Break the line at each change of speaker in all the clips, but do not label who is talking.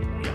模样。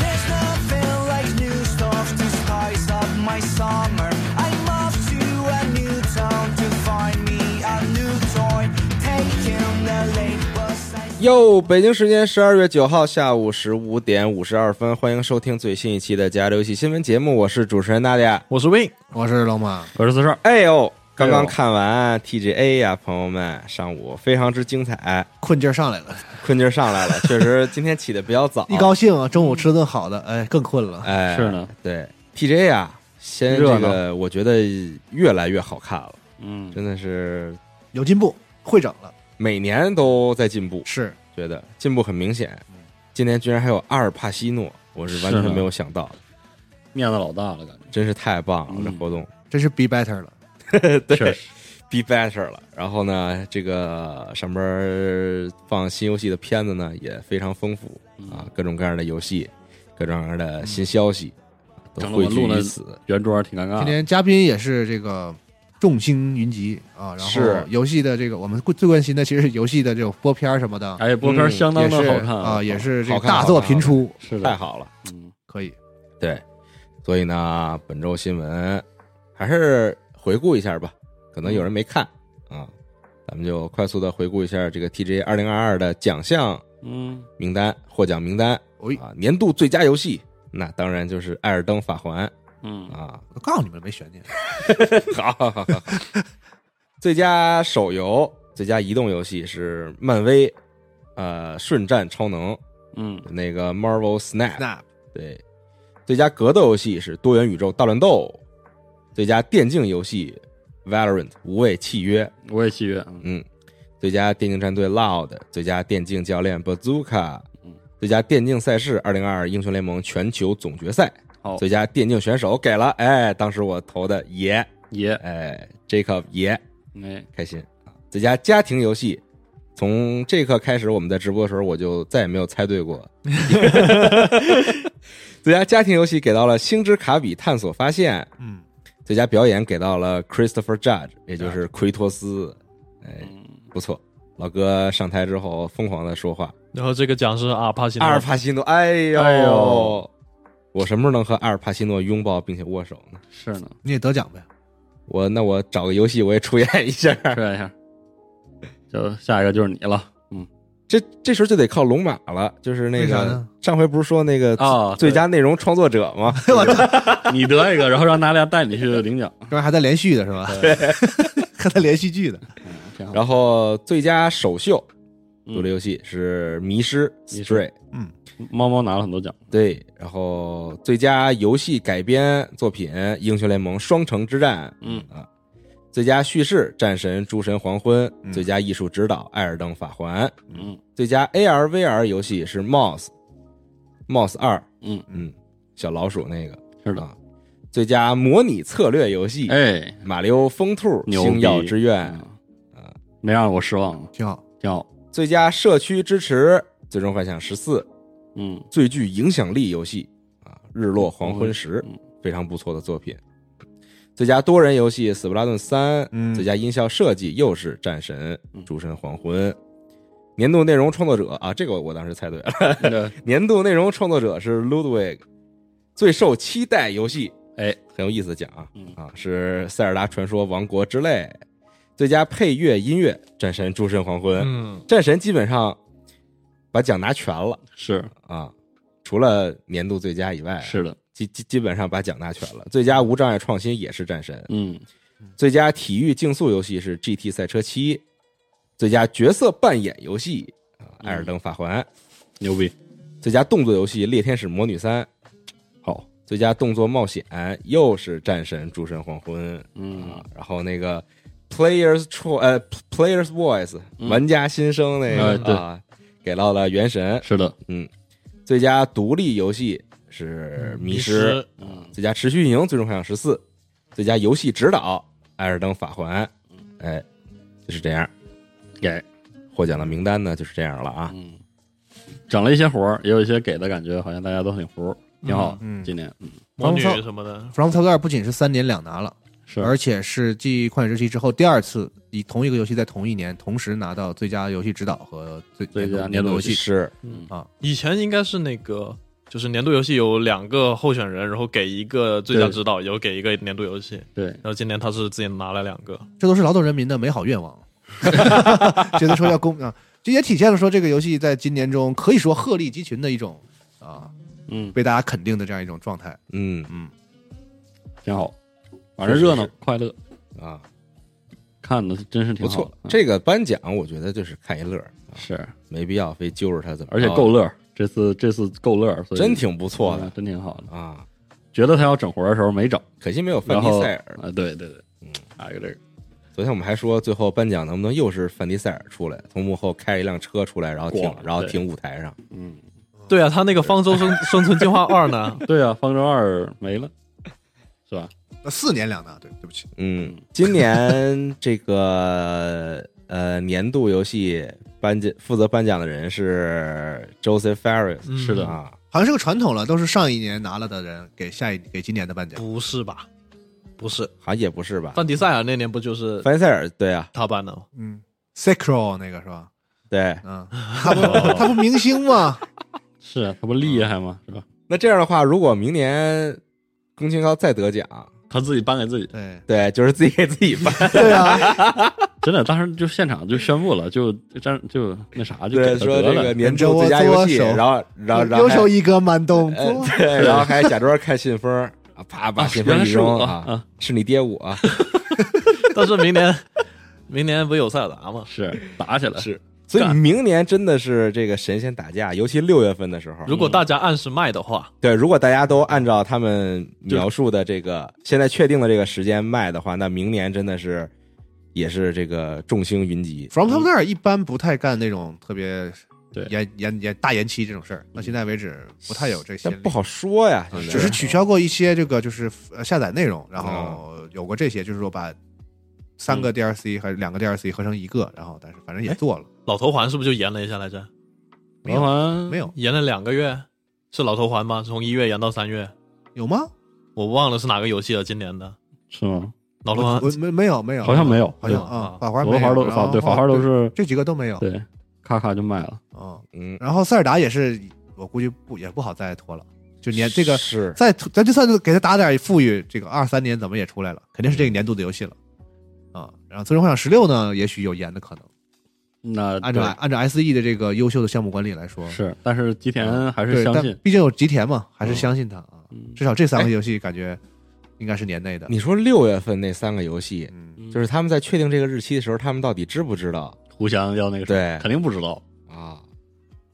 There's nothing like new stuff to spice up my summer. I move to a new town to find me a new toy. Taking the late bus. I
哟，北京时间十二月九号下午十五点五十二分，欢迎收听最新一期的《加州游戏新闻节目》，我是主持人娜迪亚。
我是 Win，
我是龙马，
我是四少，
哎呦，刚刚看完 TGA 呀、朋友们，上午非常之精彩，
困劲儿上来了，
困劲儿上 来了，确实今天起的比较早，
一高兴啊，中午吃顿好的，哎，更困了。
哎，
是呢，
对 TGA 啊，先
热
这
闹
个我觉得越来越好看了，
嗯，
真的是
有进步，会整了，
每年都在进步，
是
觉得进步很明显。今年居然还有阿尔帕西诺，我是完
是
全
呢
没有想到，
面子老大了，感
真是太棒了，
嗯
这活 动。
真是 be better 了。
对
觉，确实，
be better 了。然后呢，这个上边儿放新游戏的片子呢也非常丰富
嗯
啊，各种各样的游戏，各种各样的新消息，都
整得
汇
我
聚
录了
于此。
圆桌挺尴尬
今
的，
天嘉宾也是这个众星云集啊，然
是
后游戏的这个我们最关心的其实是游戏的这种播片儿什 么的，
哎，播片相当
也
的
是
好看
啊，也是这
好
个
看
大作频出，
是
太
的，
好了，
嗯，
可以
对。所以呢，本周新闻还是回顾一下吧，可能有
嗯
人没看啊，咱们就快速的回顾一下这个 TJ 二零二二的奖项
嗯，
名单、获奖名单
哎
啊，年度最佳游戏。那当然就是《艾尔登法环》
嗯，
啊，
我都告诉你们了，没悬念。
好好好，好，最佳手游、最佳移动游戏是漫威，呃，瞬战超能
嗯，
那个 Marvel Snap，
那
对，最佳格斗游戏是多元宇宙大乱斗，最佳电竞游戏 Valorant 无畏契约，
我也契约，嗯
嗯，最佳电竞战队 Loud，最佳电竞教练 Bazooka，
嗯
最佳电竞赛事二零二二英雄联盟全球总决赛，
好
最，佳电竞选手给了，哎，当时我投的爷，
爷，
哎，Jacob 爷。
哎，
开心啊！最佳家庭游戏，从这一刻开始，我们在直播的时候，我就再也没有猜对 过。 最佳家庭游戏给到了《星之卡比：探索发现》，
嗯，
最佳表演给到了 Christopher Judge，也就是奎托斯。哎，
嗯，
不错，老哥上台之后疯狂的说话。
然后这个奖是阿尔帕西诺
阿尔帕西诺，哎呦，
哎呦
我什么时候能和阿尔帕西诺拥抱并且握手呢？
是呢，
你也得奖呗。
我那我找个游戏我也出演一下。
确认一下，就下一个就是你了，嗯，
这这时候就得靠龙马了，就是那
为啥
个
呢
上回不是说那个
啊
最佳内容创作者 吗？
你得一个，然后让娜丽亚带你去领奖，
这玩意儿还在连续的是吧？ 还在连续剧的，
嗯，挺好，
然后最佳首秀
嗯
独立游戏是《迷失》
迷失
（Stray），
嗯，
猫猫拿了很多奖，
对，然后最佳游戏改编作品《英雄联盟：双城之战》，
嗯
啊，最佳叙事《战神：诸神黄昏》，
嗯
最佳艺术指导《艾尔登法环》，
嗯，
最佳 AR VR 游戏是 Mouse Mouse 二，
嗯
嗯，小老鼠那个
是的，
啊。最佳模拟策略游戏，
哎，
马里奥疯兔、
牛逼
星耀之愿、
嗯没让我失望，
挺好。
挺好。
最佳社区支持、最终幻想十四、
嗯，
最具影响力游戏啊，《日落黄昏时》
嗯
非常不错的作品。最佳多人游戏《斯普拉顿三》，
嗯
最佳音效设计又是《战神
嗯》
《诸神黄昏》。年度内容创作者啊，这个我我当时猜对了。
那个
年度内容创作者是 Ludwig，最受期待游戏，
哎，
很有意思讲啊
嗯
啊，是《塞尔达传说：王国之泪》。最佳配乐音乐，《战神》《诸神黄昏》。
嗯，
战神基本上把奖拿全了
是
啊，除了年度最佳以外，
是的，
基基基本上把奖拿全了。最佳无障碍创新也是战神，
嗯，
最佳体育竞速游戏是 GT 赛车七，最佳角色扮演游戏啊，《艾尔登法环》
嗯牛逼，
最佳动作游戏《猎天使魔女三》，
好，
最佳动作冒险又是战神《诸神黄昏》
嗯
啊，，然后那个 Players Cho 呃 Players Voice
嗯
玩家新生那
呃
个
对
啊，给到了原神，
是的，
最佳独立游戏是《迷失》，
嗯，
最佳持续运营《最终幻想十四》，最佳游戏指导《艾尔登法环》。哎，就是这样，
嗯给，
获奖的名单呢就是这样了啊。
嗯，整了一些活儿，也有一些给的感觉，好像大家都很活儿，挺好。
嗯，
今年，嗯，
魔女
王少
什么的，
From Software 不仅是三年两拿了，
是，
而且是继《旷野之息》之后第二次以同一个游戏在同一年同时拿到最佳游戏指导和最
最佳
年
年度
游啊
游戏嗯
是，
以前应该是那个。就是年度游戏有两个候选人，然后给一个最佳
对
指导，有给一个年度游戏，
对，
然后今年他是自己拿了两个，
这都是劳动人民的美好愿望。觉得说要公啊，这也体现了说这个游戏在今年中可以说鹤立鸡群的一种啊
嗯，
被大家肯定的这样一种状态。
嗯
嗯，
挺好，反正热闹
是是
快乐，
啊，
看的真是
不
挺好嗯
错
的。。
这个颁奖我觉得就是看一乐儿，
嗯是，
没必要非揪着他怎么着，
而且够乐儿，这次这次够乐儿，所
啊
以
真挺不错
嗯
的
真挺好的。
啊。
觉得他要整活儿的时候没整，
可惜没有范
然
迪
后
塞尔。
啊，对对对，
嗯
还有这个，
昨天我们还说，最后颁奖能不能又是范迪塞尔出来，从幕后开一辆车出来，然后停
咣，
然后
对
停舞台上。
嗯，
对啊，他那个《方舟生生存进化二》呢，
对啊，方舟二没了，是吧？
那四年两拿，对，对不起，
嗯，今年这个 呃年度游戏颁奖负责颁奖的人是 Joseph Fares
嗯
是的
啊，
好像是个传统了，都是上一年拿了的人给下一给今年的颁奖。
不是吧？不是，
好像也不是吧？
范迪塞尔那年不就是
范塞尔对啊，
他办的吗？
嗯 s a c r o 那个是吧？
对。
嗯，他不他不明星吗？
是啊，他不厉害吗？是吧？
那这样的话，如果明年宫清高再得奖，
他自己颁给自己，
对
对，就是自己给自己 颁，
对啊，
真的，当时就现场就宣布了，就就这样就那啥，就
对，
给他
说
得
这个
了。
年度最佳游戏，
左手
然后然后然后
右
还
手一格慢动
呃
作，
对，然后还假装看信封啊，啪把
啊
信
原
封
来
一
是
扔
我
啊
啊，
是你爹我啊，
但是明年，明年不有塞尔达吗？
是打起来，
是所以
干
明年真的是这个神仙打架，尤其六月份的时候，
如果大家按时卖的话，
对，如果大家都按照他们描述的这个现在确定的这个时间卖的话，那明年真的是也是这个众星云集。
From Software 一般不太干那种特别
对
延延延大延期这种事儿，到现在为止不太有这些
但，不，好说呀，
啊
现在
只是取消过一些这个就是呃下载内
啊
容，然后有过这些，就是说把三
嗯
个 DLC 还是两个 DLC 合成一个，然后但是反正也做了，
老头环是不是就延了一下来着？
没
王
有
嗯
环
没有
延了两个月，是老头环吗？从一月延到三月，
有吗？
我忘了是哪个游戏了，今年的
是吗？
老头
我
环
我没没有没有，
好像没有
好像
对吧
啊
啊，
法环
我
没
的
有
花都
然后
法对法哦花都是
这几个都没有，
对，咔咔就卖了。
嗯，
嗯，
然后塞尔达也是，我估计不也不好再拖了，就年这个
是
再吐咱就算是给他打点富裕，这个二三年怎么也出来了，肯定是这个年度的游戏了啊。然后《最终幻想十六》呢，也许有延的可能。
那
按照
嗯对
按照 S E 的这个优秀的项目管理来说，
是，但是吉
嗯
田还是
对，
相
但
信，
毕竟有吉田嘛，还是相信他啊。
嗯
至少这三个游戏感觉应该是年内的。
你说六月份那三个游戏，
嗯，
嗯
就是他们在确定这个日期的时候，他们到底知不知道
互相要那个什么
对
肯定不知道
啊？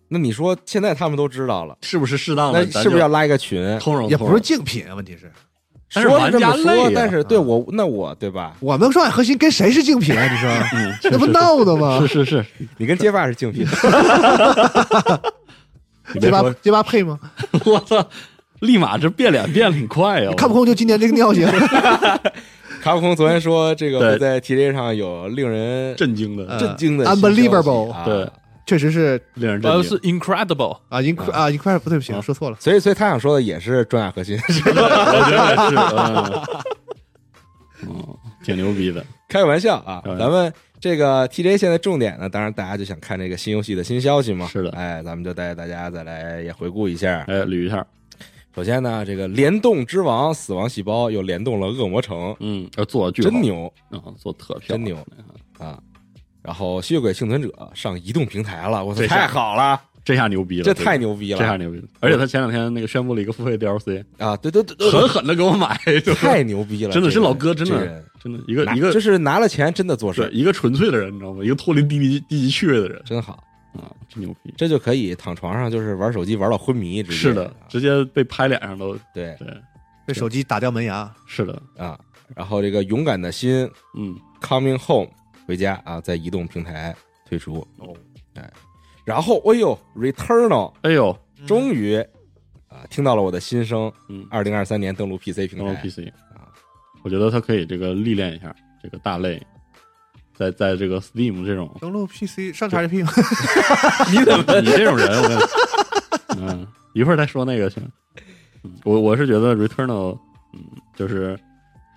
那你说现在他们都知道了，
是不是适当
那
的，
是不是要拉一个群？
通融？
也不是竞品啊，问题是
但是
说是这么
玩家累啊
说，
呀
但是对我那我对吧？
我们上海核心跟谁是竞品啊？你 说
嗯，
那不闹的吗
是？是是，
你跟街霸是竞 品，
你别
街霸
说，
街霸配吗？
我操，立马这变脸变得挺快呀！我
看不空就今年这个 尿性，
卡普空昨天说这个
对
会在 TJ 上有令人
震惊的，
呃
震惊的
unbelievable
新消息啊
对，
确实是
令人震
呃，
惊
是。incredible，
啊，inc 啊 incredible，对不起，
啊
说错了。
所以所以他想说的也是专亚核心，
我觉得
呃
也是，嗯， 嗯，挺牛逼的。
开个玩笑啊，
开玩笑
咱们这个 TJ 现在重点呢，当然大家就想看这个新游戏的新消息嘛。
是的
哎，咱们就带大家再来也回顾一下。
哎，捋一下，
首先呢，这个联动之王死亡细胞又联动了恶魔城，
嗯，呃做的巨好
真牛
啊，做得特漂
真
亮，
牛啊！然后《吸血鬼幸存者》上移动平台了，我操，
这下
太好了，
这下牛逼了，
这太牛逼
这下
了
牛逼了！而且他前两天那个宣布了一个付费 DLC，
啊！对对对对，
狠狠的给我买，就是
太牛逼了，
真的
这
是
个
老哥，真
这
的
人
真的一个
拿
一个
这是拿了钱真的做
对
事，
一个纯粹的人，你知道吗？一个脱离低级低级趣味的人
真好，
啊，真牛逼！
这就可以躺床上就是玩手机玩到昏迷，直接
是的
啊，
直接被拍脸上都
对
对，
被手机打掉门牙，
是的，
啊。然后这个勇敢的心
嗯，
Coming Home 回家啊，在移动平台推出哦，哎，然后哎呦 Returnal
哎呦，
终于啊听到了我的心声，
嗯，
二零二三年登陆 PC 平
登陆
台，
PC
啊，
我觉得他可以这个历练一下这个大类，在在这个 Steam 这种
登录 PC 上 XGP 吗？
你怎么你这种人，我跟你，嗯，一会儿再说那个行。嗯我我是觉得 Returnal，嗯，就是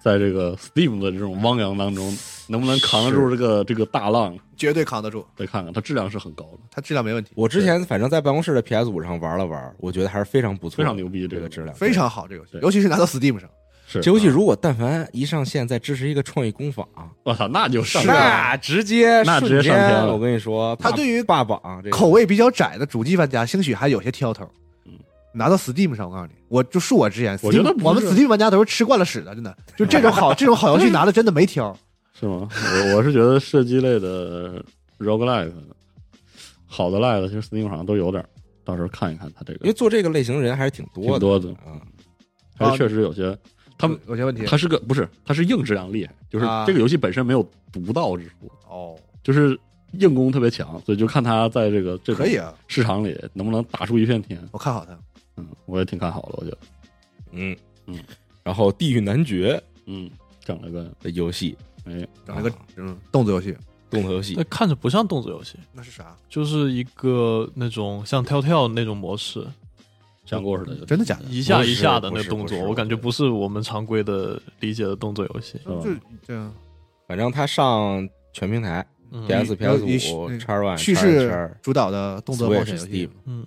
在这个 Steam 的这种汪洋当中，能不能扛得住这个这个大浪？
绝对扛得住，
再看看，它质量是很高的，
它质量没问题，
我之前反正在办公室的 PS 五上玩了玩，我觉得还是非常不错，
非常牛逼
这
这
个
个
质量，
非常好这游戏
对，
尤其是拿到 Steam 上，
是
这游戏如果但凡一上线再支持一个创意工坊，
我操，那就
啊
上天了
那直接
啊那直接
瞬间
上天了
我跟你说，
它
霸
对于
霸榜啊这个
口味比较窄的主机玩家，兴许还有些挑头
嗯。
拿到 Steam 上，我告诉你，我就恕我直言，
我觉得
Steam-
不是
我们 Steam 玩家都是吃惯了屎的，真的，就这种好这种好游戏拿的真的没挑。
是吗？我我是觉得射击类的 roguelike 好的 like，其实 Steam 好像都有点儿，到时候看一看它这
因为
个
做这个类型人还是挺多
挺
的，
多的，
啊，
还是确实有些他们
有些问题
它是个不是，它是硬质量厉害，就是
啊
这个游戏本身没有独到之处，
哦，
就是硬功特别强，所以就看它在这个这个
可以啊，
市场里能不能打出一片天。
我看好它。
嗯，我也挺看好的，我觉得。
嗯
嗯。
然后《地狱男爵
嗯，整了个》
的游戏，
哎，
整了个嗯动作游戏，
动作游戏
那，看着不像动作游戏，
那是啥？
就是一个那种像跳跳那种模式，
讲故事的就
真的假的？
一下一下的
不
那
是
动
不是
作，
不是
我感觉不是我们常规的理解的动作游戏。
吧
就这样，
反正它上全平台
嗯
，PS、PS
一
五、
嗯
X One、
叙
X
事
哎二、
主导的动作冒险游
Switch
戏啊
Steam，
嗯，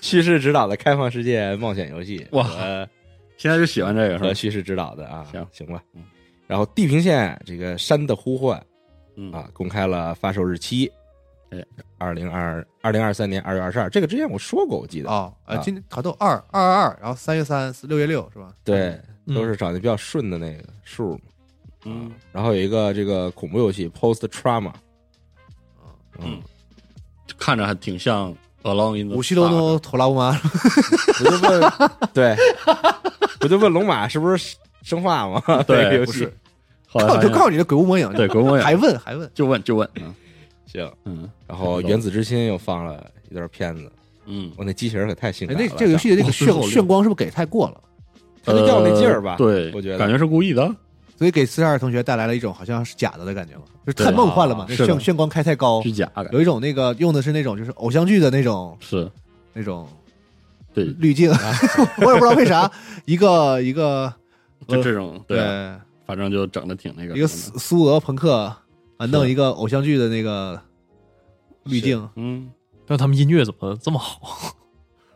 叙事指导的开放世界冒险游戏，
哇
和
现在就喜欢这个
和
是吧？
叙事指导的啊，
行
行吧
嗯。
然后《地平线》这个《山的呼唤》
嗯
啊，，公开了发售日期，
哎，
二零二二零二三年二月二十二，这个之前我说过，我记得，
哦，呃
啊，
今天好豆二二二二，然后三月三、四六月六是吧？
对，
嗯
都是找那比较顺的那个数嘛。啊
嗯，
然后有一个这个恐怖游戏《Post Trauma》，嗯
嗯，就看着还挺像 Along in the
五西罗
Dark
诺头拉乌妈，
我就问，对，我就问龙马是不是生化 嘛？
对
那个游
不
戏
是，
后 来
告
发
就
现
告诉你这鬼屋魔影，
对，鬼魔
还
眼
问还问，
就问就问，嗯
行。
嗯
然后《原子之心》又放了一段片子，
嗯，
我那机器人可太性
哎，
感
那
了，
这个游戏的这个
我最后
炫
六
炫光是不是给太过了？
他就要那劲儿吧？
呃对，
我觉得
感觉是故意的，
所以给四十二同学带来了一种好像是假的的感觉嘛，就是太
对
梦幻了嘛，
啊
那
是的
炫炫光开太高
虚，假感
有一种那个用的是那种就是偶像剧的那种
是
那种
对，
嗯
滤镜，
啊
我也不知道为啥，一个一个
就这种对啊，
对
反正就整的挺那个
一个
什么的
苏苏俄朋克啊，弄
是
一个偶像剧的那个滤镜，
嗯，
但他们音乐怎么这么好？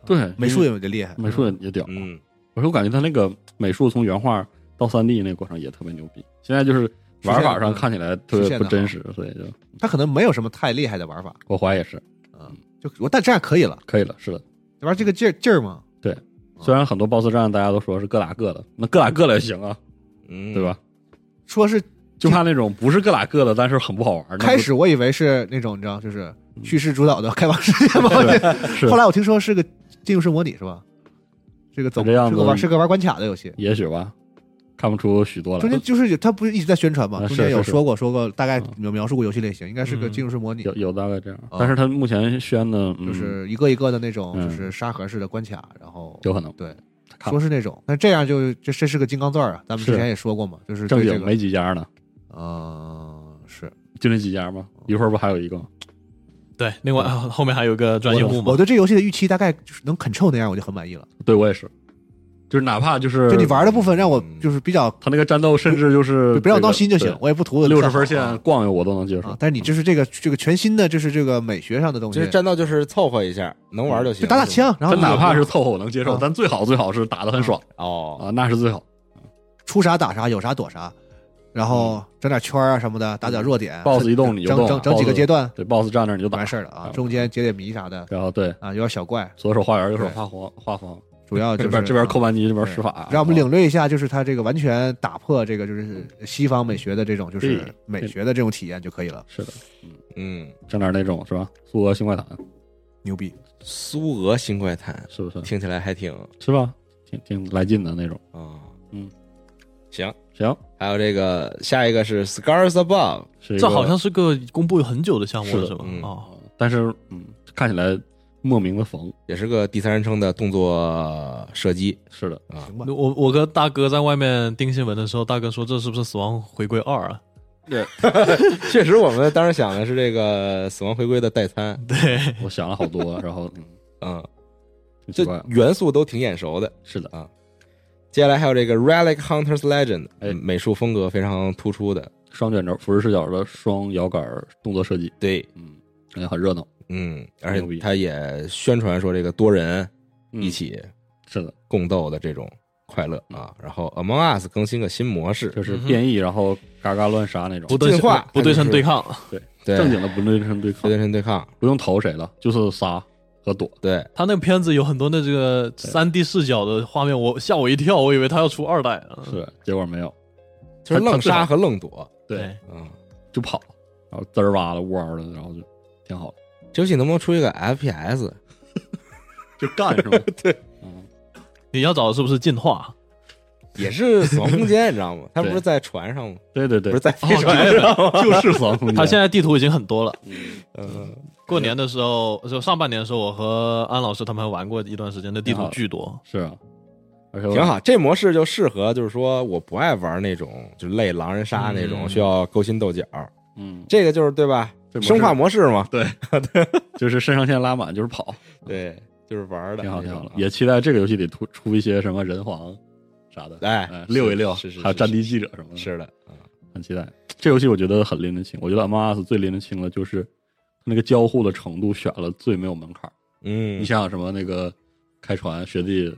对，
美术也有点厉害，
美术也屌。
嗯，
我说我感觉他那个美术从原画到三 D 那个过程也特别牛逼，现在就是玩法上看起
嗯
来特别不真实，所以就
嗯他可能没有什么太厉害的玩法，
我怀疑也是
嗯，就我但这样可以了，
可以了，是的。
对吧？这个劲儿劲儿嘛，
嗯
虽然很多 BOSS 战大家都说是各打各的，那各打各的也行啊，
嗯，
对？吧？
说是
就怕那种不是各打各的，但是很不好玩。那不嗯
开始我以为是那种你知道，就是叙事主导的开放世界嘛，
对是
后来我听说是个进入式模拟是吧？这个走
这样
是个玩
子
是个玩关卡的游戏。
也许吧，看不出许多来
中。间就是有他不是一直在宣传嘛，
啊
中
是
间有
是是
说过说过，大概
嗯
有描述过游戏类型，应该是个
嗯
进入式模拟
有，有大概这样
啊，
但是他目前宣的嗯
就是一个一个的那种
嗯
就是沙盒式的关卡，然后
有可能
对
看
说是那种，但这样就这这是个金刚钻啊，咱们之
是
前也说过嘛，就是
正
对这
经
个
没几家呢，
嗯是
就那几家嘛。
哦
一会儿不还有一个吗？
对，另外啊后面还有个专业户
我
嘛，
对这游戏的预期大概就是能 control 那样，我就很满意了。
对我也是，就是哪怕就是嗯
就你玩的部分让我就是比较
他那个战斗，甚至就是
不要闹心就行，我也不图
六十分
特好
线逛悠我都能接
啊啊
受。。
但是你就是这个这个全新的，就是这个美学上的东
其
西
实，战斗就是凑合一下，能玩就行，
嗯就打打枪，然后你
他哪怕是凑合我能接受
啊，
但最好最好是打的很爽
哦，
嗯
啊，那是最好。
出啥打啥，有啥躲啥，然
嗯
后整点圈啊什么的，打点弱点
BOSS 一动你就
整
动啊
整整几个
BOSS
阶段
对，BOSS 站那儿你就打
完事儿了啊
啊，
中间解解谜啥的
然后对，
啊，有点小怪，
左手花园，右手
对
画黄画方，
主要就
这
是
边这边扣
啊
班尼，这边
对
施法，啊
让我们领略一下，就是它这个完全打破这个就是西方美学的这种就是
对
美学的这种体验就可以了，
是的，
嗯，
整点那种是吧？苏俄新怪谈
牛逼！
苏俄新怪谈
是不是？
听起来还挺
是吧？挺挺来劲的那种。
啊，
嗯，
行，
行，
还有这个下一个是 Scars Above，
是一
这
个
好像是个公布很久的项目
是
了，
的
是吧
嗯？
哦，
但是嗯，看起来莫名的缝。
也是个第三人称的动作射击，
是的，
行吧，
我我跟大哥在外面盯新闻的时候，大哥说这是不是《死亡回归二》啊？
确实我们当时想的是这个死亡回归的代餐，
对，
我想了好多，然后嗯，
嗯，
挺奇
这
怪的。
元素都挺眼熟的。
是的，
接下来还有这个 Relic Hunters Legend，
哎
美术风格非常突出的，
双卷轴俯视视角的双摇杆动作设计，
对，
嗯，感觉很热闹。
嗯，而
牛
且
逼
他也宣传说这个多人
嗯
一起
是的，
共斗的这种快乐啊。然后 Among Us 更新个新模式，
就是
嗯哼
变异，然后嘎嘎乱杀那种
不，对
进化
不对称对抗，
对，
正经的不对称对
绝
抗
对，称对抗，
不用投谁了，就是杀和躲。
对，
他那个片子有很多的这个三 D 视角的画面，我吓我一跳，我以为他要出二代啊呢。
是，结果没有，
就是
他
愣
他
杀和愣躲，
对，
嗯。
就跑，然后滋儿哇的呜嗷的，然后就挺好的，
这游戏能不能出一个 FPS？
就干是吗？对，嗯，
你要找的是不是进化？
也是死亡空间，你知道吗？它不是
对
在船上吗？
对对
不
对
是，在飞船
对
上吗？
就是死亡空间。
他现在地图已经很多了。
嗯，
过年的时候，就上半年的时候，我和安老师他们还玩过一段时间，那地
挺
图
好
巨多。
是啊，而且我
挺好。这模式就适合，就是说我不爱玩那种就类狼人杀那种
嗯
需要勾心斗角，
嗯，
这个就是对吧？
这模式
生化模式嘛，
就是肾上腺拉满就是跑，
对，就是玩的，
挺好
那
挺
种
好
啊。
的也期待这个游戏里突出一些什么人皇啥的，
哎是
溜一溜，
是是
还有
是
战地记者什么的，
是的，嗯
很期待。这游戏我觉得很拎得清，我觉得 Among Us 最拎得清的就是那个交互的程度选了最没有门槛儿。
嗯，
你想想什么那个开船雪地，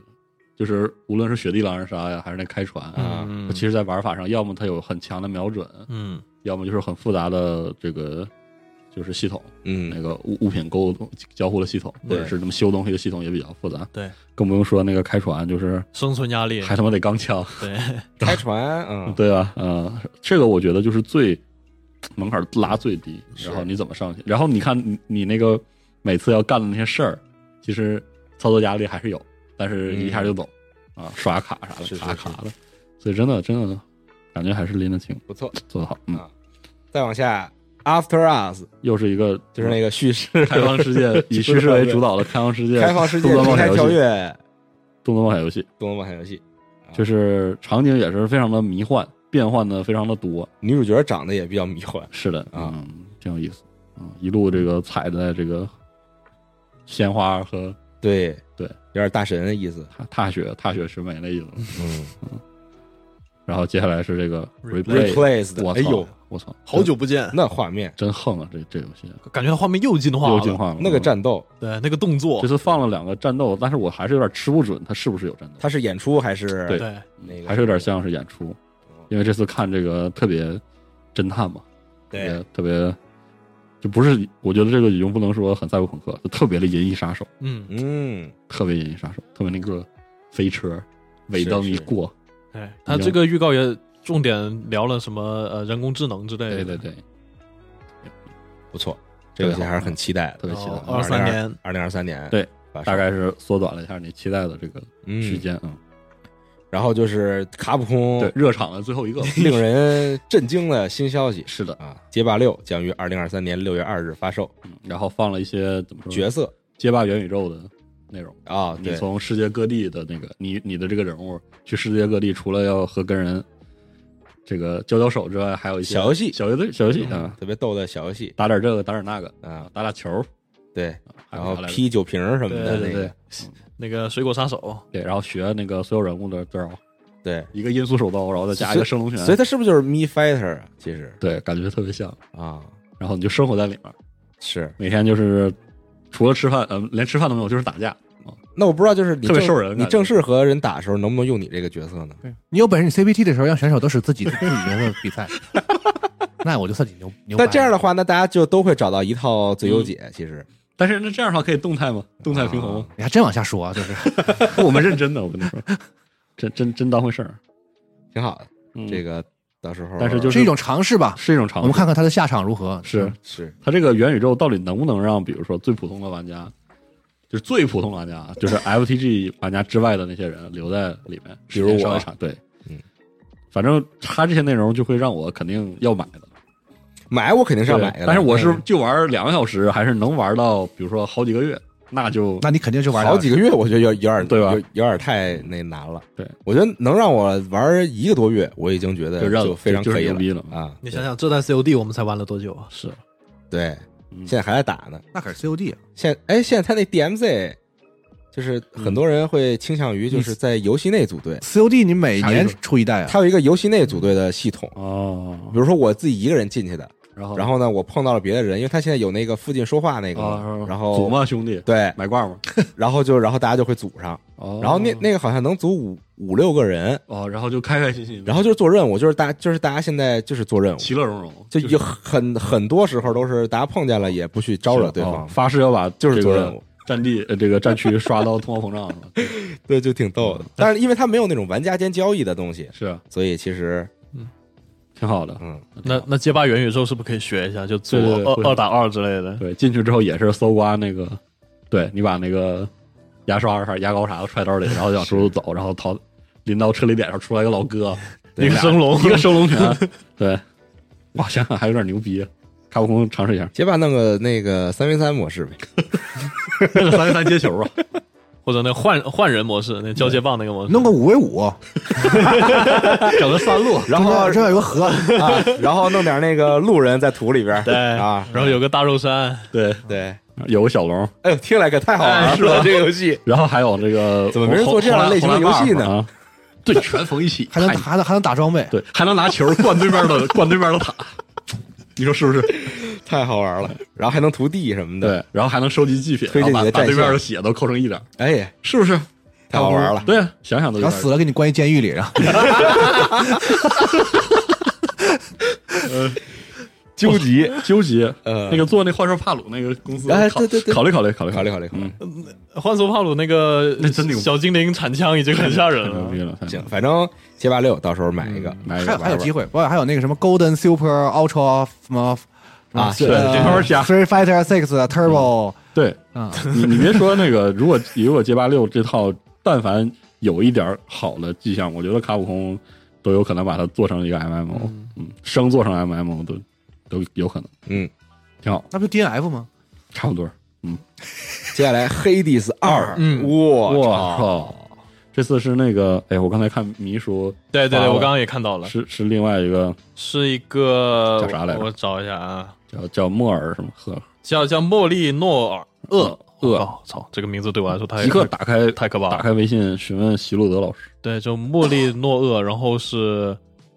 就是无论是雪地狼人杀呀，还是那开船
啊
嗯
它其实，在玩法上，要么它有很强的瞄准，
嗯，
要么就是很复杂的这个就是系统，那
嗯，
个物物品沟通交互的系统，或
对
者是什么修东西的系统也比较复杂。
对，
更不用说那个开船，就是
生存压力，
还他妈得钢枪，
对，
开船， 嗯，
对吧？嗯，这个我觉得就是最门槛拉最低，
是
然后你怎么上去？然后你看你你那个每次要干的那些事儿，其实操作压力还是有，但是一下就懂、啊，刷卡啥的，
嗯是是
卡卡的，所以真的真的感觉还是拎得清，
不错。
做得好。嗯，
啊再往下，After Us
又是一个
就是那个叙事
开放世界 以叙事为主导的开放世界，
开放世界
嗯动作
平
冒
台
险
跳
游戏，
跃啊
动作冒险游戏。
动作冒险游戏，
就是场景也是非常的迷幻，变换的非常的多。
女主角长得也比较迷幻，
是的，
啊
嗯，挺有意思，嗯，一路这个踩在这个鲜花和
对
对
有点大神的意思，
踏踏雪、踏雪寻梅的 意思。
嗯
然后接下来是这个 replay，
Replay
，Replaced，
我
哎
操
呦，，
我操，
好久不见，
那画面，
真横啊！这这游戏
感觉他画面又进化了，
又进化了，嗯
那个战斗，
对，那个动作
这，次放了两个战斗，但是我还是有点吃不准它是不是有战斗，
它是演出还是
对
对，
那个
还是有点像是演出，因为这次看这个特别侦探嘛，
对，，
特别就不是，我觉得这个已经不能说很赛博朋克，就特别的银翼杀手，
嗯，
嗯，
特别银翼杀手，特别那个飞车尾灯
是
一过，
对，他这个预告也重点聊了什么呃人工智能之类
对
的，
对对，
不错，这个游戏还是很期待的，
特别期待。
哦二三年
二零二三年，
嗯对，
把
大概是缩短了一下你期待的这个时
嗯，哦
间啊。
然后就是卡普空
对，热场的最后一个
令人震惊的新消息
是的，
啊，《街霸六》将于二零二三年六月二日发售，
嗯然后放了一些怎么说
角色
街霸元宇宙的内容。
啊，
你
对，
从世界各地的那个你你的这个人物去世界各地，除了要和跟人这个交交手之外，还有一些
小游戏嗯
小游戏、小游戏啊，
特别逗的小游戏
打点这个，打点那个，
啊，
打打球，
对，
还
然
有
后
啥来着
劈酒瓶儿什么的
对
那
对对
个，
那个水果杀手，
对，然后学那个所有人物的招，
对，
一个音速手刀，然后再加一个升龙拳，
所以它是不是就是 Me Fighter 啊？其实
对，感觉特别像。
啊，
然后你就生活在里面，
是。
每天就是除了吃饭，嗯、连吃饭都没有，就是打架。
那我不知道，就是你
特
正
别受人感
你
觉
正式和人打的时候，能不能用你这个角色呢？
你有本事你 CPT 的时候让选手都使自己自己角色比 赛，那我就算你牛牛掰
但
了。
这样的话，那大家就都会找到一套最优
嗯
解。其实
但是那这样的话可以动态吗？动态平衡吗？
你还真往下说啊，就是
我们认真的，我跟你 说，真真真当回事儿。
挺好的，
嗯、
这个到时候
但是就是
一种尝试吧。
是一种尝
我
试。
们看看他的下场如何。
是
是
它这个元宇宙到底能不能让，比如说最普通的玩家，就是最普通玩家，啊就是 FTG 玩家之外的那些人留在里面，
比如我
时间稍微长对，
嗯，
反正它这些内容就会让我肯定要买的，
买我肯定是要买的嗯
对，但是我是就玩两个小时，还是能玩到，比如说好几个月，那就
那你肯定就玩
好几个月，我觉得有有点
对吧
有有点太那难了。
对，
我觉得能让我玩一个多月，我已经觉得
就让
非常
就
可
是
以
牛逼了
啊！
你想想，这代 COD 我们才玩了多久啊？
是
对，
嗯
现在还在打呢。
那可是 COD 啊
现哎，现在他那 DMZ，就是
嗯
很多人会倾向于就是在游戏内组队，
，COD 你每
啥意
年
思
出一代啊，
它有一个游戏内组队的系统。
哦
比，如说我自己一个人进去的，
然后
嗯然后呢，我碰到了别的人，因为他现在有那个附近说话那个嘛，
啊，
然后
祖嘛兄弟
对，
买挂吗？
然后就然后大家就会组上，
哦，
然后那那个好像能组五五六个人，
哦，然后就开开心心的，
然后就是做任务，就是大就是大家现在就是做任务，
其乐融融，
就
就
有很很多时候都是大家碰见了也不去招惹对
哦
方，
发誓要把
就是
这
做
个
任务，
战地呃这个战区刷到通货膨胀了，
对，就挺逗的。
嗯
但是因为他没有那种玩家间交易的东西，
是啊
所以其实
挺好的。
嗯，，
那那街霸元宇宙是不是可以学一下，就做
对对对会
二二打二之类的？
对，进去之后也是搜刮那个，对你把那个牙刷啥、牙膏啥的揣兜里，然后就往出路走，然后逃临到车离点上出来一个老 哥，
一
对
个升 龙，
一个升龙拳，对，哇，想想还有点牛逼。卡普空尝试一下
结巴弄个那个三 v 三模式呗，
那个三 v 三接球啊，
或者那换换人模式，那交接棒那个模式，
弄个五 v 五，
整个三路，
然后
这有个河，
啊，然后弄点那个路人在土里边儿，
对
啊，
然后有个大肉山，
对，
对，
有个小龙，
哎呦，听来可太好玩了，
哎是吧
这个游戏
然后还有这个
怎么没人做这样类型的游戏呢
啊？对，全缝一起，
还能
太
还能还能打装备，
对，还能拿球灌对面的灌对面的塔， 你说是不是？
太好玩了，然后还能涂地什么的，
对，然后还能收集祭品，
推
然
进
后
你的
把把
战
对面
线
的血都扣成一点，
哎呀，
是不是？
太好玩了。
对啊，想想都有
然后
点
死了给你关一监狱里，然后
纠 结纠结。
呃
那个做那幻兽帕鲁那个公司，
哎
考
对对对
考虑考虑考虑
考虑考虑考虑
嗯
幻兽帕鲁那个
那真牛
小精灵铲枪已经很吓人
太牛逼
了。
了，太牛
行，反正街霸六到时候买一
逼
个
了，买一
还
个
哎有还有
玩
机
玩。
会，不还有那个什么 Golden Super Ultra 什么
啊，
什
是
么
对这慢慢加
Free Fighter Six 啊 Turbo
对
啊，
你，你别说那个，如果如果街霸六这套，但凡有一点好的迹象，我觉得卡普空都有可能把它做成一个 MMO，嗯，生做成 MMO 都都有可能，
嗯，
挺好，
那不就 DNF 吗？
差不多。
接下来黑帝斯二，
嗯
哇
我
操
靠！这次是那个，哎，我刚才看迷叔
对对
发
对，
了
我刚刚也看到了，
是是另外一个
是一个
叫啥来着
我找一下啊，
叫叫莫尔什么赫
叫叫莫莉诺尔厄
厄
哦，操，这个名字对我来说太
即刻打开
太可怕
打
了。
开微信询问席路德老师，
对，就莫莉诺厄，然后是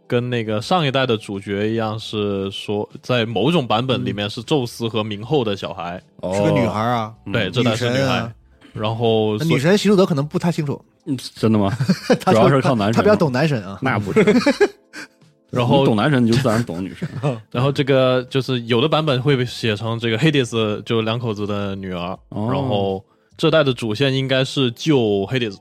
跟那个上一代的主角一样，是说在某种版本里面是宙斯和冥后的小孩，
哦
是个女孩啊，
嗯
对，这代是女
女神
孩
啊。
然后
那女神席路德可能不太清楚，
嗯，真的吗？
他
主要是靠男神
他比较懂男神啊。
那 不是，
然后
你懂男神你就自然懂女神，
然后这个就是有的版本会被写成这个黑迪斯就两口子的女儿，
哦
然后这代的主线应该是救黑迪斯。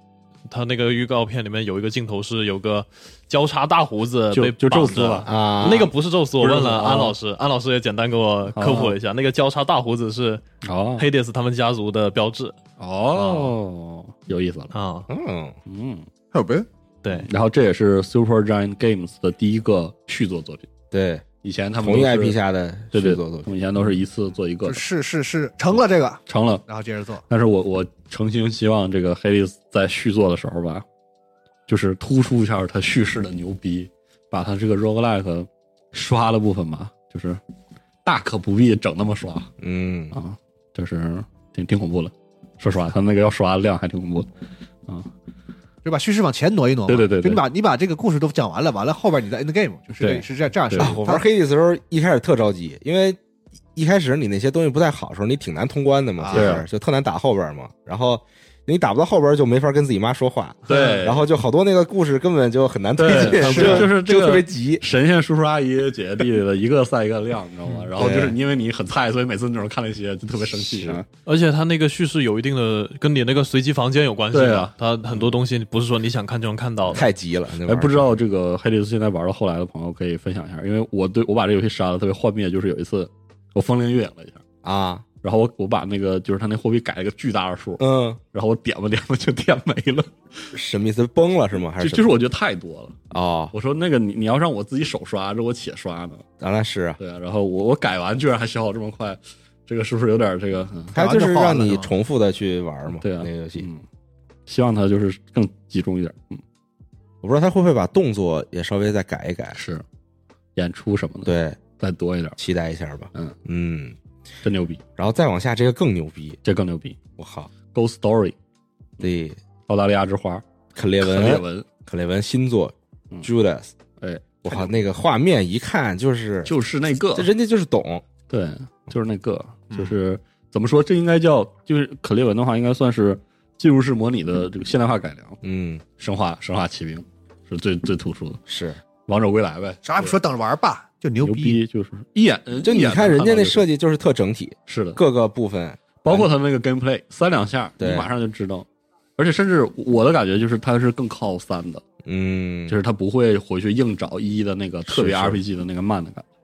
他那个预告片里面有一个镜头是有个交叉大胡子
就
被
就宙
绑
斯
着
吧
啊！
那个不是宙啊斯，我问
不是宙
了
斯
安
哦
老师，安老师也简单给我科普了一下，那个交叉大胡子是
哦
黑迪斯他们家族的标志，
哦，有意思了。
啊，
嗯，
嗯，
还有呗，
对，
然后这也是 Super Giant Games 的第一个续作作品。
对，
以前他们
同一
都是
IP 下的
对
续
对，
作作
他
品，
们以前都是一次做一
就
个的，
是是是成了这个，
成了。
然后接着做。
但是我我诚心希望这个黑利斯在续作的时候吧，就是突出一下他叙事的牛逼，把他这个 roguelike 刷的部分嘛，就是大可不必整那么刷
嗯，
啊，就是挺挺恐怖的。说实话，他那个要刷的量还挺恐怖的啊。
就把叙事往前挪一挪嘛，
对对对对
就你把你把这个故事都讲完了，完了后边你再 end game，就是
对
这是这样这样
对
设计
啊
的。
我玩黑的时候一开始特着急，因为一开始你那些东西不太好的时候，你挺难通关的嘛，
啊
其
对
实
啊
就特难打后边嘛。然后你打不到后边就没法跟自己妈说话，
对
然后就好多那个故事根本就很难推进
对，，
是
就就是这
就
个
特别急。
神仙叔叔阿姨、姐姐弟弟的一个赛一个量，你知 道吗？然后
对
就是因为你很菜，所以每次那种看那些就特别生气啊。
而且它那个叙事有一定的跟你那个随机房间有关系
对
的
啊，
它很多东西不是说你想看就能看到的。
太急了，那玩意
哎，
儿
不知道这个黑利斯现在玩到后来的朋友可以分享一下，因为我对我把这游戏杀的特别幻灭，就是有一次我风铃越野了一下，
啊，
然后我我把那个就是他那货币改了个巨大的数，
嗯，
然后我点吧点吧就点没了，
什么意思？崩了是吗？还
就是就是
什么
我觉得太多了。
哦，
我说那个你你要让我自己手刷，这我且刷呢，
当然是啊，
对啊。然后我我改完居然还消耗这么快，这个是不是有点这个？嗯
它
完就
就是
画
让
了
你
是吧
重复的去玩嘛，
对啊
那个游戏。
嗯，希望他就是更集中一点。嗯，
我不知道他会不会把动作也稍微再改一改，
是演出什么的，，
对，
再多一点，
期待一下吧。
嗯
嗯，
真牛逼，
然后再往下这个更牛逼，
这更牛逼。
我靠，
Go Story，
对，
澳大利亚之花，
克列
克
文，
列文，
克雷文新作
嗯
Judas，
哎，
我靠，那个画面一看就是，
就是那个
这，人家就是懂，
对，就是那个，就是怎么说，这应该叫就是克列文的话，应该算是进入式模拟的这个现代化改良，
嗯，
生化生化骑兵是最最突出的，
是，
王者归来呗，
啥也不说，等着玩吧，就牛
牛
逼。
逼，就是一眼
就你看人家那设
计
计就是特整体，
是的，嗯
各个部分，
包括他那个 gameplay，三两下你
对
马上就知道，而且甚至我的感觉就是它是更靠三的，
嗯，
就是它不会回去硬找一的那个特别
是是
RPG 的那个慢的感觉，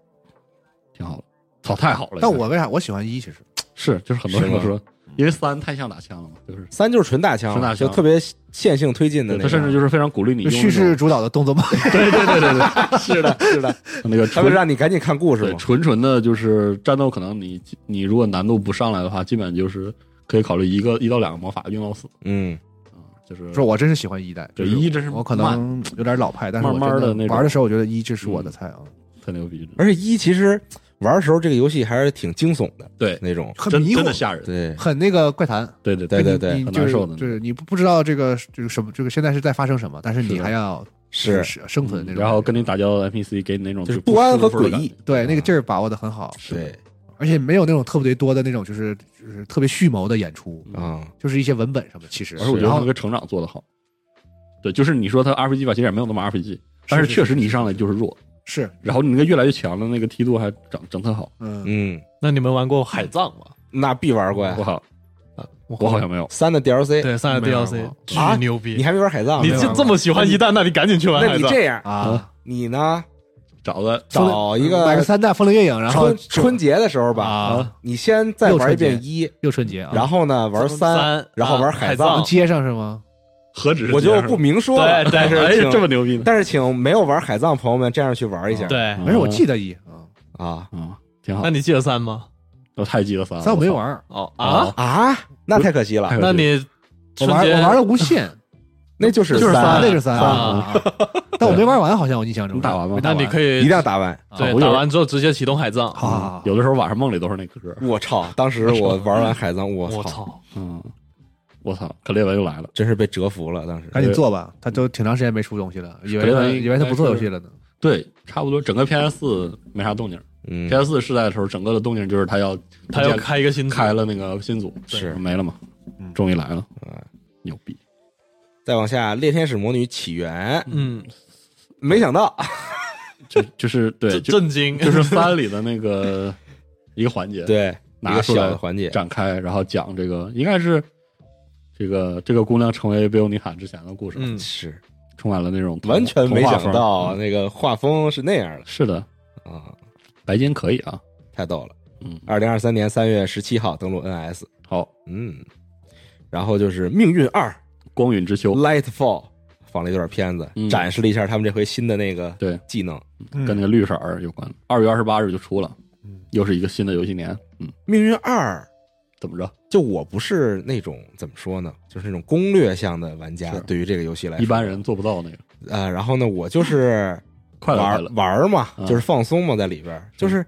挺好的，操，太好了！
但我为啥我喜欢一？其实
是就是嗯很多人都
是
说，因为三太像打枪了嘛，就是
三就是纯大枪，
纯大枪
就特别线性推进的
对
那
他
种，
甚至就是非常鼓励你
就
用
叙事主导的动作漫，
那种，对对对对对，是的，是的， 那个
他为
纯
了让你赶紧看故事
对
嘛，
纯纯的就是战斗，可能你你如果难度不上来的话，基本就是可以考虑一个一到两个魔法用到死
嗯，
啊，就是
说我真是喜欢一代，
对一真是
我可
慢
能有点老派，但是我
慢慢
真
的那种嗯
玩的时候，我觉得一这是我的菜啊，
特牛逼，
而且一其实玩的时候这个游戏还是挺惊悚的
对，
那种，
很
真
迷
真的
惑，
吓人，
对，
很那个怪谈。
对对
对对对
你
很
就
难
是
受的
就是你不不知道这个这个什么这个现在是在发生什么，但是
是
你
的嗯
还要
是
生存那种感觉，
然后跟你打交道的 NPC 给你那种
就是
不
不安和
舒服的
诡异
感觉，
对那个劲儿把握的很好，
是的
对，
而且没有那种特别多的那种就是就是特别蓄谋的演出，
啊，
就是一些文本什么的。其实，
而且我觉得
然
他那
后
个成长做得好。对，就是你说他 RPG 吧，其实也没有那么 RPG，但是
是
确实你一上来就是弱，
是
然后你那个越来越强的那个梯度还整整特好。
嗯，
嗯，
那你们玩过海葬吗？
那必玩过呀
我，好，啊我
我
好像没有。
三的 DLC，
对上海
没玩过
DLC
啊
巨牛
你
逼，
还没玩海葬，
你
啊没玩
这
过
这么喜欢一代，那你赶紧去玩
那
海
你
葬。
这样，
啊，
你呢？
找个
找一个
嗯买个三代风铃月影，然后
春春节的时候吧，
啊，
你先再玩一遍一，
又春节啊，
然后呢玩
三
然后玩海
啊海
葬
葬。
街上是吗？
何止是
我就
这样
不明说了
对，对
但是
哎
请
这么牛逼呢？
但是请没有玩海葬朋友们这样去玩一下，
对，
没事，我记得一啊，
啊
啊，挺好
那。你记得三吗？
我太记得三了，
三我没
操
玩儿，
哦
啊
啊，
啊，那太可惜了
太，可
那你
我
春
玩
节
我玩了无限，
那就是
就是
三，
那是三
啊，
但我没玩完，好像我印象中
你打完吗
没打
那
完
你可
一
以
定要打完。
啊
我
对
有
打完之后直接启动海葬。
好好好，
有的时候晚上梦里都是那歌。
我操！当时我玩完海葬，我
我
操，
操，
嗯，我操，克列文又来了。
真是被折服了。当时
赶紧做吧，他都挺长时间没出东西了，以为
可
他
能
以为他不做游戏了呢。
对，差不多整个 PS 四没啥动静。
嗯，
PS 四世代的时候，整个的动静就是它要
他要开一个新
开了那个新组，
是
没了嘛
嗯？
终于来了
嗯，
牛逼！
再往下，《猎天使魔女起源》，
嗯，
没想到
就就是对，
震
就
震惊，
就是三里的那个一个环节，，
对一
拿
个
出
小
来
的环节，
展开，然后讲这个应该是这个这个姑娘成为贝欧尼塔之前的故事，
嗯，
是
充满了那种童
完全没想
童话
到啊
风嗯
那个画风是那样的
是的，
啊，
白金可以啊，
太逗了。
嗯，
二零二三年三月十七号登陆 NS。
好，
嗯，然后就是《命运二
光陨之》丘
Lightfall 放了一段片子，
嗯
展示了一下他们这回新的那个
对
技能。
嗯
跟那个绿色儿有关。二月二十八日就出了
嗯，
又是一个新的游戏年。嗯，
命运二，
怎么着？
就我不是那种怎么说呢，就是那种攻略向的玩家
是，
对于这个游戏来说，
一般人做不到那个
呃，然后呢，我就是
快乐快
玩
乐，
玩儿嘛，
嗯
就是放松嘛，在里边儿就是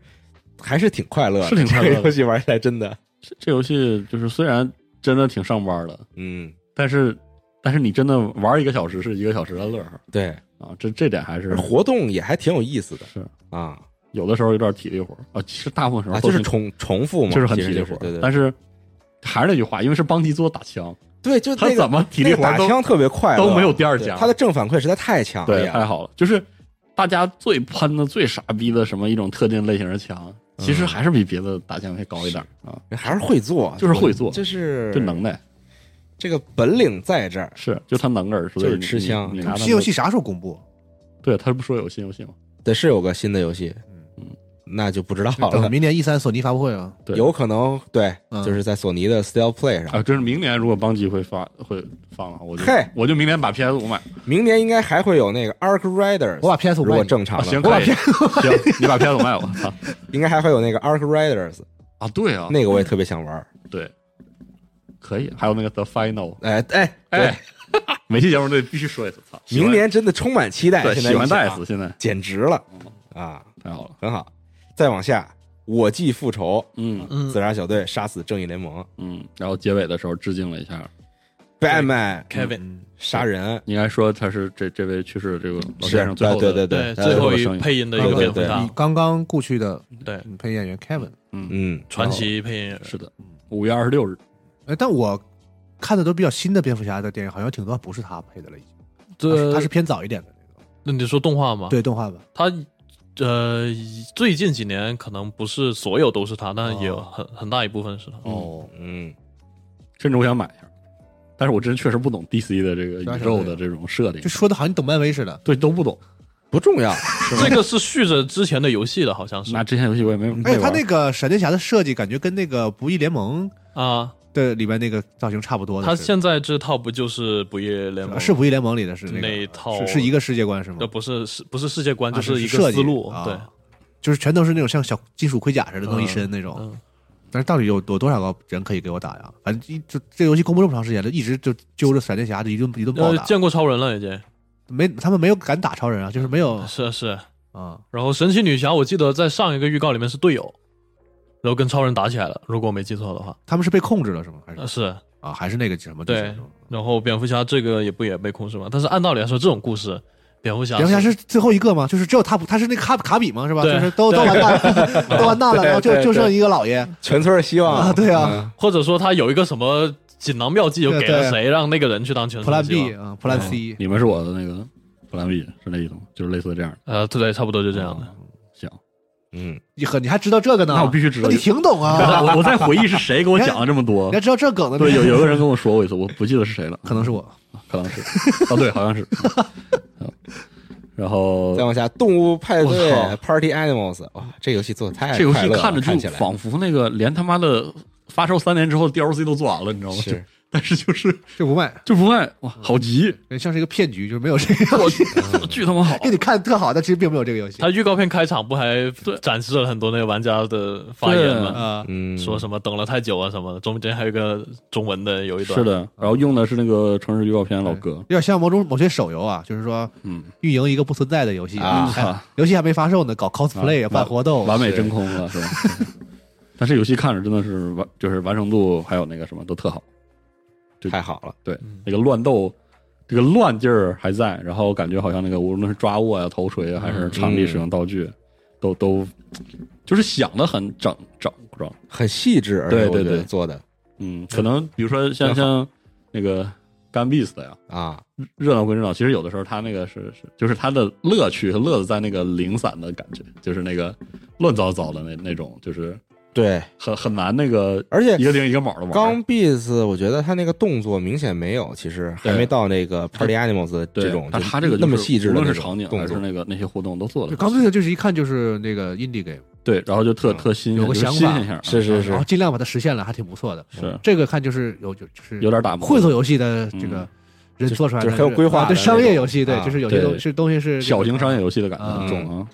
还是挺快乐的，
是挺快乐的
这个游戏玩起来真的，
这这游戏就是虽然真的挺上班的，
嗯，
但是但是你真的玩一个小时是一个小时的乐呵
对，
啊，这这点还是
活动也还挺有意思的
是
啊
有的时候有点体力活儿啊，其实大部分时候
啊，
都
就是重重复嘛，
就是很
其
体
实就
力活儿，
对对
但是还是那句话，因为是邦迪做打枪，
对，就
他
那
怎
个
么体力
那
活
个
儿
打
都
枪特别快乐，
都没有第二
对
家，
他的正反馈实在太强
对
烈
太
了，
好了，就是大家最喷的、最傻逼的什么一种特定类型的枪，其实还是比别的打枪会高一点啊，
人嗯还是会做，
就是会做
就是
就能耐
这个本领在这儿，
是就他能个儿，所以
就是
你
吃枪
你你拿他
新游戏啥时候公布？
对他不说有新游戏吗？
对，是有个新的游戏
嗯，
那就不知道了
等。明年 E 三索尼发布会啊，
对
有可能对，
嗯
就是在索尼的 Still Play 上，
啊，就是明年如果邦吉会发会放了，我就
嘿
我就明年把 PS 五买。
明年应该还会有那个 Arc Riders。
我把 PS 五
如果正常
啊，
了，
行
我把
可以，行，你把 PS 五卖我。操
应该还会有那个 Arc Riders，
啊，对啊，
那个我也特别想玩。
对，可以。还有那个 The Final，
哎哎
哎，， 每期节目都必须说一次。 操，
对明年真的充满期待，
对
现在
喜欢
一想
DICE，现在啊
简直了啊，
太好了。
很好。再往下，我继复仇，
嗯
嗯
自杀小队杀死正义联盟
嗯，然后结尾的时候致敬了一下，
，Batman
，Kevin，
杀人，
应该说他是这这位去世的这个老
是哎
先生最后
对
的
对对
最
呃
最
后
后
一
声音
配音的
对
有
对
点
对
回答
你，刚刚故去的
啊对，
嗯配音演员 Kevin，
嗯，
嗯，
传奇配音人
是的，五月二十六日
哎，但我看的都比较新的蝙蝠侠的电影，好像挺多不是他配的了，已经，他是
这
他是偏早一点的那个，
那你说动画吗？
对动画版，
他呃，最近几年可能不是所有都是他，但也有很、很大一部分是他。
哦，
嗯，
甚至我想买一下，但是我真确实不懂 DC 的这个宇宙的这种设定
就，说的好像你懂漫威似的，
对都不懂。
不重要，
这个是续着之前的游戏的，好像是
那之前游嗯戏我也没
而
没
且他
玩
那
儿，
个闪电侠的设计感觉跟那个不义联盟
啊。
的里面那个造型差不多的
他
似的，
现在这套不就是不夜联盟？
是不义联盟里的是那个
那一套
是是一个世界观是吗
呃，？不是是不是世界观，
啊
就是一
是
个
设计
思路。
啊
对，
就是全都是那种像小金属盔甲似的弄一身那种，
嗯，
但是到底有有多少个人可以给我打呀？反正一就这游戏公布这么长时间了，一直就揪着闪电侠就一顿一顿暴
呃
打，，
见过超人了已经，
没他们没有敢打超人啊，就是没有
是啊是啊。
啊，
然后神奇女侠，我记得在上一个预告里面是队友，然后跟超人打起来了，如果我没记错的话。
他们是被控制了是吗？还
呃
是
是，
啊还是那个什么
对然后蝙蝠侠这个也不也被控制嘛？但是按道理来说，这种故事，蝙蝠侠
蝙蝠侠是最后一个吗？就是只有他不，他是那个卡卡比吗？是吧？
对
就是都都完蛋了， 都完蛋了，然后就
对对
就剩一个老爷
全村希
嗯
望
啊，对啊，
或者说他有一个什么锦囊妙计，就给了谁，让那个人去当全
普兰
身
B 啊，普兰 C，
你们是我的那个弗兰 B 是那意思吗？就是类似这样的。
呃，对对，差不多就这样的。
行，
嗯，
你很你还知道这个呢？
那我必须知道
那你挺懂啊！
我我在回忆是谁给我讲了这么多
你还。知道这梗呢？
对，有有个人跟我说过一次，我不记得是谁了，
可能是我
可能是， 啊，对，好像 是。嗯然后
再往下，动物派
我
对
操
Party Animals，哇，这游戏做的太
这游
快
戏
乐了
看着
看
就
起来
仿佛那个连他妈的发售三 年之后 DLC 都做完了，你知道吗？
是
就， 但是就是
这不卖，
就不卖，哇，好急，
像是一个骗局，就是没有这个 游戏。
嗯
巨他妈好。
给你看特好，但其实并没有这个游戏
他预告片开场不还展示了很多那个玩家的发言吗？
啊。
嗯，
说什么等了太久啊什么的，中间还有一个中文的有一段。
嗯
是，的，然后用的是那个城市预告片老
有
哥，
点像某种某些手游啊，就是说
嗯，
运营一个不存在的游戏
啊
哎游戏还没发售呢，搞 cosplay 啊，
啊
办活
哦
动，
完美真空了是吧？ 但是游戏看着真的是完，就是完成度还有那个什么都特好，
太好了，
对，那个乱斗，这个乱劲儿还在，然后感觉好像那个无论是抓握呀、头锤啊，还是场地使用道具，都都就是想的很整整整。
很细致，而
对
且我
对
觉得
对
做的
嗯，可能比如说像像那个干 b e a s 的呀，
啊，
热闹归热闹，其实有的时候他那个是是就是他的乐趣和乐子在那个零散的感觉，就是那个乱糟糟的那那种，就是
对，
很很难那个
而且
一个零一个卯的玩。
刚 Beats，我觉得他那个动作明显没有，其实还
对
没到那个 Party Animals 的
对
这种，
但
就
他这个就
那
是
么细致的
无
那种
论是场景还
动
是
作，
那个那些互动都做
就
的
刚才就是一看就是那个 indie game，
对，然后就特
嗯
特新鲜，
有个
就是
想法
新鲜一下，
是是是
啊然后尽量把它实现了，还挺不错的。
是
这个看就是有就就是
有点打磨
会做游戏的这个人做出来的，
就是很有规划
啊
的
对
那
商业
种
游戏，对
啊，
就是有些
对
东是东西是
小型商业游戏的感
嗯
觉，重啊！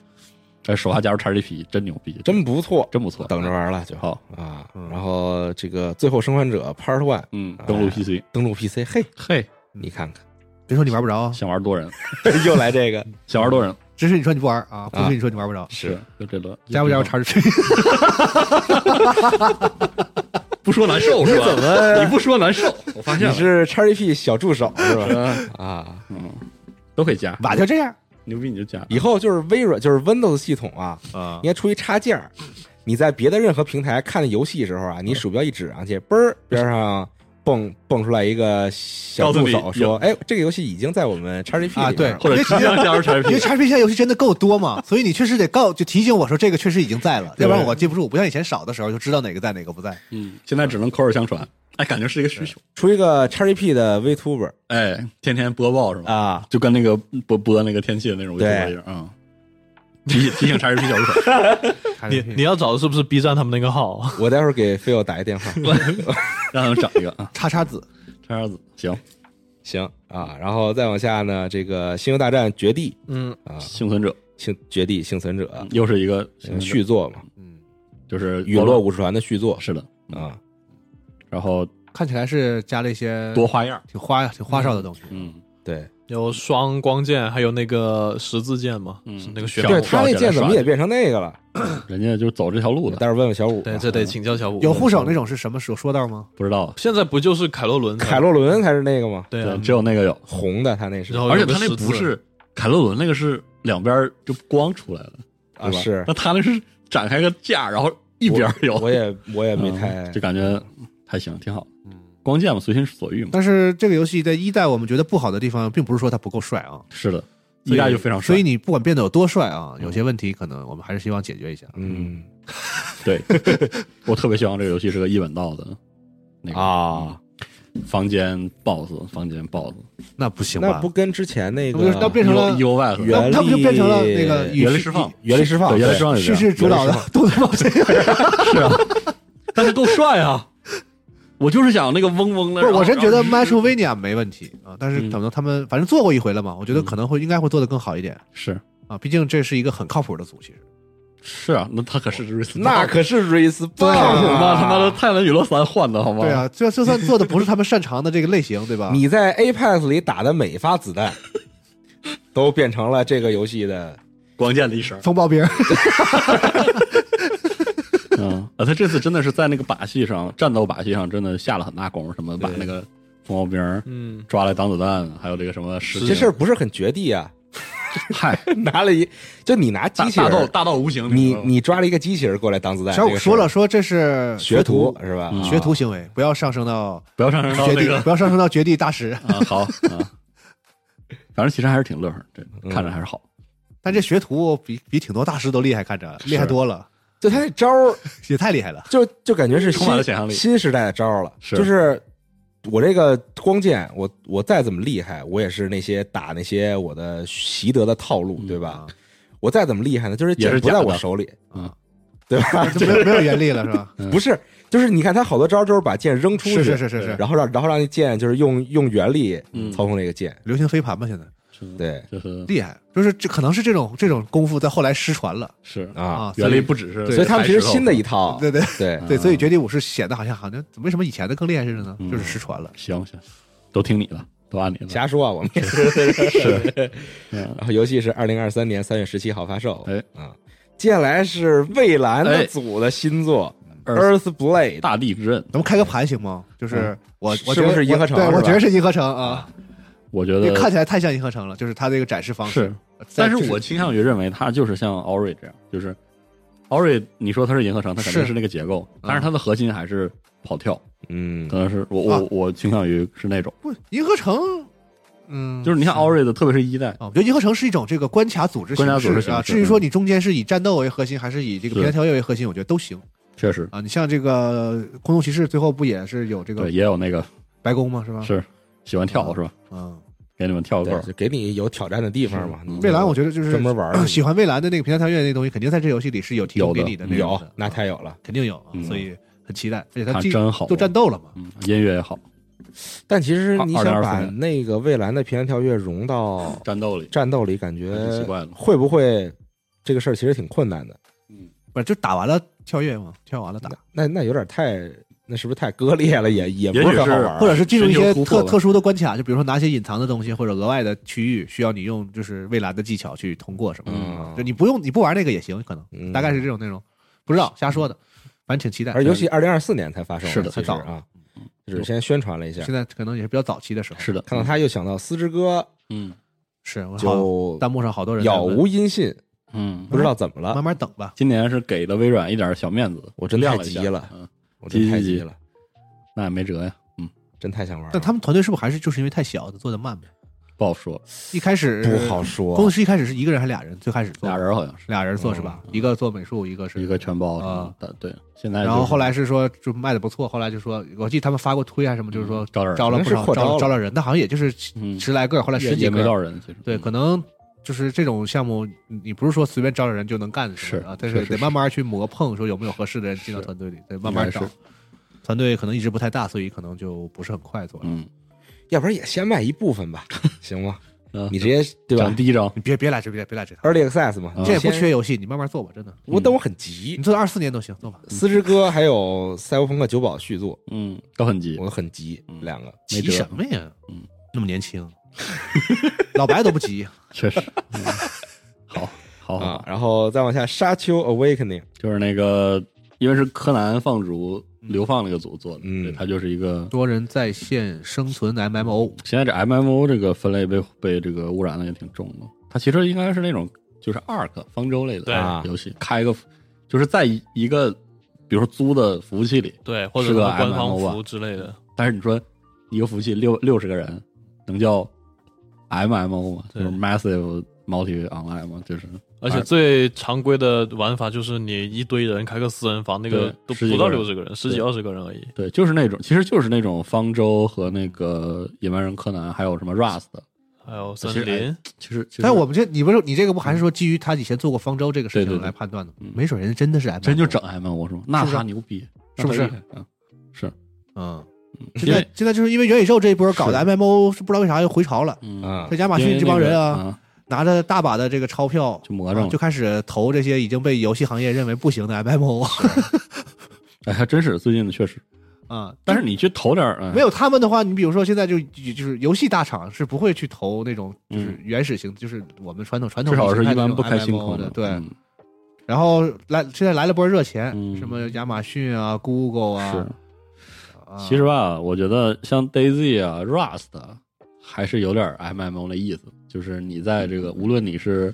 哎，手下加入 XGP 真牛逼，
真不错，
真不错，
等着玩了就
好，
啊
嗯。
然后这个《最后生还者》Part One
嗯，登录
哎
PC，
登陆 PC，嘿，
嘿，
你看看，
别说你玩不着，
想玩多人，
又来 这个，
想玩多人
只是你说你不玩啊，不
啊
是你说你玩不着，
是
就这轮
加不加入？叉 G？
不说难受是吧？怎么你不说难受？我发现
你
了，
是 XGP 小助手是吧？
嗯
啊，
嗯，都可以加，
咋就这样
牛逼你就加，
以后就是微软，就是 Windows 系统啊，
啊
应？该出一插件儿。
嗯
你在别的任何平台看游戏的时候啊，你鼠标一指上去，嘣儿边上蹦蹦出来一个小助
告
手
诉你有
说：“哎，这个游戏已经在我们 XGP
啊
里边
对
了
或者即将加入
因为
XGP，
叉 P 现在游戏真的够多嘛，所以你确实得告就提醒我说这个确实已经在了，
对
要不然我记不住。不像以前少的时候就知道哪个在哪个不在。
嗯，现在只能口耳相传，哎，感觉是一个需求，
出一个 XGP 的 VTuber
哎，天天播报是吧？
啊，
就跟那个播播那个天气的那种微博一样啊。提提醒 XGP 小助手，
你你要找的是不是 B 站他们那个号？
我待会儿给 Phil 打一电话。
让他们整一个啊，
叉叉子
叉叉子行，
行啊，然后再往下呢，这个《星球大战：绝地
嗯，》
啊，《
幸存者嗯
幸绝地幸存者》
又是一个
呃续作嘛，
就是
陨落，五十团的续作
是的，
啊，
然后
看起来是加了一些
多花样，
挺花挺花哨的东西。
嗯，
对
有双光剑，还有那个十字剑嘛，
嗯
是那个旋
然后
对，
风。
他那剑怎么也变成那个了？
人家就走这条路
待
的，
会儿问问小五啊。
对，这得请教小五。
有护手那种是什么时候说到吗？
不知道，
现在不就是凯洛伦才？
凯洛伦才是那个吗？
对啊，
只有那个有，
红的，他那是
然后
而且
有个
他那
十字
不是凯洛伦，那个是两边就光出来了，
啊，
对吧
是
那他那是展开个架，然后一边有，
我也我也没
嗯
太
就感觉还行，挺好。光剑嘛，随心所欲嘛，
但是这个游戏在一代我们觉得不好的地方，并不是说它不够帅啊，
是的，
所以
一代就非常帅，
所以你不管变得有多帅啊，有些问题可能我们还是希望解决一下。
嗯
对，我特别希望这个游戏是个一本道的那个嗯
啊，
房间 BOSS，房间 BOSS，E
那不行吧？
那不跟之前那
那不就是那
个
变成了
U Y 和
那
原
那不就变成了那个
原力
与
原力
世
释放
原力释放
对原来
对
是这样
叙事主导的动作冒险，
但是够帅啊！我就是想那个嗡嗡
不
的，
是，
然后
我真觉得 m e t r o
然后
v a n i a 没问题啊，但是
嗯
可能他们反正做过一回了嘛，我觉得可能会应该会做得更好一点
是
啊，毕竟这是一个很靠谱的组，其实
是啊，那他可是
那可是 race
靠谱
棒
吗？
啊
他妈的，泰兰陨落三换的好吗？
对，啊，就就算做的不是他们擅长的这个类型，对吧？，
你在 Apex 里打的每一发子弹，都变成了这个游戏的
光剑的一声
风暴兵，
嗯啊，他这次真的是在那个把戏上，战斗把戏上真的下了很大功，什么把那个风暴兵儿
嗯，
抓来挡子弹，还有这个什么石
这事儿不是很绝地啊。
嗨，
拿了一，就你拿机
大
器
大道
人，
大道无形，
你
知道吗
你抓了一个机器人过来当子弹。
小
这
五
个事儿
说了，说这是
学
徒
徒是吧？
嗯
学徒
啊
行为，不要上升到
不要上升到
绝
那
地，
个
不要上升到绝地大师。
啊，好啊，反正其实还是挺乐呵，这看着还是好，
但这学徒比比挺多大师都厉害，看着厉害多了，
就他那招儿，
也太厉害了。
就就感觉是
充满了
新
想象力
新时代的招儿了。
是
就是我这个光剑，我我再怎么厉害，我也是那些打那些我的习得的套路，对吧？我再怎么厉害呢，就是
嗯也
剑
是
不
假
在
的
我手里，
嗯，
对吧？
就没有没有原力了是吧？
不是，就是你看他好多招儿就是把剑扔出去，
是是是是是，
然后让然后让那剑就是用用原力
嗯
操控这个剑，
流行飞盘吧现在
对
就是
厉害，就是这可能是这种这种功夫在后来失传了
是
啊，
啊，
原
所
力
以
不只是，
所以他们其实新的一套，
对对
对
对，所以绝地武士显得好像好像为什么以前的更厉害似的呢？
嗯
就是失传了。
行行，都听你的，都按你的，
瞎说啊，我们
嗯
然后游戏是二零二三年三月十七号发售。
哎
啊，接下来是蔚蓝的
哎
组的新作《
Earth-
Earth Blade》，
大地之刃，
咱们开个盘行吗？就是我，
嗯是
我觉得
不是银河城
我
是
对，
吧
我觉得是银河城啊，
我觉
因为
得
看起来太像银河城了，就是它这个展示方式。
呃
呃
是，
在
但是
就
我倾向于认为它就是像 Ori 这样，就是 Ori，你说它是银河城，它肯定
是
是那个结构，但是它的核心还是跑跳，
嗯
可能是我我
啊
我倾向于是那种，
不银河城，嗯，
就是你像 Ori 的，特别是一代，
啊，我觉得银河城是一种这个关卡组织
关卡组
形
织
式
形
啊。
式嗯
至于说你中间是以战斗为核心，还是以这个
是
平台条约为核心，我觉得都行
确实
啊。你像这个空洞骑士，最后不也是有这
对，
个
也有那个
白宫吗？是吧？
是喜欢跳
啊
是吧？
嗯，
给你们跳个
对，
够。
就给你有挑战的地方嘛。你
蔚蓝我觉得就是
专门玩儿
喜欢蔚蓝的那个平台跳跃那东西，肯定在这游戏里是有提供给你的内容
有
的，
那
啊
太有了。
肯定有啊
嗯，
所以很期待。而且它
啊
既
真好
都战斗了嘛，
嗯，音乐也好，
但其实
二
你
二
想
点二
把
分
那个蔚蓝的平原跳跃融到
战斗里
战斗里，感觉
很奇怪了
会不会这个事儿其实挺困难的？
不是就打完了跳跃嘛，跳完了打，
那那有点太，那是不是太割裂了？也也不
也许
是很好
是
玩儿。
或者是进入一
寻
些
求突破
特
吧
特殊的关卡，就比如说拿一些隐藏的东西或者额外的区域，需要你用就是蔚蓝的技巧去通过什么的。
嗯
就你不用你不玩那个也行，可能、
嗯
大概是这种内容，不知道瞎说的，反正挺期待。
而尤其二零二四年才发生，
是的
其实
太早了
啊，只是先宣传了一下
现。在可能也是比较早期的时候，
是的，
看到他又想到《丝之歌
嗯》，
是我好
就
弹幕上好多人在
杳
问
无音信，
嗯
不，知道怎么
慢
了，
慢等吧。
今年是给了微软一点小面子，
我真
亮
太
了一
急
下
了，
嗯，
我真太
急急
急
急
了，
那也没辙呀，嗯，
真太想玩了。
但他们团队是不是还是就是因为太小，做的慢呗？
不好说，
一开始
不好
公
说，
司一开始是一个人还俩人，最开始做
俩人好像是
俩人做是
嗯
吧？一个做美术，一个是
一个全包
啊
的，对，现在
然后
就是
后来是说就卖的不错，后来就说我记得他们发过推还是什么，就是说
招人
招了不
可能
少
是扩招
招
了
招了人，但好像也就是
嗯
十来个，后来
也
十几
也没到
个。
人，其实
对，
嗯
可能就是这种项目，你不是说随便招了人就能干什么的啊
是，
但
是
是
是
得
是
慢慢去磨碰，说有没有合适的人进到
是
团队里，得慢慢
应该
找
是。
团队可能一直不太大，所以可能就不是很快做了。
嗯，
要不然也先卖一部分 吧，行吗？
嗯
你直接对吧
涨第一张
你别别来这，别别来这套，
？Early Access 嘛，
嗯
这也不
先
缺游戏，你慢慢做吧，真的。
我，
嗯
但我很
你
急。
做到二四年都行，做吧。
《丝之歌》还有《赛博朋克九堡》续作，
嗯，都 很急，
我很急，
嗯
两个。
没
急
辙
什，么呀？
嗯，
那么年 轻，老白都不急。
确实，嗯好好好
啊，，然后再往下，《沙丘 Awakening》
就是那个，因为是柯南放逐
嗯
流放那个组做的，
嗯
对，它就是一个。
多人在线生存 MMO，
现在这 MMO 这个分类被被这个污染的也挺重的，它其实应该是那种就是 ARK 方舟类
对
啊
的游戏，开一个就是在一个比如说租的服务器里，
对，或者
是
什
个
么官
MMO
方
吧
服之类的，
但是你说一个服务器六六十个人，能叫 MMO 吗？就
对
是 Massive Multi Online 吗？就是
而且最常规的玩法就是你一堆人开个私人房，那个
对
都
十几
不到
个人
六十个人，十几
对
二十个人而已。
对，就是那种，其实就是那种方舟和那个野蛮人柯南，还有什么 Rust，
还有
其
森
实哎
林，
其实其实
但我们这你不是你这个不还是说基于他以前做过方舟这个事
对对
情
对
来判断的吗？
嗯
没准人真的是 M，
真就整 MMO 是吗？那
是不是
他牛逼，
是不是
那他厉害？嗯，是，
嗯。现
因为
在现在就是因为元宇宙这一波搞的
是
MMO 是不知道为啥又回潮了，
嗯，
啊
这，亚马
因为
逊这帮
那个
人啊，
啊，
拿着大把的这个钞票
就魔怔
啊就
了。
开始投这些已经被游戏行业认为不行的 MMO
哎，还真是最近的确实，
啊。
但是你去投点儿，哎
没有他们的话，你比如说现在就就就是游戏大厂是不会去投那种就是
嗯
原始型，就是我们传统传统
至少
形
是
态
一
的
般
那
不
种
开星
MMO
空
的，
的，
对。
嗯
然后来现在来了波热钱，
嗯
什么亚马逊啊、Google
是
啊，。啊
其实吧，我觉得像 Daisy 啊、Rust 啊，还是有点儿 MMO 的意思，就是你在这
嗯
个无论你是，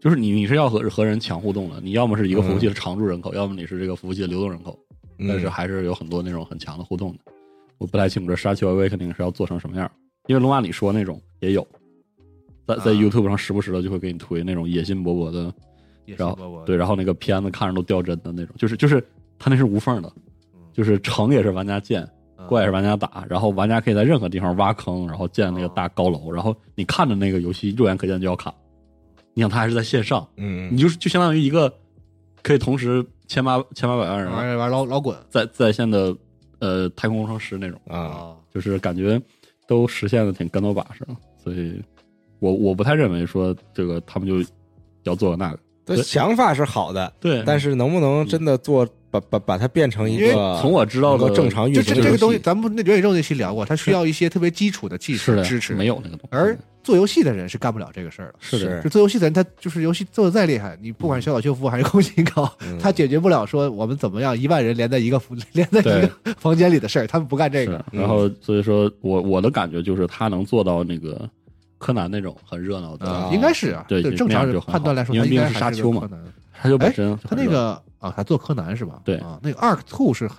就是你你是要和和人强互动的，你要么是一个服务器的常住
嗯
人口，要么你是这个服务器的流动人口，但是
嗯
还是有很多那种很强的互动的。我不太清楚这沙丘 Awakening 是要做成什么样儿，因为龙马你说那种也有，在在
啊
YouTube 上时不时的就会给你推那种野心勃勃的，
也是
然
波
后
波
对，然后那个片子看着都掉帧的那种，就是就是它那是无缝的，就是城也是玩家建，怪是玩家打，然后玩家可以在任何地方挖坑，然后建
哦
那个大高楼，然后你看着那个游戏肉眼可见就要卡。你想，它还是在线上，
嗯，
你就是就相当于一个可以同时千八千八百万
哎
人
嗯玩玩老老滚
在在线的呃太空工程师那种，
啊，，
就是感觉都实现的挺跟头把式的，所以我我不太认为说这个他们就要做那个，
对，想法是好的，
对，
但
是
是能不能真的做把把把它变成一
因为
个
从我知道
能够
的
正常运
就
行
这
的
这
游
个
戏
东西，咱们那元宇宙那期聊过，它需要一些特别基础的技
是
术
的
支持，
没。有那个东西，
而做游戏的人是干不了这个事儿的。
是的，嗯
就做游戏的人，他就是游戏做的再厉害，你不管是小岛秀夫还是宫崎英高，
嗯
他解决不了说我们怎么样一万人连在一个连在一个房间里的事儿，他们不干这个啊嗯
是。然后所以说我我的感觉就是他能做到那个柯南那种很热闹的，
啊，应该是啊，
对
正
那样
常
就
人
很好
判断来说，
因
他
为
应
毕竟
该
是
还
沙
是
丘
个
嘛
柯南。
他就本身
哎他那个啊，他做柯南是吧？
对
啊，那个 Arc Two 是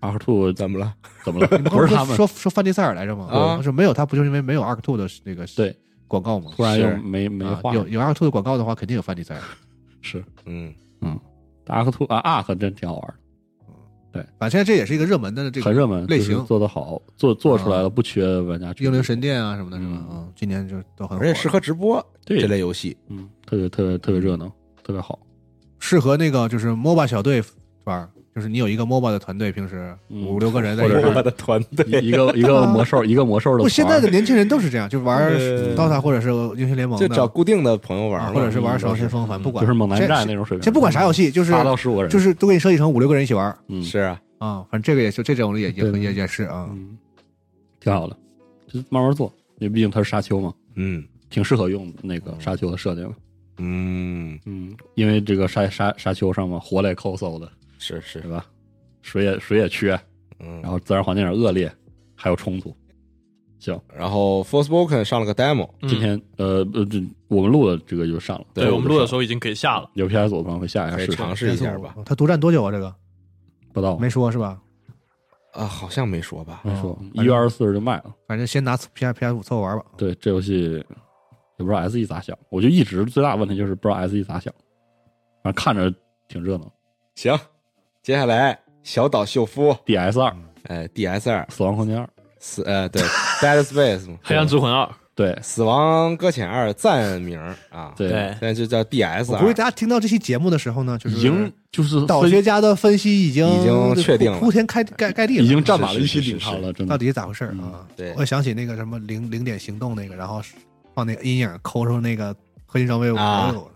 阿克兔
怎么了？
怎么了？
你
不
刚
是
说
他们
说说范迪塞尔来着吗？
啊
我说没有，他不就是因为没有 Arc Two 的那个
对
广告吗？
突然又
是
没没
啊
话
有有 Arc Two 的广告的话，肯定有范迪塞尔。
是
嗯，
阿克兔啊阿克真挺好玩的，对，
反正现在这也是一个热门的这
很
个
热门，
类型啊
就是做得好，做做出来了，不缺玩家。
英灵神，殿啊什么的，是吧？
嗯
嗯，今年就都很火
而且适合直播
对
这类游戏。
嗯，特别特别特别热闹，特别好。
适合那个就是 MOBA 小队玩儿，就是你有一个 MOBA 的团队，平时
嗯
五六个人在一
或
块
者是
儿
我的团队
一一个一个魔兽，一个魔兽的团。
不，现在的年轻人都是这样，就玩
对
DOTA 或者是英雄联盟
就
的，
找固定的朋友玩
嗯啊
嘛，
或者是玩
嗯
守望先锋，反正不管
就是猛男战
先
那种水平，
先不管啥游戏，就是
八到十五个人，
就是都给你设计成五六个人一起玩儿
嗯
是啊，
啊。反正这个也是这种也也
对
也也是啊，
嗯，挺好的，就慢慢做，因为毕竟它是沙丘嘛，
嗯
挺适合用那个沙丘的设定。
嗯，
嗯，因为这个沙沙沙丘上嘛，活来抠搜的，
是是
对，吧？水也水也缺，
嗯
然。后自然环境也恶劣，还有冲突。行，
然后 Forspoken 上了个 demo，
嗯
今天、呃呃，这我们录的这个就上了，
对
对我们录的
时
时候已经可以下了，
候有 PS 我朋友会
哎
下一下
可以
试试，
尝试一下吧。
他独占多久啊？这个
不到
没说是吧？
啊，好像没说吧？
没说，
正
一月二十四日就卖了。
反正先拿 P S P S 五凑合玩吧。
对，这游戏也不知道 S E 咋想，我就一直最大的问题就是不知道 S E 咋想，反正看着挺热闹。
行，接下来小岛秀夫，
D S 二，
呃，DS 二
死亡空间二，
死呃对，Dead Space 嘛
《黑暗之魂二》
对
死亡搁浅二暂名儿啊，，
对，
现在就叫 DS
我估计
二，
大家听到这期节目的时候呢，就
已
是
经就是
导
分
学家的分析已经
已经确定了
铺天盖盖盖地了，
已经站满了一
是是
起
是
顶上了，真
到
的。
底是咋回事儿啊
嗯？
对
我想起那个什么零零点行动那个，然后放那个阴影抠出那个核心装备五哎
啊
那个。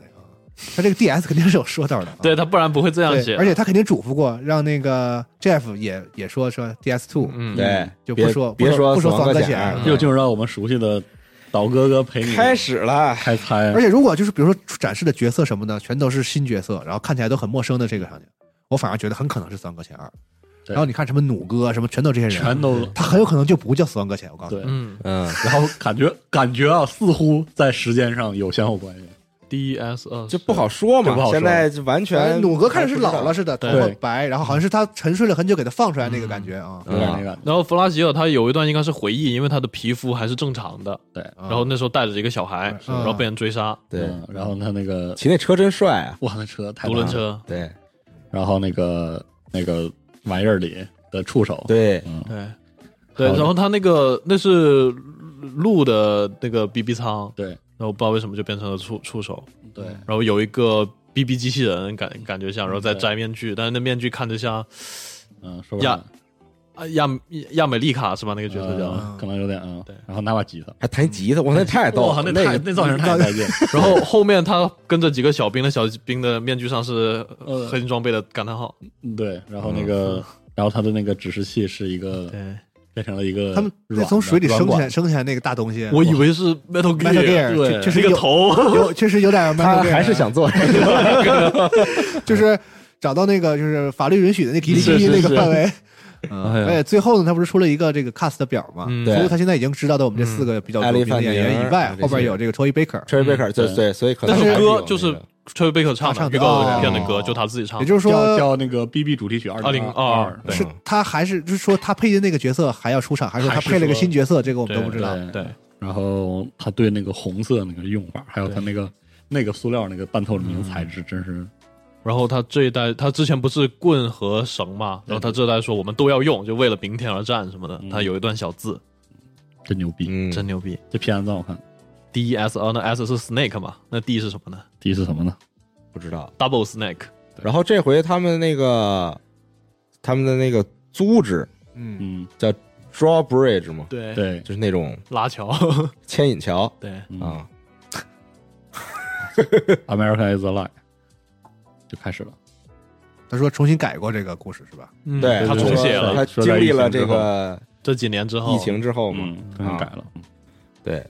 他这个 DS 肯定是有说道的啊，
对他不然不会这样
对，
写，
而且他肯定嘱咐过，让那个 Jeff 也也说说 DS Two，
嗯，
对，
就
别
不说
别
不
说
说不说
死亡搁
死亡搁
浅啊
浅二
二
又进入到我们熟悉的岛哥哥陪你
开始了，
开猜
而，且如果就是比如说展示的角色什么的，全都是新角色，然后看起来都很陌生的这个场景，我反而觉得很可能是《死亡搁浅二》。
对
然后你看什么弩哥什么，全都这些人，啊
全都
他很有可能就不叫《死亡搁浅》。我告诉你，
对，
嗯
嗯，
然后感觉感觉啊，似乎在时间上有先后关系。
，DS 二
就不好说
就不
嘛，
好说
现在就完
哎
全
弩哥看着是老了
是
似的，头
对
发白，然后好像是他沉睡了很久给他放出来那个感觉啊。
有点那感觉，
然后弗拉吉尔他有一段应该是回忆，因为他的皮肤还是正常的，
对，
啊
然后那时候带着一个小孩，
嗯
然后被人追杀，
对，
嗯然后他那个
骑那车真帅啊，
哇，那车太
独轮
大了，
车，
对
然后那个那个玩意儿里的触手，
对，
嗯，
对对，
好的
然后他那个那是鹿的那个 BB 仓，
对
然后不知道为什么就变成了触触手，
对，
然后有一个 BB 机器人感感觉像，然后再摘面具，但是那面具看着像
嗯，说
呀啊亚亚美丽卡是吧？那个角
觉
色
得
叫。
嗯可能有点嗯，
对
然后拿把吉他，
还弹吉他，哇，那太逗
哇，
了，
那
那
太
个
那造型太带劲，
然后后面他跟着几个小兵，那小兵的面具上是
呃
核心装备的感叹号。
对，然后那个。 然后他的那个指示器是一个
对，
变成了一个
他们
软
那从水里
的
升起
软
来，升起来那个大东西，
我以为是 Metal
Metal Gear，
对
就就是
那个
有
头。
有确实有点 Metal
他
Gear 啊
还是想做这个，
就是找到那个就是法律允许的那吉利
是是
那
是
个范围。
哎呀
而且最后呢，他不是出了一个这个 cast 的表嘛？
嗯
除
对
了他现在已经知道的我们这四个比较著名的演员以
艾
外
丽范，宁
后边有这个 Troy Baker，
Cherry Baker，对
对
对，所以可能
那首
还有
歌
那
就是
个
Troy Baker 唱
他唱
的，
的
预告片的
哦
歌就他自己唱
也。就是
叫
说
叫那个 BB 主题曲二
2022
对
是他还是就是说他配音那个角色还要出场，还是说他配了个新角色？这个我们都不知道。
对，
然后他对那个红色那个用法，还有他那个那个塑料那个半透明材质，真是
然后他这一代，他之前不是棍和绳嘛，然后他这代说我们都要用，就为了明天而战什么的
嗯。
他有一段小字，
真牛逼。
嗯，
真牛逼。
这片子让我看，
D E S 啊，那 S 是 Snake 嘛？那 D 是什么呢
第一是什么呢？
不知道。
？Double Snake。
然后这回他们那个他们的那个组织
嗯，
嗯，
drawbridge 嘛，
对，
对，
就是那种
拉桥。
牵引桥
对，
嗯
啊。
，America is alive 就开始了。
他说重新改过这个故事是吧？
嗯
对，
他
对
重写了
他
说在
经历了
疫情
这
之
个
这几年之后，
疫情之后嘛，啊
嗯，重新改了，嗯
对，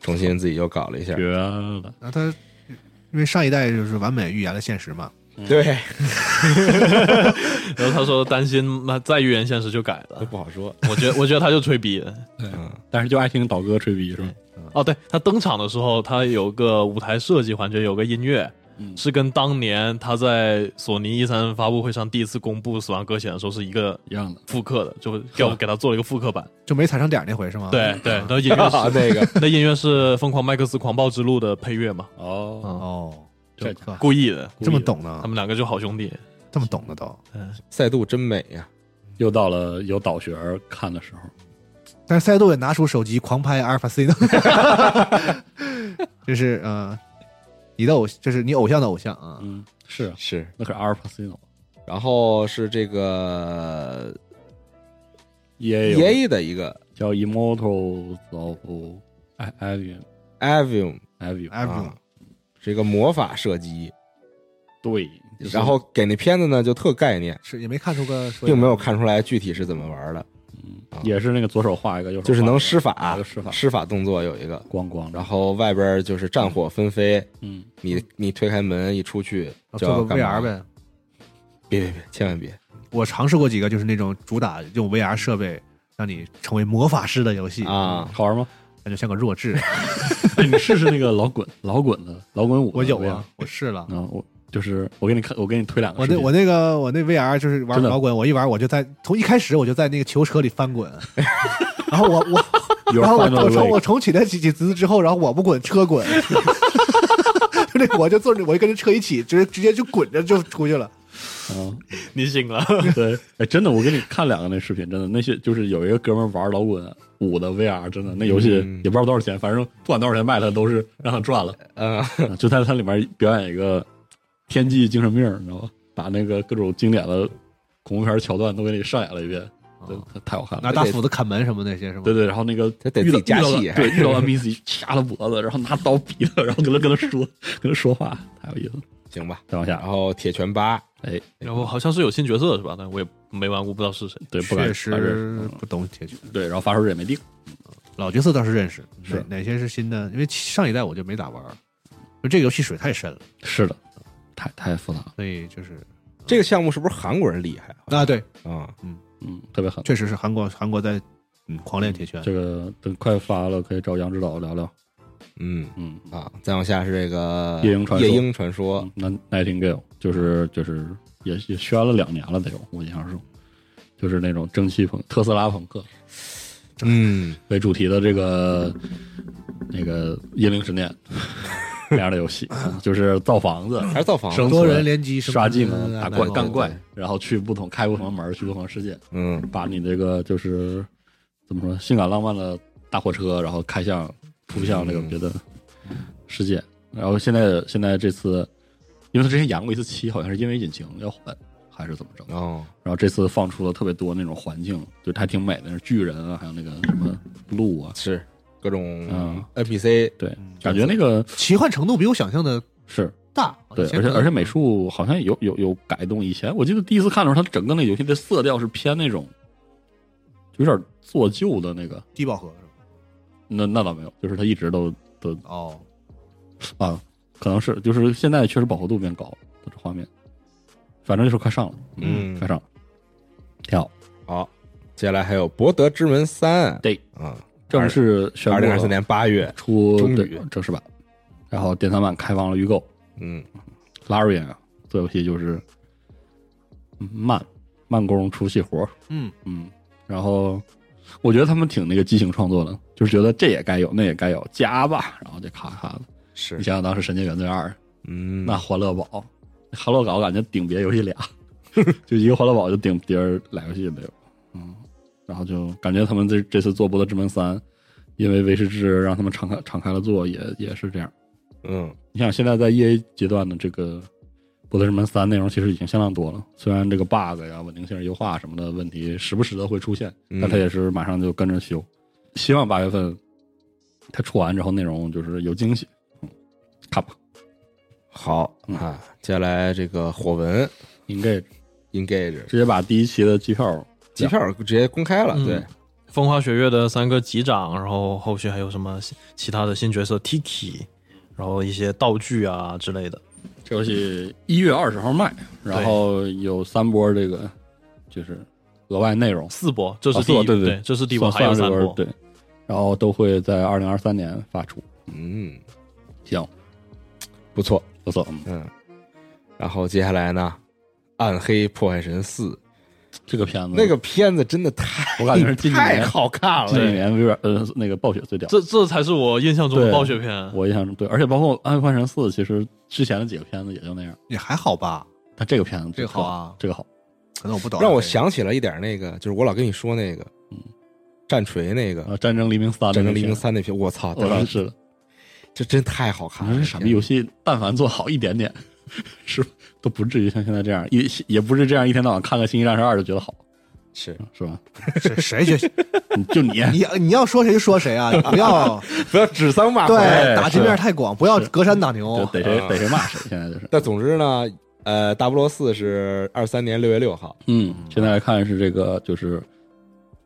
重新自己又搞了一下。
绝了。
然后他因为上一代就是完美预言了现实嘛，
对，
然后他说担心那再预言现实就改了。
好说。
我觉得，我觉得他就吹逼了。
但是就爱听导哥吹逼是吧？
嗯
哦，对他登场的时候，他有个舞台设计环节，有个音乐，
嗯
是跟当年他在索尼 E 三发布会上第一次公布《死亡搁浅》的时候是一个
一样的。
复刻的，就给我给他做了一个复 刻版。
就没踩上点儿那回是吗？
对对，然后音乐
啊
是
那个
那音乐是《疯狂麦克斯：狂暴之路》的配乐嘛，
哦
嗯
哦，
这
呵
故意的，
这么懂呢
啊
他？们两个就好兄弟。
这么懂的都。
赛度真美啊呀、
又到了有导学儿看的时候，
但是赛杜也拿出手机狂拍阿尔法 C 呢， 就是呃，你的偶就是你偶像的偶像啊，
嗯，是啊，
是。
那可是阿尔法西诺
然后是这个
也有
E A 的一个
叫 Immortals of Avium
Avium
Avium，
哎
啊，是一个魔法射击。
对，就是啊
然后给那片子呢就特概念，
是也没看出个说
并没有看出来具体是怎么玩的，
嗯
啊
也是那个左手画一个，右手
就是能施
施
法
有，施法
施法动作有一个，
光光，
然后外边就是战火纷飞，
嗯，
你你推开门一出去
哦
啊
就要
做个
干嘛
VR，呗。
别别别，千万别，
我尝试过几个，就是那种主打用 VR 设备让你成为魔法师的游戏，
啊，
嗯好玩吗？
感觉像个弱智。
你试试那个老滚老滚的老滚舞，
我有
怎么样
啊，，我试了。
嗯，我就是我给你看，我给你推两个
我
视频，
那我那个我那 VR 就是玩
真的
老滚，我一玩我就在从一开始我就在那个球车里翻滚，然后我我
有
然后我
翻到
我重我
位，
重启了几几次之后，然后我不滚车滚， 就那个我就坐着我就跟着车一起，直接直接就滚着就出去了。
嗯，
你醒了，
对，哎，真的，我给你看两个那视频，真的，那些就是有一个哥们儿玩老滚舞的 VR，真的那游戏
嗯
也不知道多少钱，反正不管多少钱卖他都是让他赚了。
嗯，
啊就在它里面表演一个天际精神病，你知道吧？把那个各种经典的恐怖片桥段都给你上演了一遍，
哦
真的太好看了。
拿大斧子砍门什么那些是吗？
对对，然后那个
他得
遇
自
到
己加
遇到
戏
对，遇到 NPC 掐他脖子，然后拿刀逼他，然后跟他跟他说跟他说话，太有意思了。
行吧。
再往
然
下，啊
后铁拳八，
哎，
然后好像是有新角色是吧？但我也没玩过，不知道是谁。
对，不敢
确
反正
实
嗯
不懂铁拳，
对，然后发售日也没定，
老角色倒是认识，
是
哪哪些是新的？因为上一代我就没咋玩，就这个游戏水太深了，
是的，太太复杂了，
所以就是
这个项目是不是韩国人厉害啊？
啊对，
啊，
嗯，特别狠。
确实是韩国韩国在嗯狂练铁拳，
这个等快发了，可以找杨指导聊聊。
嗯
嗯，
啊，再往下是这个
夜鹰传说
夜鹰传
嗯
说，
那 Nightingale 就是就是也也宣了两年了得有，我印象中，就是那种蒸汽朋特斯拉朋克
嗯，
为主题的这个那个《夜灵 之念》那样的游戏，就是造房子、
还是造房，
生
多人
存、
联机什么
刷技
的
能、打
那
怪、
种
干怪
对，
然后去不同开不同的门儿，去不同的世界，
嗯
把你这个就是怎么说性感浪漫的大火车，然后开向扑向这个
嗯
别的世界。然后现在现在这次，因为他之前演过一次七，好像是因为引擎要换还是怎么着，然
哦，
后这次放出了特别多那种环境，就还挺美的，那是巨人啊，还有那个什么鹿啊，
是各种
嗯
NPC，
对，感觉那个
奇幻程度比我想象的
是
大，
对
以，前
而且
可能
而且美术好像有有有改动。以前我记得第一次看的时候，它整个那游戏的色调是偏那种有点做旧的那个，
低饱和是吧？
那那倒没有，就是它一直都都
哦，
啊，可能是就是现在确实饱和度变高了，它这画面，反正就是快上了，
嗯
快上了，挺好。
好，接下来还有《博德之门三》，
对，
嗯，
正式宣布
二零二四年八月，
出
终于
对正式版，然后电子版开放了预购。
嗯，
Larian 啊，做游戏就是慢慢工出细活儿，
嗯
嗯，然后我觉得他们挺那个激情创作的，就是觉得这也该有，那也该有，加吧，然后就咔咔的。
是
你，想想当时《神界原罪二》，
嗯，
那欢乐堡、欢乐堡感觉顶别游戏俩， 就一个欢乐堡就顶别人俩游戏没有。嗯，然后就感觉他们这这次做《博德之门三》，因为威士治让他们敞开敞开了做，也也是这样。
嗯，
你想现在在 E A 阶段的这个《博德之门三》内容其实已经相当多了，虽然这个 bug 呀、稳定性优化什么的问题时不时的会出现，
嗯
但它也是马上就跟着修。希望八月份它出完之后，内容就是有惊喜。嗯，看吧
好
嗯
啊，接下来这个火纹
，Engage
Engage
直接把第一期的机票
机票直接公开了，
嗯
对，
风花雪月的三个级长，然后后续还有什么新其他的新角色 Tiki，然后一些道具啊之类的。
这游戏一月二十号卖，然后有三波这个就是额外内容，
四波，这是
啊
第
四
一、
波对对
这是第一波，还
算
有
算
三
这波
波。
对，然后都会在二零二三年发出。
嗯，
行，
不错，
不错，嗯。
嗯，然后接下来呢，《暗黑破坏神四》
这个片子，
那个片子真的太，
嗯我感觉是近几年
太好看
近几
了，
年微软呃那个暴雪最屌。
这这才是我印象中的
对
暴雪片。
我印象中对，而且包括《暗黑破坏神四》，其实之前的几个片子也就那样。
也还好吧。
但这个片子
这个好啊
这个好，
可能我不懂啊，
让我
这个
想起了一点那个，就是我老跟你说那个，
嗯
战锤那个
啊，《战争黎明三》
《战争黎明三》
三
那片，我操，》，
我
当
当
时
时
这真太好看
反
了，
正
这
傻
片
逼
子
游戏，但凡做好一点点，是都不至于像现在这样，也也不是这样一天到晚看个《星际战士二》就觉得好，
是
是吧？
谁谁去？
你就你
你你要说谁就说谁啊！你不 要
不要指桑骂槐。
哎
对打击面太广，不要隔山打
就
牛。
逮
哦
谁逮谁骂谁，现在就是，
但总之呢，呃，《大菠萝四》是二三年六月六号，
嗯，现在来看是这个就是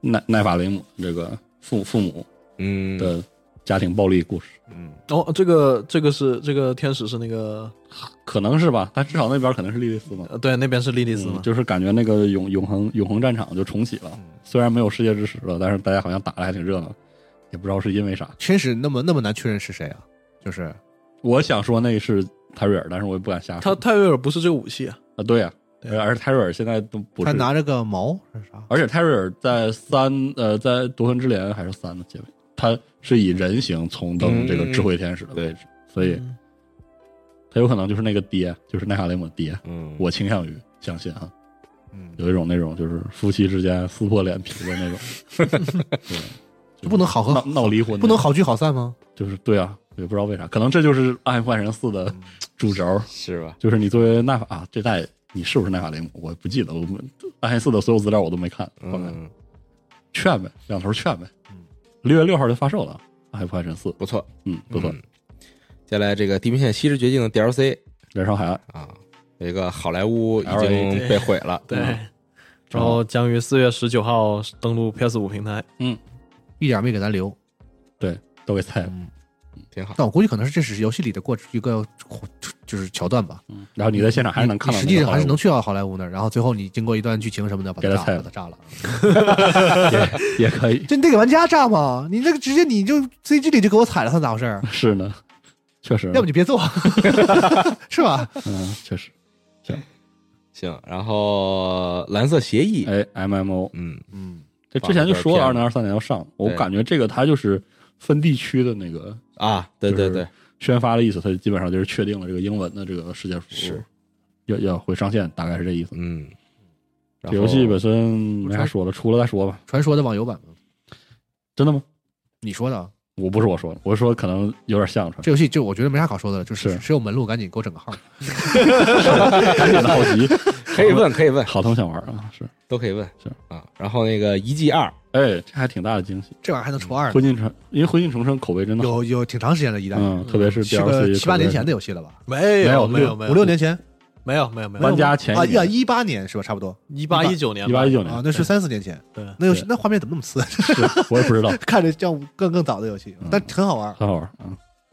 奈奈法雷姆这个父父母
嗯，
的家庭暴力故事，
哦，这个这个是这个天使是那个
可能是吧？但至少那边可能是莉莉丝嘛，
呃，对，那边是莉莉丝嘛嗯
嗯，就是感觉那个永永恒永恒战场就重启了，虽然没有世界之石了，但是大家好像打的还挺热闹，也不知道是因为啥。
天使那么那么难确认是谁啊？就是
我想说那是泰瑞尔，但是我也不敢瞎
他
说。
泰瑞尔不是这个武器啊，
啊，对呀、
对
而而泰瑞尔现在都不
他
是，
拿着个矛是啥？
而且泰瑞尔在三呃，在夺魂之镰还是三的结尾，他是以人形重登这个智慧天使的位置，所以
嗯
他有可能就是那个爹，就是奈哈雷姆爹。
嗯，
我倾向于相信啊，
嗯，
有一种那种就是夫妻之间撕破脸皮的 那种，对
就不能好和
闹闹离婚，
不能，好聚好散吗？
就是对啊，也不知道为啥，可能这就是《暗黑破坏神四》的
嗯
主轴，
是吧？
就是你作为奈法、啊、这代，你是不是奈法雷姆？我不记得，我们暗黑四的所有资料我都没看，后来
嗯，
劝呗，两头劝呗
嗯。
六月六号就发售了，暗黑破坏神四，
不错，
嗯，不错
嗯，接下来这个《地平线：西之绝境》的 DLC
燃烧海岸，
啊，有一个好莱坞已经被毁了，
对，
嗯
然后将于四月十九号登陆 PS 五平台。
一点儿没给咱留。
对，都给菜了。
嗯，
挺好。
但我估计可能是这只是游戏里的过一个就是桥段吧。
然后你在现场还是能看到
你实
那个
际上
好
还
莱
是
坞
能去到好莱坞那儿，然后最后你经过一段剧情什么的，把
给
它炸
他菜
了，
了
把它炸了。
也可以，
这你得给玩家炸嘛？你这个直接你就 CG 里就给我踩了，他咋回事儿？
是呢，确实，
要不你别做， 是吧？
嗯，确实，
行，然后蓝色协议，
哎，M M O，
嗯，
嗯，
这之前就说了，
放了
二零
个
二三年要上，我
对
感觉这个它就是分地区的那个
啊，对
就
对
是
对，
宣发的意思，它基本上就是确定了这个英文的这个世界服
是
要要会上线，大概是这意思。
嗯，然
这
后
游戏本身没啥说的，出了再说吧。
传说的网游版嘛，
真的吗？
你说的啊
我不是我说的，我是说可能有点像，
这游戏就我觉得没啥好说的了，就是
是
谁有门路赶紧给我整个号。
赶紧的好奇，
可以问，可以问，
好他们想玩啊，是，
都可以问，
是
啊。然后那个遗迹二，
哎，这还挺大的惊喜。
这玩意儿还能出二呢？
婚姻重，因为婚姻重生口碑真的好，
有有挺长时间了，一代
嗯，特别是
是个
DLC
七八年前
的
的游戏了吧？
没
有
没有没有
五六年前
没有没有没有
搬家前
啊，
一
呀，
年
一八年是吧？差不多
一八一九年
一八一九年
啊，，那是三四年前。
对
那游戏
对
那画面怎么那么次？
是我也不知道，
看着像更更早的游
嗯
戏，但很好玩。
很好玩啊。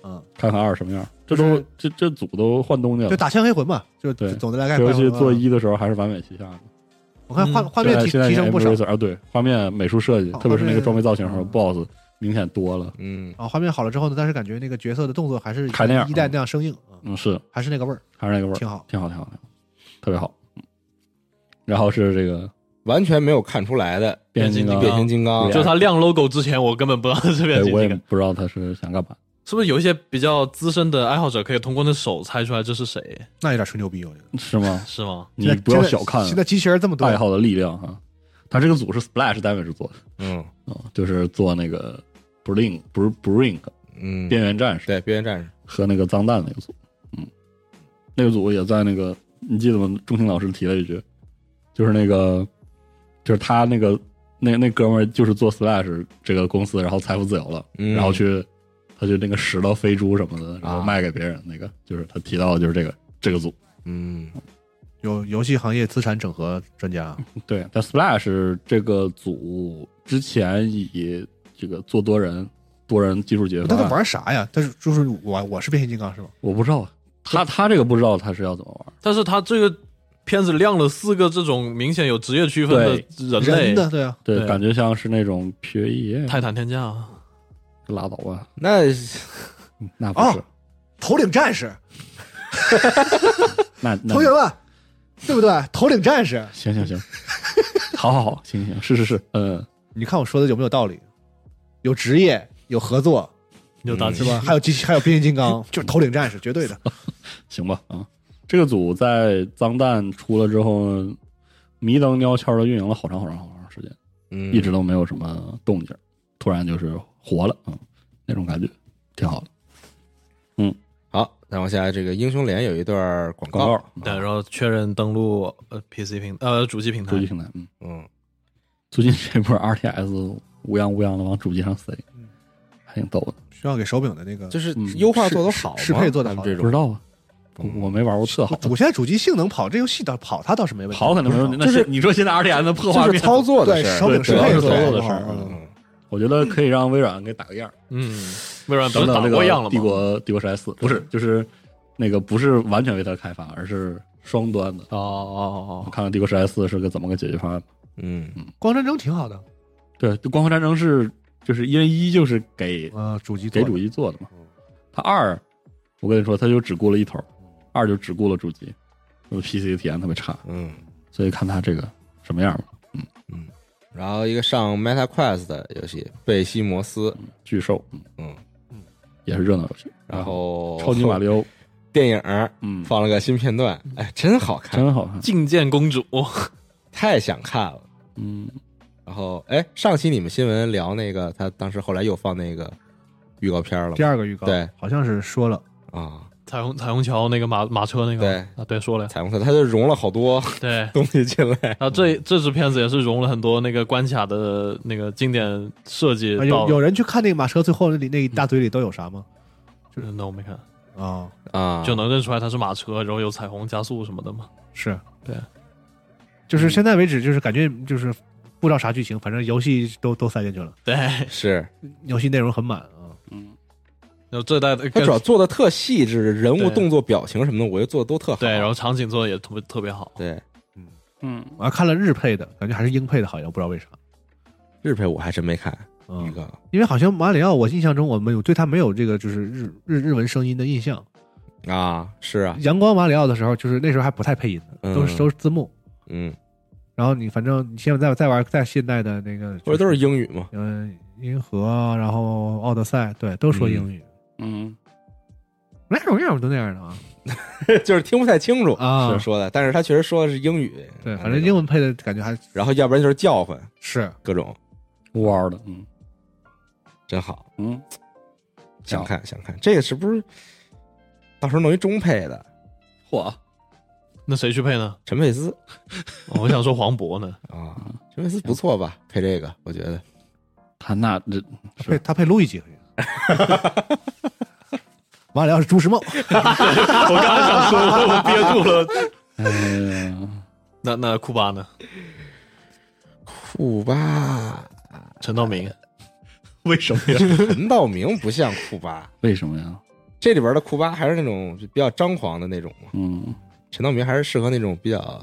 嗯，
看看二什么样。这都这这组都换东家
就
了，
打枪黑魂嘛，就
对
总的来看
这。游戏
快嗯
做，一的时候还是完美旗下的，
我看画
嗯
画面提
现在
提升不少
啊，对，画面、美术设计，
哦
特别是那个装备造型
画
和
面
BOSS 明显多了。
嗯，
啊，画面好了之后呢，但是感觉那个角色的动作还是
还那样
一代那样生硬，啊
嗯，是，
还是那个味儿，
还是那个味儿，
挺好。
挺好，挺好，挺好，特别好。嗯然后是这个
完全没有看出来的
变形金刚，
啊
变形金刚，
对
就它亮 logo 之前，我根本不知道这边
哎
是
我
这
也
个，
不知道他是想干嘛。
是不是有一些比较资深的爱好者可以通过那手猜出来这是谁，
那有点吹牛逼，我觉得。
是吗？
是吗？
你
现在
不要
现在
小看
现在机器人这么多
爱，好的力量啊！他这个组是 Splash 单位是做的
嗯
啊、就是做那个 Brink 不是 Brink
嗯，
边缘战士
对边缘战士，
和那个脏蛋那个组，嗯，那个组也在那个你记得吗？钟情老师提了一句，就是那个就是他那个那那哥们儿就是做 Slash 这个公司，然后财富自由了，
嗯
然后去他去那个拾掇飞猪什么的，然后
啊
卖给别人，那个就是他提到的就是这个这个组，
嗯
有游戏行业资产整合专家，
对，但 Splash 这个组之前以这个做多人多人技术解决
哦他
方
在
案，
玩啥呀？但是就是我我是变形金刚是吗？
我不知道啊，他他这个不知道他是要怎么玩。
但是它这个片子亮了四个这种明显有职业区分的人类，
人的对啊，
对，
对
感觉像是那种 PVE，
泰坦天价啊，
拉倒吧，
那
那不是，
哦头领战士，
那那
同学们，对不对？头领战士，
行行行，好好好，行行 是是是，嗯，
你看我说的有没有道理？有职业，有合作，
有打击
嗯
是吧？还有机器，还有变形金刚，就是头领战士，绝对的。
行吧啊，这个组在脏蛋出了之后，迷瞪鸟悄的运营了好长好长好长时间，
嗯，
一直都没有什么动静，突然就是活了，嗯，那种感觉挺好的。
好。再往下，这个英雄联有一段广
广
告，
告，嗯
对，然后确认登录呃 PC 平呃主机平台
主机，平台，嗯，
嗯，
最近这波 RTS 乌泱乌泱的往主机上塞，还挺逗的。
需要给手柄的那个，
就是
嗯
优化做的好吗，
适适配做得
咱们
好
这
不
种
知道啊，我我没玩过特好，
主现在主机性能跑这游戏倒跑它倒是没问题，
跑肯定没问题。
不
那是你说现在 RTS 的破画
就是
面，
操作的
对
事儿，
手柄适
对
配
主要是
做
操
得
作的
好
事儿
嗯
嗯，
我觉得可以让微软给打个样儿。
嗯，微软不
等
是打
等，这
过样
个
了
帝
吗？嗯
国帝国时代四不是，就是那个不是完全为它开发，而是双端的。
哦
我
哦
看看帝国时代四是个怎么个解决方案。
嗯，
光战争挺好的，
对，就光环战争是就是因为一就是给
嗯
呃，主机做
给
的
主机做的嘛，它二我跟你说，它就只顾了一头，
嗯
二就只顾了主机，那 PC 的体验特别差，
嗯，
所以看它这个什么样吧。
然后一个上 Meta Quest 的游戏《贝西摩斯》，
巨兽，嗯
嗯
也是热闹游戏。
然后
啊超级马里奥，
电影儿
嗯，
放了个新片段，哎，真好看，
真好看
哦，，觐见公主，
太想看了。
嗯，
然后，哎，上期你们新闻聊那个，他当时后来又放那个预告片了
第
嘛？
二个预告，
对，
好像是说了，
啊，
彩虹彩虹桥那个马马车那个
对
啊，对，说了呀，
彩虹色，他就融了好多
对。
东西进来。
然后这这支片子也是融了很多那个关卡的那个经典设计
哎
啊
到
有有人去看那个马车最后那里那一大堆里都有啥吗？
嗯那我没看，
啊，
啊，
就能认出来它是马车，然后有彩虹加速什么的嘛。
是
对，
嗯
就是现在为止，就是感觉就是不知道啥剧情，反正游戏都都塞进去了，
对，然
是
游戏内容很满啊。
后这代的
他主要做的特细致，人物
对
动作、表情什么的，我觉得做的都特好。
对，然后场景做的也特别特别好。
对
嗯，
我还看了日配的，感觉还是英配的好像，不知道为啥。
日配我还真没看预
嗯，
告，
因为好像马里奥，我印象中我没有对他没有这个就是日日日文声音的印象。
啊，是啊，
阳光马里奥的时候，就是那时候还不太配音的，都是
嗯
都是字幕。
嗯，
然后你反正你现在再再玩再现代的那个，
或者都是英语嘛，
嗯银河，然后奥德赛，对，都说英语。
嗯，
那种样都那样的啊，
就是听不太清楚
啊
是说的，但是他确实说的是英语，
对，
啊
反
那
正
种
英文配的感觉还
然后要不然就是叫唤
是
各种，
呜嗷的，嗯
真好，
嗯，
想看想看，这个是不是到时候弄一中配的？
嚯，
那谁去配 呢？
陈佩斯
哦我想说黄渤呢，
啊，陈佩斯不错吧？配这个，我觉得
他那这
他
是
配他配路易吉可 以。马里奥是朱时 茂，
我刚刚想说，我憋住了。
哎呀，
那那库巴呢？
库巴，
陈道明，
为什么呀？
陈道明不像库巴，
为什么呀？
这里边的库巴还是那种比较张狂的那种嘛，
嗯
陈道明还是适合那种比较，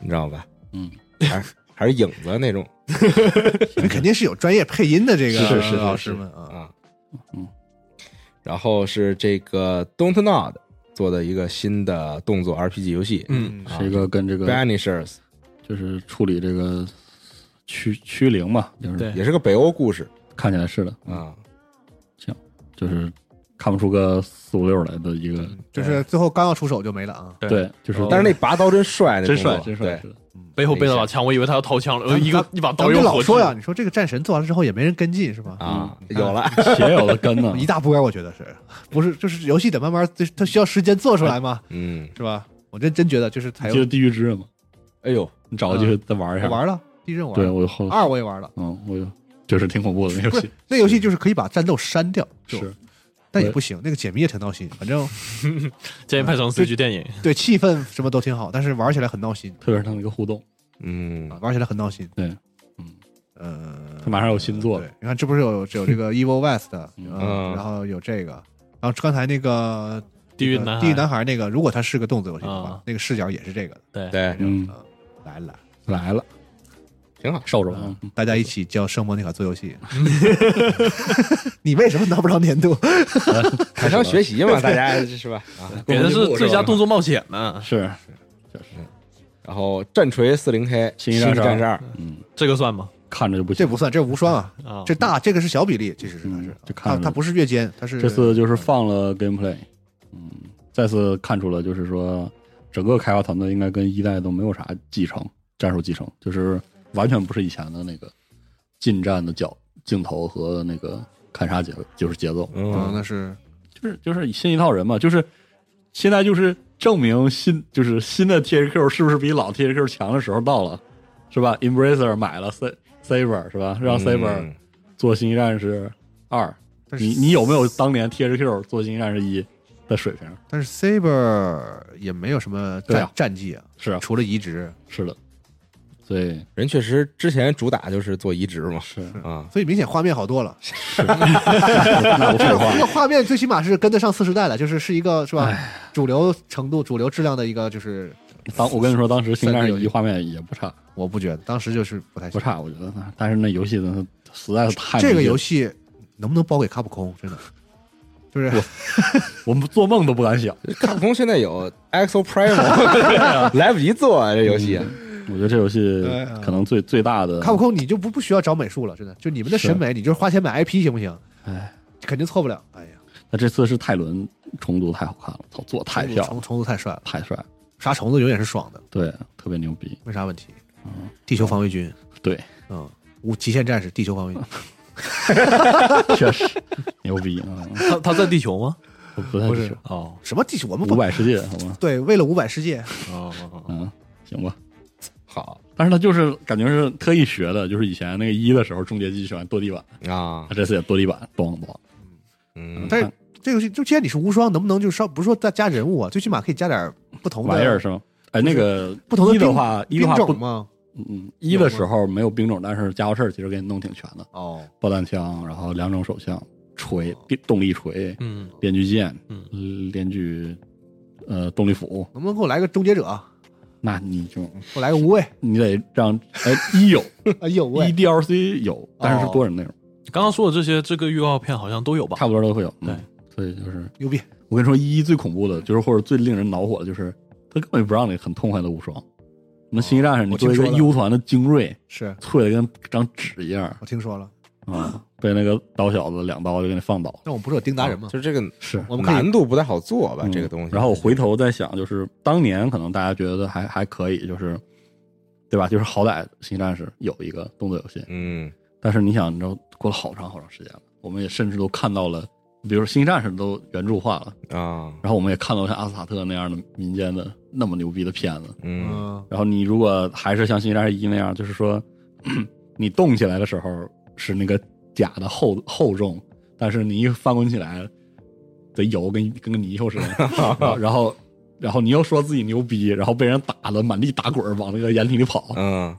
你知道吧？
嗯，
还是还是影子那种
肯定是有专业配音的这个
是是是
老
是
师们啊。
啊，
嗯，
然后是这个 Don't Nod 做的一个新的动作 RPG 游戏，啊
嗯，
嗯
是一个跟这个
Vanishers
就是处理这个驱驱灵嘛，就是
对
也是个北欧故事
看起来是的，
啊，
就是看不出个四五六来的一个，
就是最后刚要出手就没了啊。
对
对，就是
哦
但是那拔刀真帅，那
真
动作
帅真帅，
对
是，的
背后背了把枪，我以为他要掏枪了，呃，
咱们
一个一把
咱
刀
们
又
就
火
老
炬
说呀，你说这个战神做完了之后也没人跟进是吧？
啊，
嗯，
有了，
且有的跟 呢
一大波，我觉得是不是？就是游戏得慢慢，就是它需要时间做出来嘛，
嗯，
是吧？我真真觉得就是才
记得
有
《地狱之刃》吗？
哎呦，
你找个机会再玩一
我
下。
玩了地震，我玩啊
对
了
我后
二我也玩了，
嗯，我就就是挺恐怖的那
不
游
是
戏，
那游戏就是可以把战斗删掉，就是但也不行，那个解谜也挺闹心，反正
建议拍成 CG 电影。
对气氛什么都挺好，但是玩起来很闹心，
特别是它那个互动，
嗯
啊，玩起来很闹心。
对，嗯，
呃，
它马上有新作
对
了，，
你看这不是有有这个 Evil West，
嗯
嗯，然后有这个，然后刚才那个
地狱
那个
男孩
地狱男孩那个，如果它是个动作游戏的话
啊，
那个视角也是这个的，呃
对，
对，
嗯，
来了。
来了，
挺好，
兽种，嗯
大家一起教圣莫妮卡做游 戏， 你为什么拿不着年度？
互相学习嘛，大家是吧？啊，
别人是最佳动作冒险呢，
是
然后战锤四零 K
新一
战
战士二
士二，
这个算吗？
嗯看着就不
这
行。
不算，这无双啊，
啊，
这大这个是小比例，其实是它
哦嗯
是
这看
它
着
它不是越肩，它是
这次就是放了 gameplay，嗯，再次看出了，就是说整个开发团队应该跟一代都没有啥继承，战术继承，就是完全不是以前的那个近战的脚镜头和那个砍杀节就是节奏，
嗯，那是
就是就是新一套人嘛，就是现在就是证明新就是新的 T H Q 是不是比老 T H Q 强的时候到了，是吧？Embracer 买了 Sa- Saber 是吧？让 Saber
嗯
做星际战士二，
但是
你你有没有当年 T H Q 做星际战士一的水平？
但是 Saber 也没有什么
对
战
啊
战绩啊，
是啊，
除了移植，
是的，所 以
人确实之前主打就是做移植嘛，
是
啊，
所以明显画面好多了。
那 不废话
这，个画面最起码是跟得上次时代的，就是是一个是吧？主流程度、主流质量的一个，就是
当我跟你说，当时星际
三
战
个游
士
戏
一画面也不差，
我不觉得当时就是不太
不。差，我觉得，但是那游戏真的实在是太
这个游
戏
戏能不能包给卡普空？真的，就是
啊我们做梦都不敢想。
卡普空现在有 EXO Prime，来不及做啊，这游戏
我觉得这游戏
哎呀
可能最最大的
卡普空，你就不不需要找美术了，真的，就你们的
啊
审美，你就是花钱买 IP 行不行？
哎，
肯定错不了。哎呀，
那这次是泰伦重读太好看了，操，做得太漂
虫
亮，
虫子太帅了，
太帅了，
杀虫子永远是爽的，
对，特别牛逼，
没啥问题。地球防卫军，
嗯对，
嗯，无极限战士，地球防卫 军，
确 实牛逼啊！
他他在地球吗？
我不太
不是
清楚
哦
什么地球？我们
五
不
百世界，好吗？
对，为了五百世界，
哦
嗯，行吧。
好
但是他就是感觉是特意学的，就是以前那个一的时候，终结技喜欢跺地板，
啊
他，这次也跺地板，咣咣。
嗯，
但是这个游戏就既然你是无双，能不能就稍不是说再加人物啊，最起码可以加点不同的
玩意儿是吗？哎，那个
不同的
一的
兵
话，一
兵
的话不
种，吗？
嗯，一的时候没有兵种，但是家伙事儿其实给你弄挺全的，
哦，
爆弹枪，然后两种手枪，锤、动力锤，
嗯，
电锯剑，
嗯
嗯，电锯，呃，动力斧，
能不能给我来个终结者？
那你就
给我来个无畏，
你得让哎一 有
哎呦
一
喂，
DLC 有，但
哦
是是多人内容，
刚刚说的这些，这个预告片好像都有吧？
差不多都会有。
对
嗯，所以就是
牛逼！
我跟你说，一最恐怖的就是或者最令人恼火的就是他根本就不让你很痛快的无双。我们星际战士，你
我
作为一
听
个
说了
U 团的精锐，
是
脆的跟张纸一样
我听说了，
啊，被那个刀小子两刀就给你放倒。
但我们不是有丁达人吗？
就是这个
是
我们可以
哦难度不太好做吧，
嗯
这个东西。
然后我回头再想，就是当年可能大家觉得还还可以，就是对吧？就是好歹《星际战士》有一个动作游戏，
嗯，
但是你想，你知道过了好长好长时间了，我们也甚至都看到了，比如说《星际战士》都原著化了，
啊，
然后我们也看到像阿斯塔特那样的民间的那么牛逼的片子。
嗯
嗯，
然后你如果还是像《星际战士一》那样，就是说 你动起来的时候是那个假的厚厚重，但是你一翻滚起来得油跟跟个 泥鳅似的，然后然后你又说自己牛逼，然后被人打的满地打滚儿往那个掩体里跑，
嗯，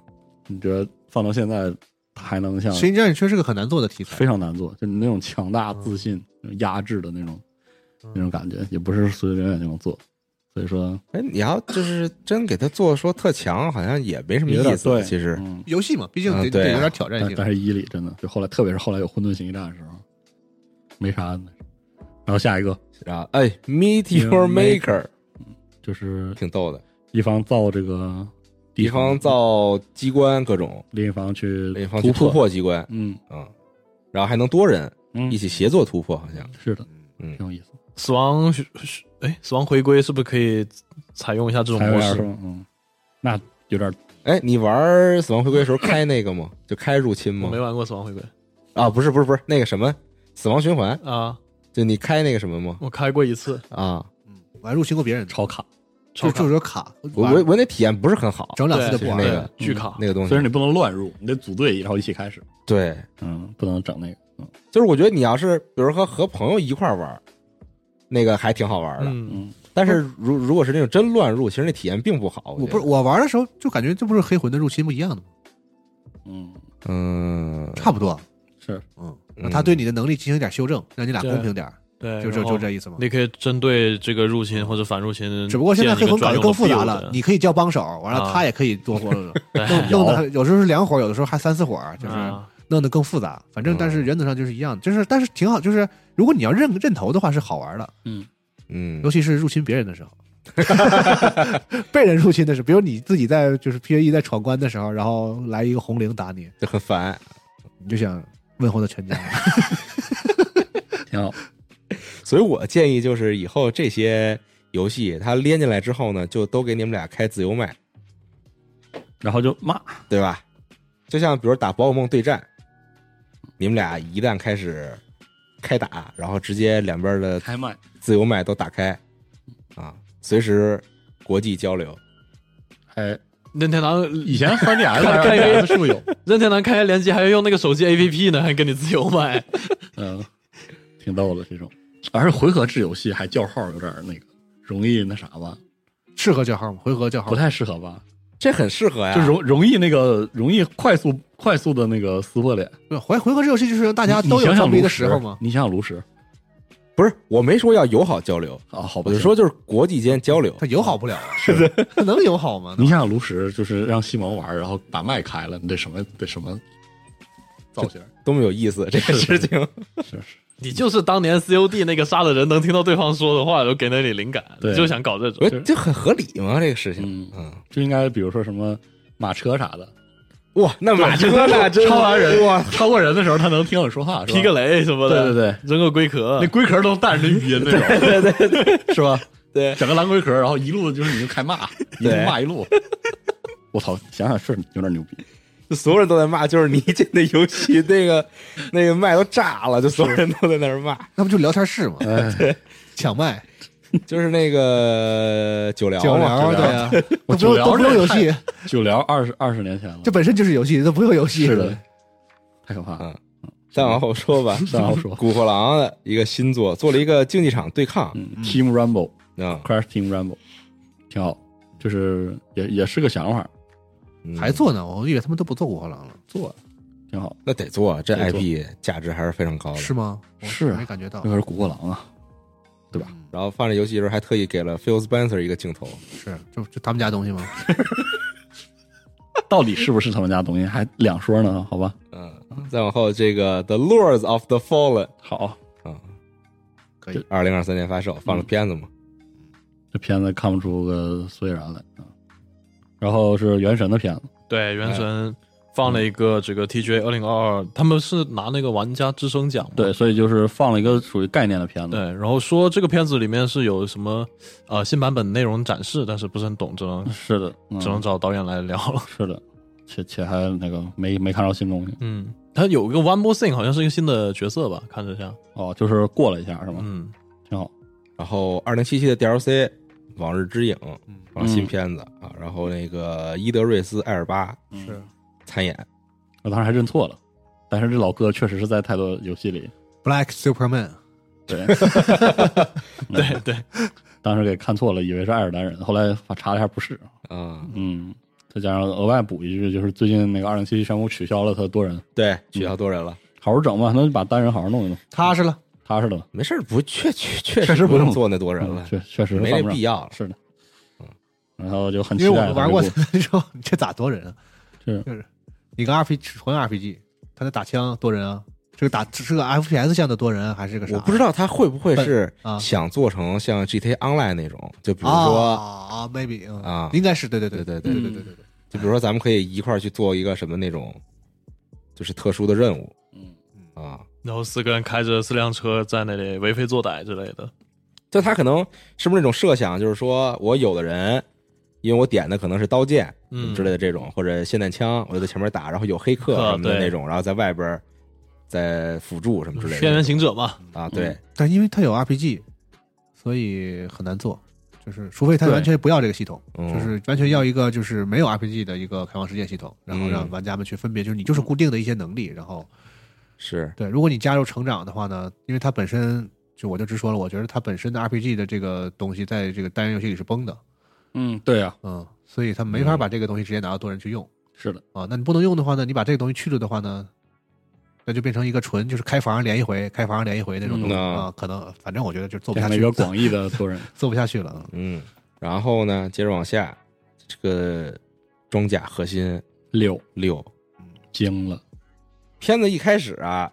你觉得放到现在还能像
神战士确实是个很难做的题材
啊非，常难做，就是那种强大自信、那种压制的那种那
嗯
种感觉，也不是随随便便就能做，所以说
哎，你要就是真给他做说特强，好像也没什么
有
意
点
思
对，。
其实，
嗯
游戏嘛，毕竟得
嗯对啊
得有点挑战
但
性。
但是伊里真的，就后来特别是后来有混沌形象的时候，没啥。然后下一个
然后哎，Meteor Maker
就是
挺逗的，
一方造这个
敌方，造机关各种，
另一方去
另一方去
突
突破机关，
嗯
嗯，然后还能多人
嗯
一起协作突破，好像
是的，
嗯
挺有意思。
死亡学，学哎，死亡回归是不是可以采用一下这种
还有
模
点
式
是？吗？嗯，那有点
哎，你玩《死亡回归》的时候开那个吗？ 就开入侵
我
吗
没？玩过死亡回归
啊，不是不是不是，那个什么死亡循环，
啊，
就你开那个什么吗？
我开过一次，
啊，
我嗯还入侵过别人，
超卡。
就就
超卡
是有卡，
我我我那体验不是很好，
整两次就
对
不
就是那
玩了。嗯
个
对巨卡，
那个东
虽
西
然你不能乱入，你得组队，然后一起开始。
对，
嗯，不能整那个。嗯
就是我觉得你要是比如说和朋友一块儿玩儿，那个还挺好玩儿的。
嗯，
嗯，
但是如如果是那种真乱入，其实那体验并不好。
我
觉
不
得
是我玩的时候就感觉这不是黑魂的入侵不一样的吗？
嗯，
嗯，
差不多，
是
嗯，那他对你的能力进行一点修正，让你俩
对
公平点儿，
对，
就就
然后
就这意思吗？
你可以针对这个入侵或者反入侵，
只不过现在黑魂搞得更复杂了，
你
你可以叫帮手，完了
啊
他也可以多活动，
对
弄弄得有时候是两伙，有的时候还三四伙，就是
啊
弄得更复杂。反正
嗯
但是原则上就是一样，就是但是挺好，就是如果你要认认头的话是好玩的，
嗯
尤，其是入侵别人的时候， 被人入侵的时候，比如你自己在就是 PVE 在闯关的时候，然后来一个红绫打你，
就很烦。
你就想问候的全家。
挺好。
所以我建议就是以后这些游戏，它连进来之后呢，就都给你们俩开自由麦，
然后就骂，
对吧？就像比如打宝可梦对战，你们俩一旦开始开打，然后直接两边的
开麦，
自由麦都打开，啊，随时国际交流。
哎，
任天堂
以前3 DS
开
还
开
是 DS 是不是有？
任天堂开联机还要用那个手机 APP 呢，还跟你自由买。
嗯，挺逗的这种，而且回合制游戏还叫号有点儿那个容易那啥吧，
适合叫号吗？回合叫号
不太适合吧，
这很适合哎呀，
就容容易那个容易快速快速的那个撕破脸。
不是回回合制游戏就是大家
你
都
你
有
想
这
想
么一
炉
个
石
时候嘛。
你想想炉石
不是？我没说要友好交流，
啊，好吧，
我就说就是国际间交流
他。友好不了啊， 他能友好吗？
你想想炉石，就是让西蒙玩儿，然后把麦开了，你得什么得什么造型？
多么有意思这个事情。
是是，
你就是当年 COD 那个杀的人能听到对方说的话，就给了你灵感，
对
你就想搞这
我觉。
种
得这很合理嘛，这个事情。
嗯，
嗯，
就应该比如说什么马车啥的，
哇，那马 车那真
嗯超完人
哇，
超过人的时候他能听我说话，是吧
劈个雷什么的，
对对对，
扔个龟壳
那，龟壳都带着那语音那种， 对对对，是吧？
对
整个蓝龟壳，然后一路就是你就开骂，一路骂一路。 我操，想想是有点牛逼，
所有人都在骂，就是你进的游戏那个那个麦都炸了，就所有人都在那儿骂，
那不就聊天室吗？
哎，
抢麦、
就是那个九聊
九
嘛，
聊，对啊， 都不
九
用
聊
都不用
这
游
太
戏，
九聊二十二十年前了，
这本身就是游戏，都不用游戏。
是的，太可怕了。
嗯再往后说吧，
再往后说
古惑狼的一个新作，做了一个竞技场对抗
嗯，Team Rumble
啊，
Crash Team Rumble 挺好，就是也也是个想法，
嗯
还做呢，我以为他们都不做古惑狼了，
做挺好。
那得做，这
得做
IP 价值还是非常高的。
是吗？我
是啊
没感觉到
那。可是古惑狼啊，对吧
嗯？
然后放这游戏的时候，还特意给了 Phil Spencer 一个镜头，
是，就就他们家东西吗？
到底是不是他们家东西还两说呢？好吧，啊
嗯，再往后这个 The Lords of the Fallen
好，
啊，
可以，
二零二三年发售，
嗯
放了片子嘛，
这片子看不出个所以然来啊。然后是《原神》的片子，
对，原神放了一个这个 TGA 二零二二，他们是拿那个玩家之声奖嘛，
对，所以就是放了一个属于概念的片子
对，，然后说这个片子里面是有什么呃新版本内容展示，但是不是很懂，只能
是的，嗯、
只能找导演来聊了。
是的，且且还那个没没看着新东西
嗯， 他有个 One More Thing，好像是一个新的角色吧，看着像，
哦，就是过了一下是吗？
嗯，
挺好，
然后二零七七的 DLC《往日之影》
嗯，
然后新片子、啊，然后那个伊德瑞斯·艾尔巴
嗯
是
参演，
我当时还认错了，但是这老哥确实是在太多游戏里，
Black Superman，
对，嗯
对对，
当时给看错了，以为是爱尔兰人，后来查了一下不是，
啊、
嗯，再加上额外补一句，就是最近那个二零七七宣布取消了他的多人，
对，取消多人了，
好好整吧，那就把单人好好弄一弄，
踏实了。
踏实了，
没事儿，不确确确
确实不
不
用
做那多人
嗯
了，
确确实是
没
犯
那
不上
必要了。
是的，嗯，然后就很期
因为我
待
们玩过
他这部，
之后，这咋多人啊？
是
就是一个 RPG 纯 RPG，他那打枪多人啊，这个打是个 FPS 向的多人啊还是个啥？
我不知道他会不会是
啊
想做成像 GTA Online 那种，就比如
啊
说，
啊啊，maybe 嗯
啊
应该是对对
对
对
对对
对
对
对
嗯
对对对，
就比如说咱们可以一块儿去做一个什么那种，就是特殊的任务
嗯，
啊。
然后四个人开着四辆车在那里为非作歹之类的，
就他可能是不是那种设想，就是说我有的人，因为我点的可能是刀剑
嗯
之类的这种，或者霰弹枪，我就在前面打，然后有黑客
啊
什么的
对
那种，然后在外边儿再辅助什么之类
边
的
缘行者嘛，
啊。对，
但因为它有 RPG，所以很难做。就是，除非他
对
完全不要这个系统，
嗯
就是完全要一个就是没有 RPG 的一个开放世界系统，然后让
嗯
玩家们去分别，就是你就是固定的一些能力，然后
是
对，如果你加入成长的话呢，因为它本身就我就直说了，我觉得它本身的 RPG 的这个东西在这个单人游戏里是崩的，
嗯，对啊，
嗯，所以它没法把这个东西直接拿到多人去用
是的，
啊。那你不能用的话呢，你把这个东西去了的话呢，那就变成一个纯就是开房连一回，开房连一回那种东西、
嗯啊
啊，可能反正我觉得就做不
变
下
成了一
去
个
了，
广义的多人，
做不下去了啊。
嗯，然后呢，接着往下，这个装甲核心
六
六
惊了，
片子一开始啊，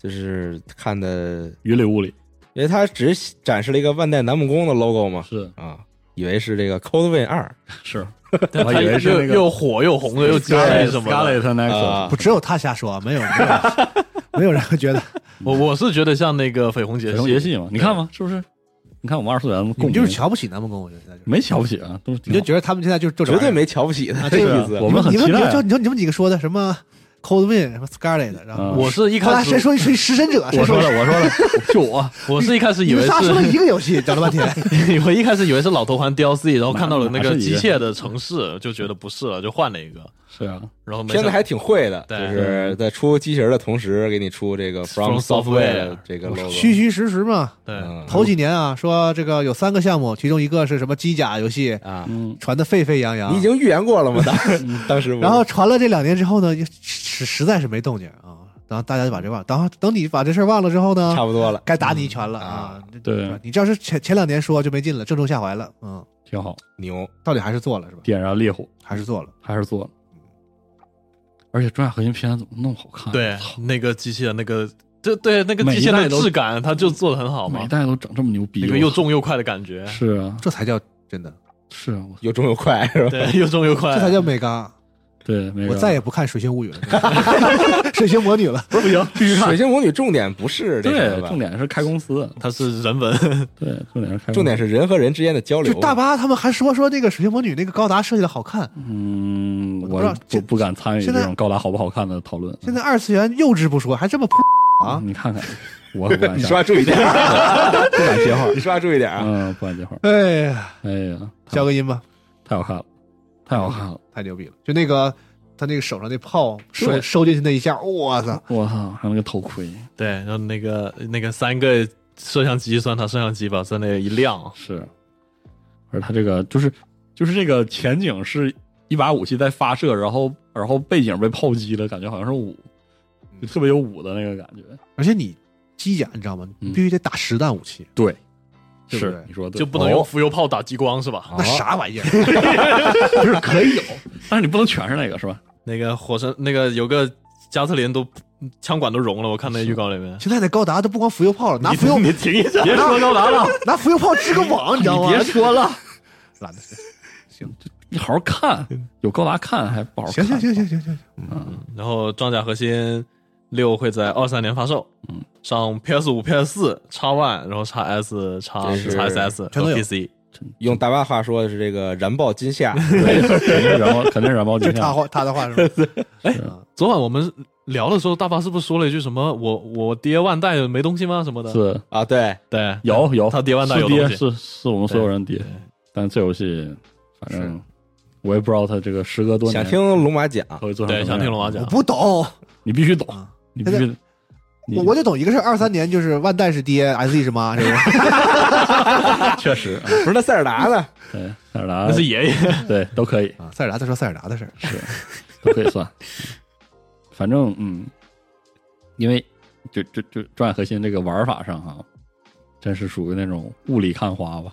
就是看的，
云里雾里，
因为它只展示了一个万代南梦宫的 logo 嘛，
是
啊，以为是这个 Cold Win 二，
是，
但
我以为是
又
那个
又火又红的又加了什么的。
Scarlet Nexus，
啊
不只有他瞎说，没有没有 没有人觉得
我我是觉得像那个绯红节
绯红
气
节气嘛，你看嘛，是不是？你看我们二次元
你
共
们
鸣
就是瞧不起南梦宫，我觉得现在就是
没瞧不起啊，都是
你
挺
就
好
觉得他们现在就是这种
绝对没瞧不起他这
对啊
意思。
我们很
你们
期
你
待
们
啊
就你就你们几个说的什么 Coldwin 什么 Scarlet，然后
嗯
我是一
后来
开
谁
始
说谁食神者？谁
我说
说
了，我说了，就我，我是一开始
你
以为
们仨说了一
是，
个游戏，讲了半 天。
我一开始以为是老头环 DLC，然后看到了那
哪
个
是一
机
个
械的城市，就觉得不是了，就换了一个，
是啊，
然后没
片子
想
还挺会的，就
对
是在出机器人的同时，给你出这个 From
From
Software
Software
的这个 logo。
虚虚实实嘛，
对，
嗯
头几年啊，说这个有三个项目，其中一个是什么机甲游戏，
啊，
嗯，
传的沸沸扬扬。
你已经预言过了吗？当时当时不是
然后传了这两年之后呢，实实在是没动静啊。然后大家就把这忘，等等你把这事儿忘了之后呢，
差不多了，
该打你一拳了
嗯
啊
啊！
对，
你这要是前前两年说就没劲了，正中下怀了。嗯，
挺好，
牛
到底还是做了是吧？
点燃烈火
还是做了。
还是做了，而且《中亚核心片》怎么那么好看？啊
对，那个机器的那个，就对那个
每一
机械
代
的
都
质感，它就做的很好
每
嘛
一，代都长这么牛逼，
那个
我
又重又快的感觉，
是啊，
这才叫真的，
是啊，我
又重又快是吧？
对，又重又快
这，才叫美嘎。
对，没
我
人
再也不看《水星物语》 了，《水星魔女》了。
不是不行，必须看
水。星魔女重点不是这
对
个，吧
重？点是开公司，
它是人文，
对，重点是开公司，
重点是人和人之间的交
就
流。
大巴他们还说说那个《水星魔女》那个高达设计的好看，
嗯，
我都不知道
我
这
不不敢参与
现在
这种高达好不好看的讨论。
现在二次元幼稚不说，还这么啊
嗯你 看看，我可不敢
你
下
说话注意点，啊，
不敢接话
你说话注意点啊！
啊嗯，不敢接话。
哎呀，
哎呀，
消个音吧，
太好看了，太好看了！
太牛逼了！就那个他那个手上那炮收
对
收进去那一下，我操！
我操，还有那个头盔，
对，然后那个那个三个摄像机算它摄像机吧，在那一亮，
是，而它这个就是就是这个前景是一把武器在发射，然后然后背景被炮击了，感觉好像是舞，就特别有舞的那个感觉。
而且你机甲你知道吗？你
嗯
必须得打实弹武器，
对，
对不
是
对
你说的对哦啊
就不能用浮游炮打激光是吧？
那啥玩意 儿？
不是可以有，但是你不能全是那个是吧？
那个火神，那个有个加特林都枪管都融了，我看那预告里面。
现在那高达都不光浮游炮了，拿浮游
你你停一下，
别说高达了，
拿浮游炮织个网，你知道吗？
别说了，
懒得
你好好看，有高达看还不好好
行
看？
行行行行行，
然后《装甲核心六》会在二三年发售，
嗯，
上 PS 五、PS 四、x One，然后 x S、x
这是
x SS
全都有
和 PC。
用大巴话说的是这个燃爆金夏，
肯定是燃爆，肯定是燃爆
就
金
他
像。
话他的话是吧？
昨晚我们聊的时候，大巴是不是说了一句什么“我我爹万代没东西吗”什么的？
是
啊，对，
对，
有有，
他爹万代
是
有
爹
东西。
是是我们所有人爹，但这游戏反正我也不知道他这个时隔多年
想听龙马讲，
他会做成
对，
什么
想
样
听龙马，讲
我，不懂。
你必须懂
啊，
你必须得，你
我我就懂一个事儿，二三年就是万代是爹，SE E 是妈，是吧？
确实啊
不是那塞尔达呢？
对塞尔达
那是爷爷。
对都可以
啊，塞尔达在说塞尔达的事儿，
是都可以算， 反正嗯，因为就就就转核心这个玩法上哈，真是属于那种雾里看花吧，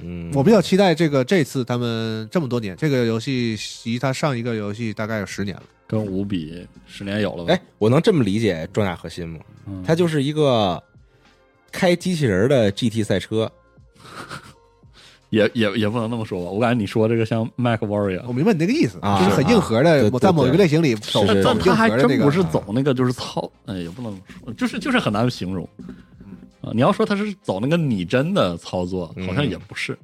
嗯，
我比较期待这个这次他们这么多年，这个游戏离他上一个游戏大概有十年了，
跟五比十年有了吧？
哎，我能这么理解装甲核心吗？
嗯，
它就是一个开机器人的 GT 赛车，
也也也不能那么说吧，我感觉你说这个像 Mac Warrior，
我明白你那个意思，
啊
就是很硬核的，
对对对
在某一个类型里走
是是
走
但
硬
他还
核的那
真
个。啊
不是走那个，就是操，哎，也不能说，就是就是很难形容。
嗯
啊，你要说他是走那个拟真的操作，好
嗯
像也不是，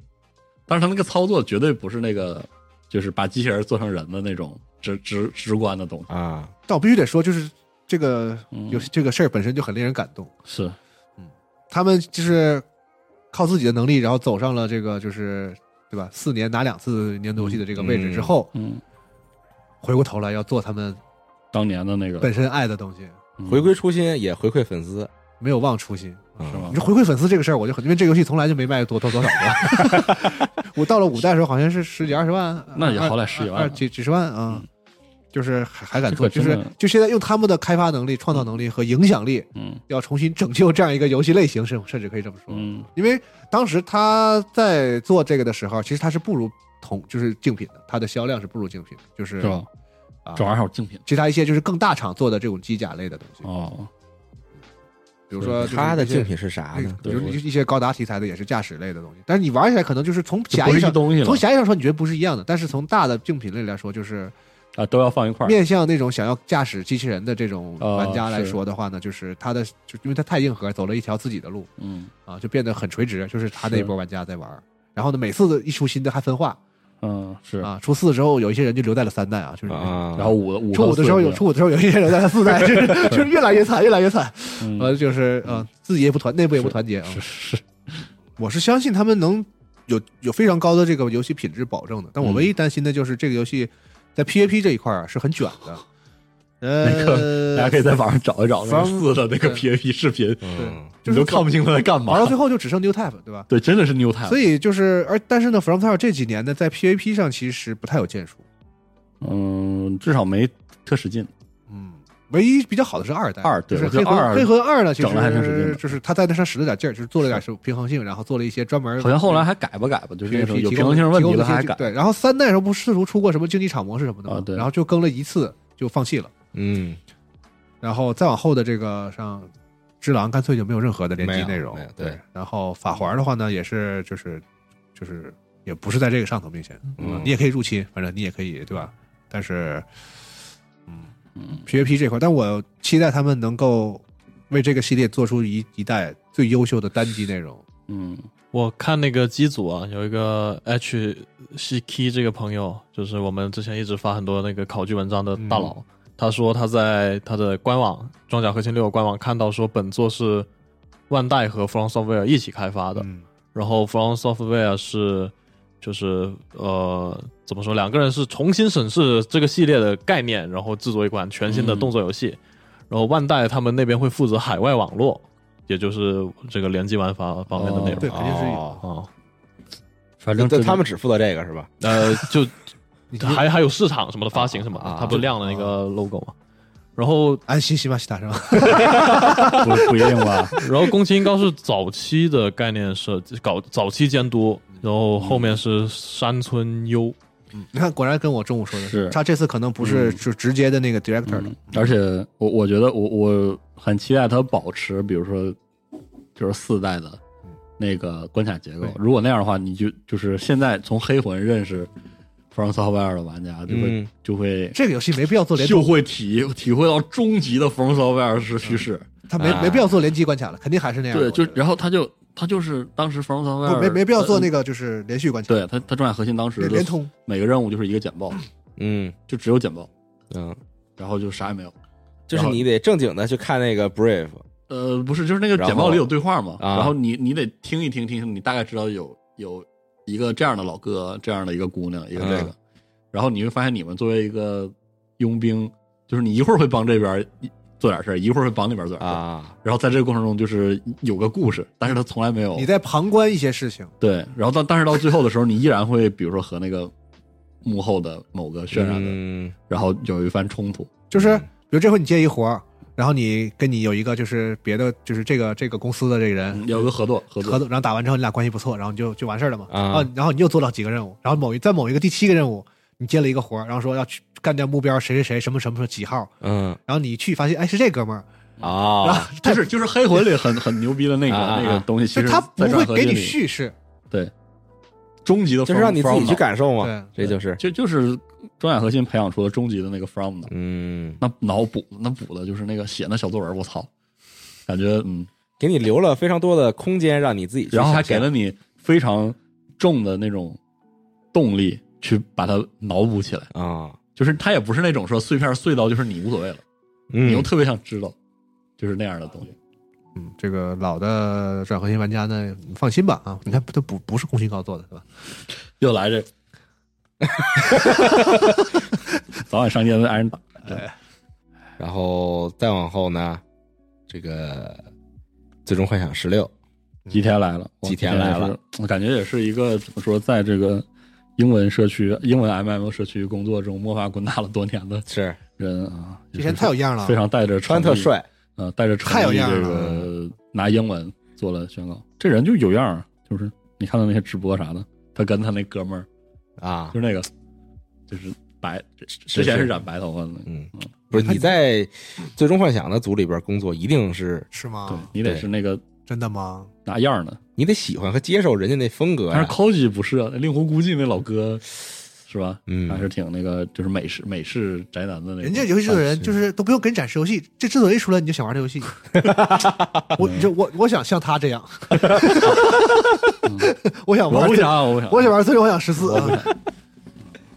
但是他那个操作绝对不是那个，就是把机器人做成人的那种直直直观的东西。
啊，
但我必须得说，就是这个
嗯
游戏这个事儿本身就很令人感动，
是，
他们就是靠自己的能力，然后走上了这个就是对吧？四年拿两次年度游戏的这个位置之后，
嗯，
回过头来要做他们
当年的那个
本身爱的东西，
嗯
回归初心也回馈粉丝，嗯
没有忘初心。
是吗
你？说回馈粉丝这个事儿，我就很因为这个游戏从来就没卖多多多少吧。我到了五代的时候， 好像是十几二十万，
那也
二
好歹十几万嗯
二几几十万啊，就是还还敢做，
这
就
个真
是
的
就现在用他们的开发能力、创造能力和影响力，
嗯
要重新拯救这样一个游戏类型，甚甚至可以这么说。
嗯
因为当时他在做这个的时候，其实他是不如同就是竞品的，它的销量是不如竞品的，就是
是吧？
啊
这玩意儿还有竞品
其他一些就是更大厂做的这种机甲类的东西，
哦，
比如说就是
它的
一些
竞品是啥
那
呢？
比如
哎对
一些一些高达题材的也是驾驶类的东西，但是你玩起来可能就是从
就
狭
不
义
是一
上，
东西了
从。狭义上说你觉得不是一样的，但是从大的竞品类来说，就是
啊，都要放一块儿。
面向那种想要驾驶机器人的这种
哦
玩家来
是
说的话呢，就是它的，就因为它太硬核，走了一条自己的路
嗯
啊，就变得很垂直，就是他那
是
波玩家在玩儿。然后呢，每次一出新的还分化
嗯是。
啊，出四之后有一些人就留在了三代啊，就是
啊，
然后五的五
出
和
五的时候有
四
出五的时候有一些人在四 代，就是就是越来越惨，越来越惨。
嗯
呃，就是呃，自己也不团，内部也不团结啊。
是是
我是相信他们能有有非常高的这个游戏品质保证的，但我
嗯
唯一担心的就是这个游戏在 PVP 这一块儿啊是很卷的。
那
呃，
大家可以在网上找一找那个
方
四的那个
对
PVP 视频，
嗯，
就
你
是
都看不清他在干嘛
玩。到最后就只剩 New Type，对吧？
对，真的是 New Type。
所以就是，而但是呢，From Software 这几年呢，在 PVP 上其实不太有建树。
嗯，至少没特使劲。
嗯，唯一比较好的是二代，
二
就
对
是
我觉得
黑魂
二
黑魂二呢，其
整了还挺使劲
实
的
就是他在那上使了点劲儿，就是做了点什么平衡性，然后做了一些专门
好像后来还改吧改吧，就是那时候
PVP
有
提
平
供
衡性问题
提供
了，
了
他还
一些
改。
对，然后三代的时候不是试图出过什么竞技场模式什么的吗
啊对
然后就更了一次就放弃了，
嗯，
然后再往后的这个像只狼干脆就没有任何的联
没
机
有
内容
没有，对，
然后法环的话呢，也是就是就是也不是在这个上头，明显。
嗯
你也可以入侵，反正你也可以，对吧？但是，嗯
嗯
，PVP 这块，但我期待他们能够为这个系列做出一一代最优秀的单机内容。
嗯
我看那个机组啊，有一个 H C K 这个朋友，就是我们之前一直发很多那个考据文章的大
嗯
佬，他说他在他的官网《装甲核心六》官网看到说本作是万代和 From Software 一起开发的，
嗯
然后 From Software 是就是呃怎么说，两个人是重新审视这个系列的概念，然后制作一款全新的动作游戏。
嗯
然后万代他们那边会负责海外网络，也就是这个联机玩法方面的内容。
对肯定是
哦
啊，
反
那
正
那
这
他们只负责这个是吧？
呃，就
你听
还还有市场什么的发行什么
啊
的，它不是亮了那个 logo 嘛。然后，
安西西马西塔 是吧？
不不一定吧？
然后宫崎英高是早期的概念设计，搞早期监督，然后后面是山村优，
你看，果然跟我中午说的
是
他这次可能不是就直接的那个 director 的
嗯，而且我我觉得我我很期待它保持，比如说就是四代的那个关卡结构
对。
如果那样的话，你就就是现在从黑魂认识 From Software 的玩家，就会、
嗯
就会
这个游戏没必要做联
就
动，
会体体会到终极的 From Software 是叙事。
他没
啊
没必要做联机关卡了，肯定还是那样的。
对，
嗯
就
哎我觉得
然后他就他就是当时 From Software
不没没必要做那
个。
个就是连续关卡，
对他，他重点核心当时
连
的
连通。
每个任务就是一个简报，
嗯
就只有简报，
嗯，
然后就啥也没有。
就是你得正经的去看那个 Brave，
呃，不是，就是那个
然
简
后
报里有对话嘛，
啊
然后你你得听一听，听一听，你大概知道有有一个这样的老哥，这样的一个姑娘，一个这个，
嗯
然后你会发现你们作为一个佣兵，就是你一会儿会帮这边做点事儿，一会儿会帮那边做点事儿，
啊，
然后在这个过程中就是有个故事，但是他从来没有
你在旁观一些事情，
对，然后到但是到最后的时候，你依然会比如说和那个幕后的某个渲染的，
嗯
然后有一番冲突，
就是比如这回你接一活儿，然后你跟你有一个就是别的就是这个这个公司的这个人
有个合作嗯合作
合作，然后打完之后你俩关系不错，然后你就就完事儿了嘛。哦
啊
然后你又做了几个任务，然后某一在某一个第七个任务，你接了一个活儿，然后说要去干掉目标谁谁谁什么什么什么几号，
嗯
然后你一去发现哎是这哥们儿，然
啊
后
就
他
是就是黑魂里很很牛逼的那个、
啊啊啊
那个东西，其
就
实
他不
在
会
转合
给你
金里
叙事，
终极的
就
from，
是让你自己去
from
感受嘛，
对
这就是
脑，就就是装甲核心培养出了终极的那个 from 的，
嗯，
那脑补那补的就是那个写那小作文，我操，感觉嗯，
给你留了非常多的空间，让你自己去
然后还
想
给
象
了你非常重的那种动力去把它脑补起来，
啊，
就是它也不是那种说碎片碎到就是你无所谓了，你又
嗯
特别想知道，就是那样的东西。
嗯，这个老的转核心玩家呢，你放心吧啊，你看不都不不是宫心高做的，对吧？
又 来这，早晚上街被挨人打。
然后再往后呢，这个最终幻想十六，
吉田来了，
吉田嗯来了
也是，我感觉也是一个怎么说，在这个英文社区、英文 MMO 社区工作中摸爬滚打了多年的
是
人啊，
之前太有样了，
非常带着
穿特
诚意，
帅，
呃，带着
太
诚
有
意
样
这
了啊
个拿英文做了宣告，这人就有样儿，就是你看到那些直播啥的，他跟他那哥们儿，
啊
就，是那个，就是白，之
是
前
是
是染白头发的那个，
嗯，不是你在最终幻想的组里边工作，一定是
是
对
吗？
你得
对
是那个
真的吗？
拿样儿的，
你得喜欢和接受人家那风格
但是
呀，
Koji 不是啊，令狐孤寂那老哥是吧？
嗯
还是挺那个，就是美式美式宅男的那种。
人家游戏制作人就是都不用给你展示游戏，这制作人一出来你就想玩这游戏。我
嗯
你就我我想像他这样， 我想
嗯我
玩，
不想啊，我不想，
我想玩最终幻想十四
我不
啊。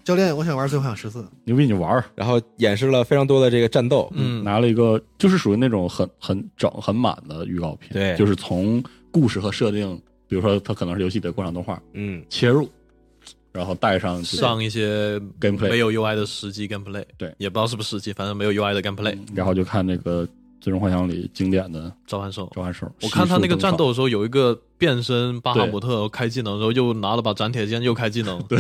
教练，我想玩最终幻想十四。
牛逼，你玩儿，
然后演示了非常多的这个战斗，
嗯，
拿了一个就是属于那种很很整很满的预告片，
对
就是从故事和设定，比如说它可能是游戏里的过场动画
嗯，
切入，然后带上就是
上一些
gameplay
没有 UI 的实际 gameplay，
对
也不知道是不是实际，反正没有 UI 的 gameplay。
然后就看那个《最终幻想》里经典的
召唤兽，
召唤兽。
我哦看他那个战斗
悉
的时候有一个变身巴哈姆特开技能，然后又拿了把斩铁剑又开技能，对，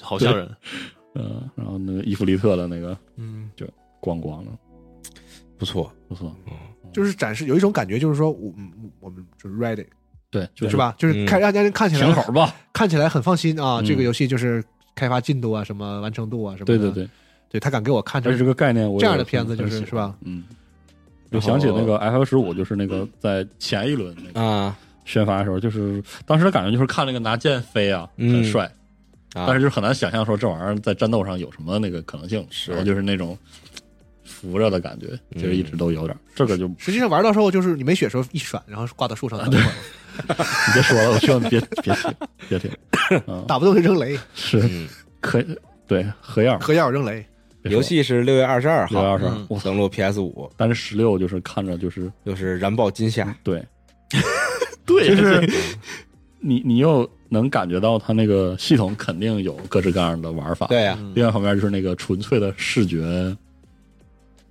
好吓人。
数登场，嗯，然后那个伊芙利特的那个
嗯，
咣咣的，
不错，
不错，
就是展示有一种感觉，就是说我嗯我们就是 ready
对，就是
吧？就是看让家人看起来
嗯挺好吧？
看起来很放心啊，
嗯
这个游戏就是开发进度啊，什么完成度啊，什么
对
的
对，对，
对他敢给我看
而
成
且这个概念我
这样
也
的
很
片子就是
很喜
是吧
欢嗯，我
然后
想起那个 F 十五，就是那个在前一轮那个
啊，
宣发的时候，就是当时的感觉就是看那个拿剑飞啊，
嗯
很帅，
啊
但是就是很难想象说这玩意儿在战斗上有什么那个可能性，
是嗯
然后就是那种扶着的感觉，其实一直都有点儿。这个就你
实际上玩到时候就是你没血的时候一闪，然后挂到树上打一会儿，
别说了，我希望 别别停，别停，嗯，
打不动就扔 雷，
是
嗯，
可对合样儿
核药扔雷。
别说
游戏是六月二十二
六月
号
二十二
嗯，
我操！
登陆 PS 五，
但是十六就是看着就是
又是燃爆金夏，
对，
对，
就是你你又能感觉到它那个系统肯定有各式各样的玩法，
对呀，啊
嗯
另外一方面就是那个纯粹的视觉，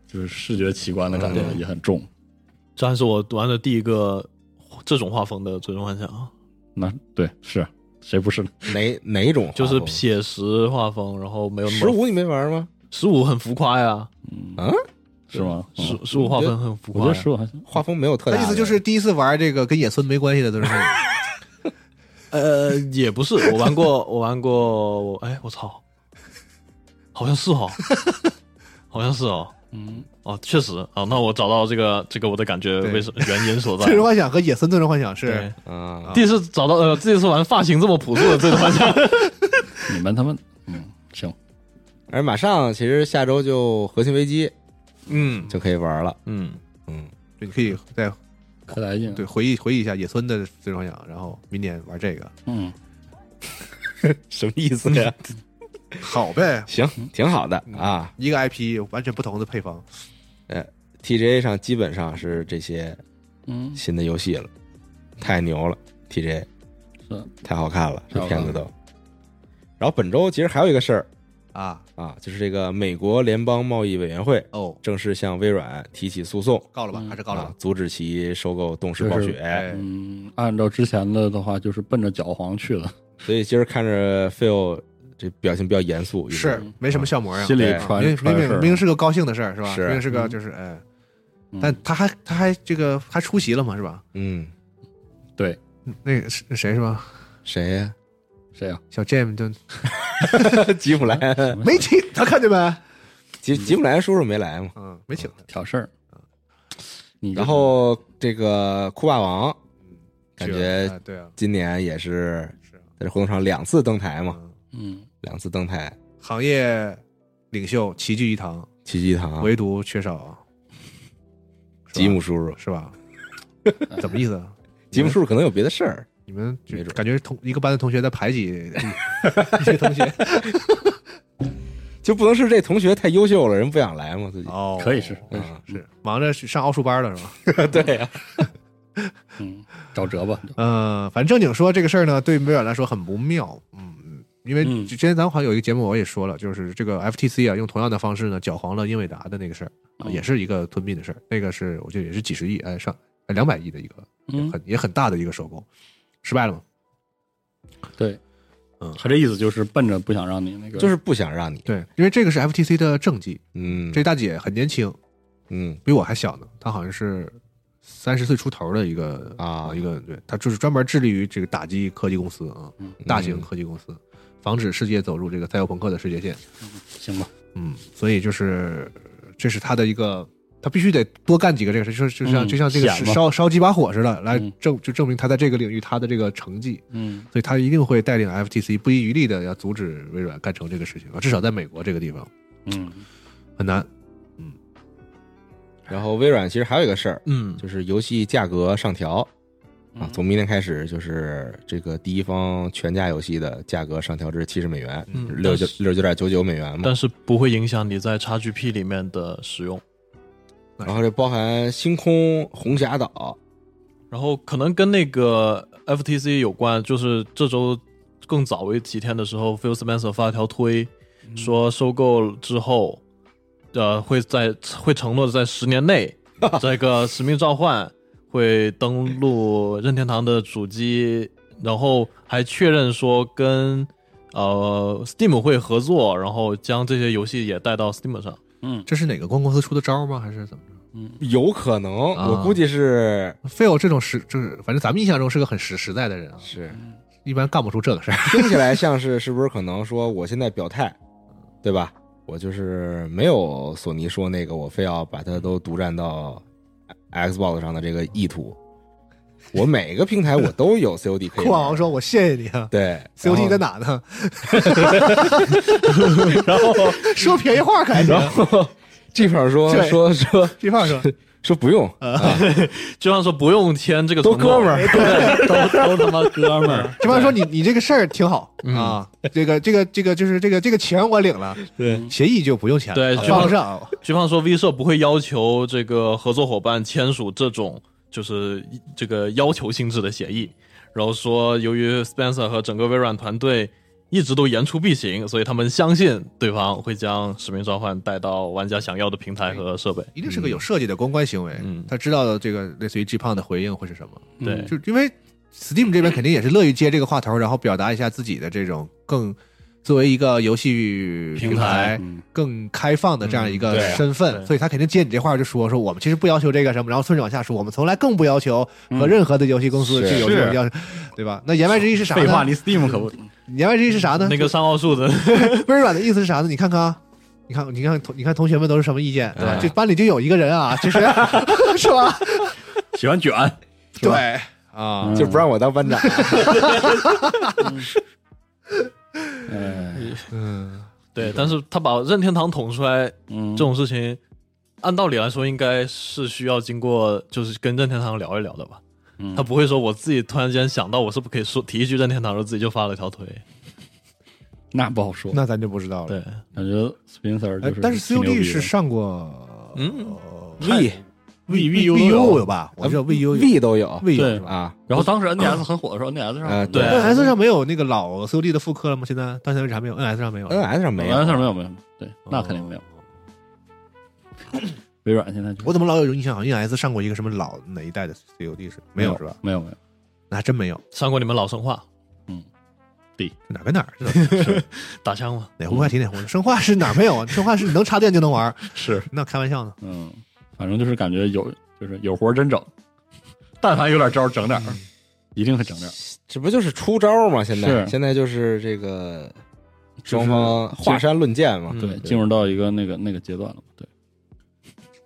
就是视觉奇观的感觉
嗯
也很重。
这还是我玩的第一个这种画风的《最终幻想》，啊
那对是啊谁不是呢？
哪哪种画风？
就是写实画风，然后没有
十五你没玩吗？
十五很浮夸呀，
啊，
嗯是吗？嗯
十十五画风很浮
我觉
夸
得
呀
十。五好像
画风没有特
他
大的，
意思就是第一次玩这个跟野村没关系的都是那种
呃， 也不是，我玩过，我玩过，我哎，我操，好像是哦，好像是哦，
嗯，
哦，确实啊，那我找到这个这个我的感觉
对
为什原 因所在。
最终幻想和野村最终幻想
对
是，
啊，
第一次找到呃，第一次玩发型这么朴素的最终幻想。
你们他们嗯行，
而马上其实下周就核心危机
嗯
就可以玩了，
嗯，
嗯，
对你可以再
可来劲了。
对回忆回忆一下野村的最终幻想，然后明年玩这个
嗯，
什么意思呀？
好呗，
行， 挺好的啊
一个 IP 完全不同的配方，
，TGA 上基本上是这些
嗯，
新的游戏了，太牛了，TJ
是
太好看了，这
太好看
片子都。然后本周其实还有一个事儿
啊
啊，就是这个美国联邦贸易委员会
哦，
正式向微软提起诉讼，
告了吧，
嗯
还是告了
啊
吧，，哎
阻止其收购动视暴
就是
雪。
嗯，按照之前的的话，就是奔着搅黄去了，
所以今儿看着 Phil 这表情比较严肃，一直
是没什么笑模样，
嗯心里
对
传
明明
传
明
事
明
儿嗯
明是个高兴的事儿是吧？
是
明明是个就是哎，但他还他还这个还出席了嘛是吧？
嗯，
对
那个是谁是吧？
谁呀？
谁啊呀？
小 Jam 就
吉姆莱恩，
没请他，看见没？
吉吉姆莱恩叔叔没来嘛？
嗯，没请他，
挑事儿。你
然后这个酷霸王感觉
哎对啊，
今年也是
是啊
在这活动场两次登台嘛，
嗯
嗯，
两次登台，
行业领袖齐聚一堂，
奇迹堂
唯独缺少
啊
是吧
吉姆叔叔，
是 吧？怎么意思啊？
吉姆叔叔可能有别的事儿，
你们就
没准
感觉同一个班的同学在 排挤一些同学
就不能是这同学太优秀了，人不想来嘛，自己
哦
可以是
啊，
是忙着去上奥数班了是吧？
对
啊
呀，
嗯，找辙吧。
嗯，反正正经说这个事儿呢，对于微软来说很不妙，嗯，因为
嗯
之前咱们好像有一个节目我也说了，就是这个 FTC 啊，用同样的方式呢搅黄了英伟达的那个事儿，啊
嗯
也是一个吞并的事儿，那个是我记得也是几十亿，哎，上两百亿的一个，
嗯
很也很大的一个收购，失败了嘛？
对，
嗯
他这意思就是奔着不想让你那个，
就是不想让你，
对，因为这个是 FTC 的政绩，
嗯，
这大姐很年轻，
嗯
比我还小呢，她好像是三十岁出头的一个
啊
一个对，她就是专门致力于这个打击科技公司啊，
嗯
大型科技公司，防止世界走入这个赛博朋克的世界线。
行吧。
嗯，所以就是呃这是她的一个他必须得多干几个这个事，就就像
嗯
就像这个
显摆
烧烧几把火似的，来
嗯
证就证明他在这个领域他的这个成绩，
嗯
所以他一定会带领 FTC 不遗余力的要阻止微软干成这个事情啊，至少在美国这个地方
嗯
很难。
然后微软其实还有一个事儿，
嗯，
就是游戏价格上调啊
嗯，
从明天开始就是这个第一方全价游戏的价格上调至七十美元，
嗯
六九六十九点九九美元嘛。
但是不会影响你在 XGP 里面的使用。
然后这包含《星空红霞岛》
然后可能跟那个 FTC 有关，就是这周更早为几天的时候，Phil Spencer 发了条推，说收购之后，呃，会在会承诺在十年内，这个《使命召唤》会登陆任天堂的主机，然后还确认说跟呃 Steam 会合作，然后将这些游戏也带到 Steam 上。
嗯
这是哪个光公司出的招吗？还是怎么着
有可能，
啊
我估计是
？Phil 这种实就是反正咱们印象中是个很实实在的人啊，
是
一般干不出这 个事儿。
听起来像是是不是可能说我现在表 态，对吧？我就是没有索尼说那个我非要把它都独占到 Xbox 上的这个意图，我每个平台我都有 COD 可以玩。
酷 王说：“我谢谢你啊
对
，COD 在
然后
哪呢？哦
然后
说便宜话可还行。
然后 G 胖说
对
说说”
这话 说，嗯
说不用，
就像说不用签这个
都
承诺
哥们 儿，
都都他妈哥们儿，
这方说你你这个事儿挺好啊，这个这个这个就是这个这个钱我领了，
对
协议就不用钱了，
对
啊
这个
放上。
局方说，V 社不会要求这个合作伙伴签署这种就是这个要求性质的协议。然后说，由于 Spencer 和整个微软团队一直都言出必行，所以他们相信对方会将《使命召唤》带到玩家想要的平台和设备。
哎一定是个有设计的公关行为
嗯，
他知道这个类似于 G 胖的回应会是什么，
嗯
对
就因为 Steam 这边肯定也是乐于接这个话头，然后表达一下自己的这种更作为一个游戏平台
嗯
更开放的这样一个
对啊
身份，
对
所以他肯定接你这话就说说我们其实不要求这个什么，然后顺着往下说，我们从来更不要求和任何的游戏公司
嗯
去有这种要求，对吧？那言外之意是啥
废话，
呢？
你 Steam 可不
言外之意是啥呢？
嗯那个上奥数的，
微软的意思是啥呢？你看看啊，你看，你看同，你看同学们都是什么意见，对吧？这班里就有一个人啊，其实是吧？
喜欢卷，
对啊，
就不让我当班长。
嗯
嗯，
对，但是他把任天堂捅出来
嗯
这种事情，按道理来说应该是需要经过就是跟任天堂聊一聊的吧。
嗯
他不会说我自己突然间想到我是不是可以说提一句任天堂，然后自己就发了一条推。
那不好说，
那咱就不知道了。
对，
感觉 Spencer
哎
就，
但是
挺牛逼
COD
的
是上过
嗯，
V
V
V U 都
V
有
U 有吧？哎我知道 V U 有
V 都有
V 有
对
是吧？
啊，
然后当时 NDS 很火的时候，NDS
啊
呃
上
对
N S 上没有那个老 COD 的复刻了吗？现在到现在为止还没有，N S 上没有。哦
，NS 上没有
NDS 上没有没有，对，那肯定没有。微软现在就
我怎么老有印象，好像 N S 上过一个什么老哪一代的 COD 是没有是吧？？
没有没 有，
那还真没有，
上过你们老神话
这哪跟哪儿？这都
打枪吗？
哪壶不开提哪壶呢。生化是哪儿没有啊？生化是能插电就能 玩儿，
是
那开玩笑呢？
嗯，反正就是感觉有就是有活儿真整，但凡有点招儿整点
嗯
儿，一定会整点儿。
这不就是出招吗？现在
是
现在就是这个
就是
双方华山论剑嘛。
嗯
对，进入到一个那个那个阶段了，对，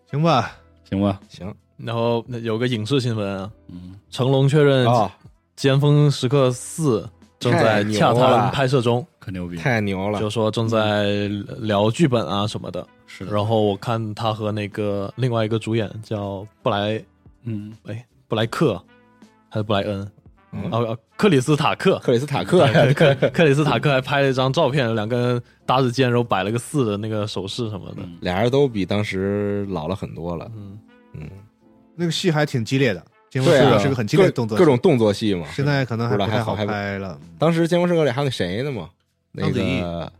行吧，
行吧，
行
然后那有个影视新闻啊，
嗯，
成龙确认《
啊，
尖峰时刻四》正
太
在洽
牛了
谈拍摄中，
可牛逼，
太牛了
就！说正在聊剧本啊什么的。
是的，
然后我看他和那个另外一个主演叫布莱
嗯，
布莱克还是布莱恩，
嗯
啊啊克里斯塔克，
克里斯塔 克呀，
克克里斯塔克还拍了一张照片，两个人搭着肩，然后摆了个四的那个手势什么的。
嗯
俩人都比当时老了很多了。
嗯，
嗯，
那个戏还挺激烈的，金庸
对啊，
是个很激烈的动作戏，
各各种动作戏嘛。
现在可能
不
还
知道
太
还
好
好
拍了。
当时《监控社》里还有那谁呢嘛？那
章子怡
个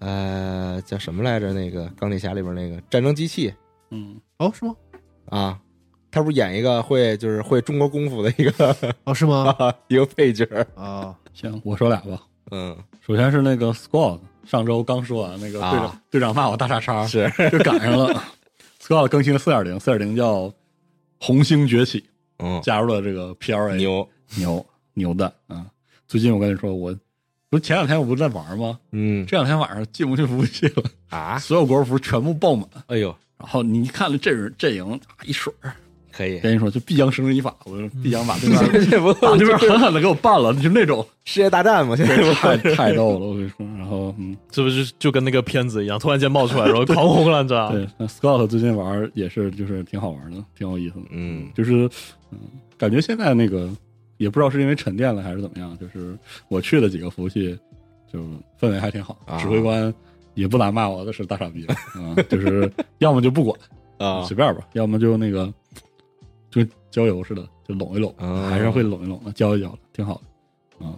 呃，叫什么来着？那个钢铁侠里边那个战争机器
嗯，
哦，是吗？
啊，他不是演一个会就是会中国功夫的一个
哦，是吗？
一个配角儿？
啊，
行，我说俩吧。
嗯，
首先是那个 Squad，上周刚说完那个
啊
队长，队长骂我大傻叉，
是
就赶上了。Squad 更新了四点零，四点零叫红星崛起，
嗯，
加入了这个 PLA，
牛，
牛牛的啊！最近我跟你说，我不是前两天我不是在玩吗？
嗯
这两天晚上进不去服务器了，
啊，
所有国服全部爆满，
哎呦，
然后你一看这人阵营啊一水儿，
可 以，
跟你说就必将生一法，我就必将把对 面
这不
把对面狠狠的给我办了，就 那种
世界大战嘛，现在 不
太太逗了，我跟你说。然后嗯，
是不是就跟那个片子一样，突然间冒出来，然后狂轰滥炸？
对，那 Scott 最近玩儿也是就是挺好玩的，挺有意思的。
嗯
就是嗯，感觉现在那个也不知道是因为沉淀了还是怎么样，就是我去的几个服务器，就氛围还挺好，
啊
指挥官也不来骂我的是大傻逼了， 啊、就是要么就不管，
啊
随便吧，要么就那个就跟郊游似的，就拢一拢，
啊
还是会拢一拢的，交一交的，挺好的啊。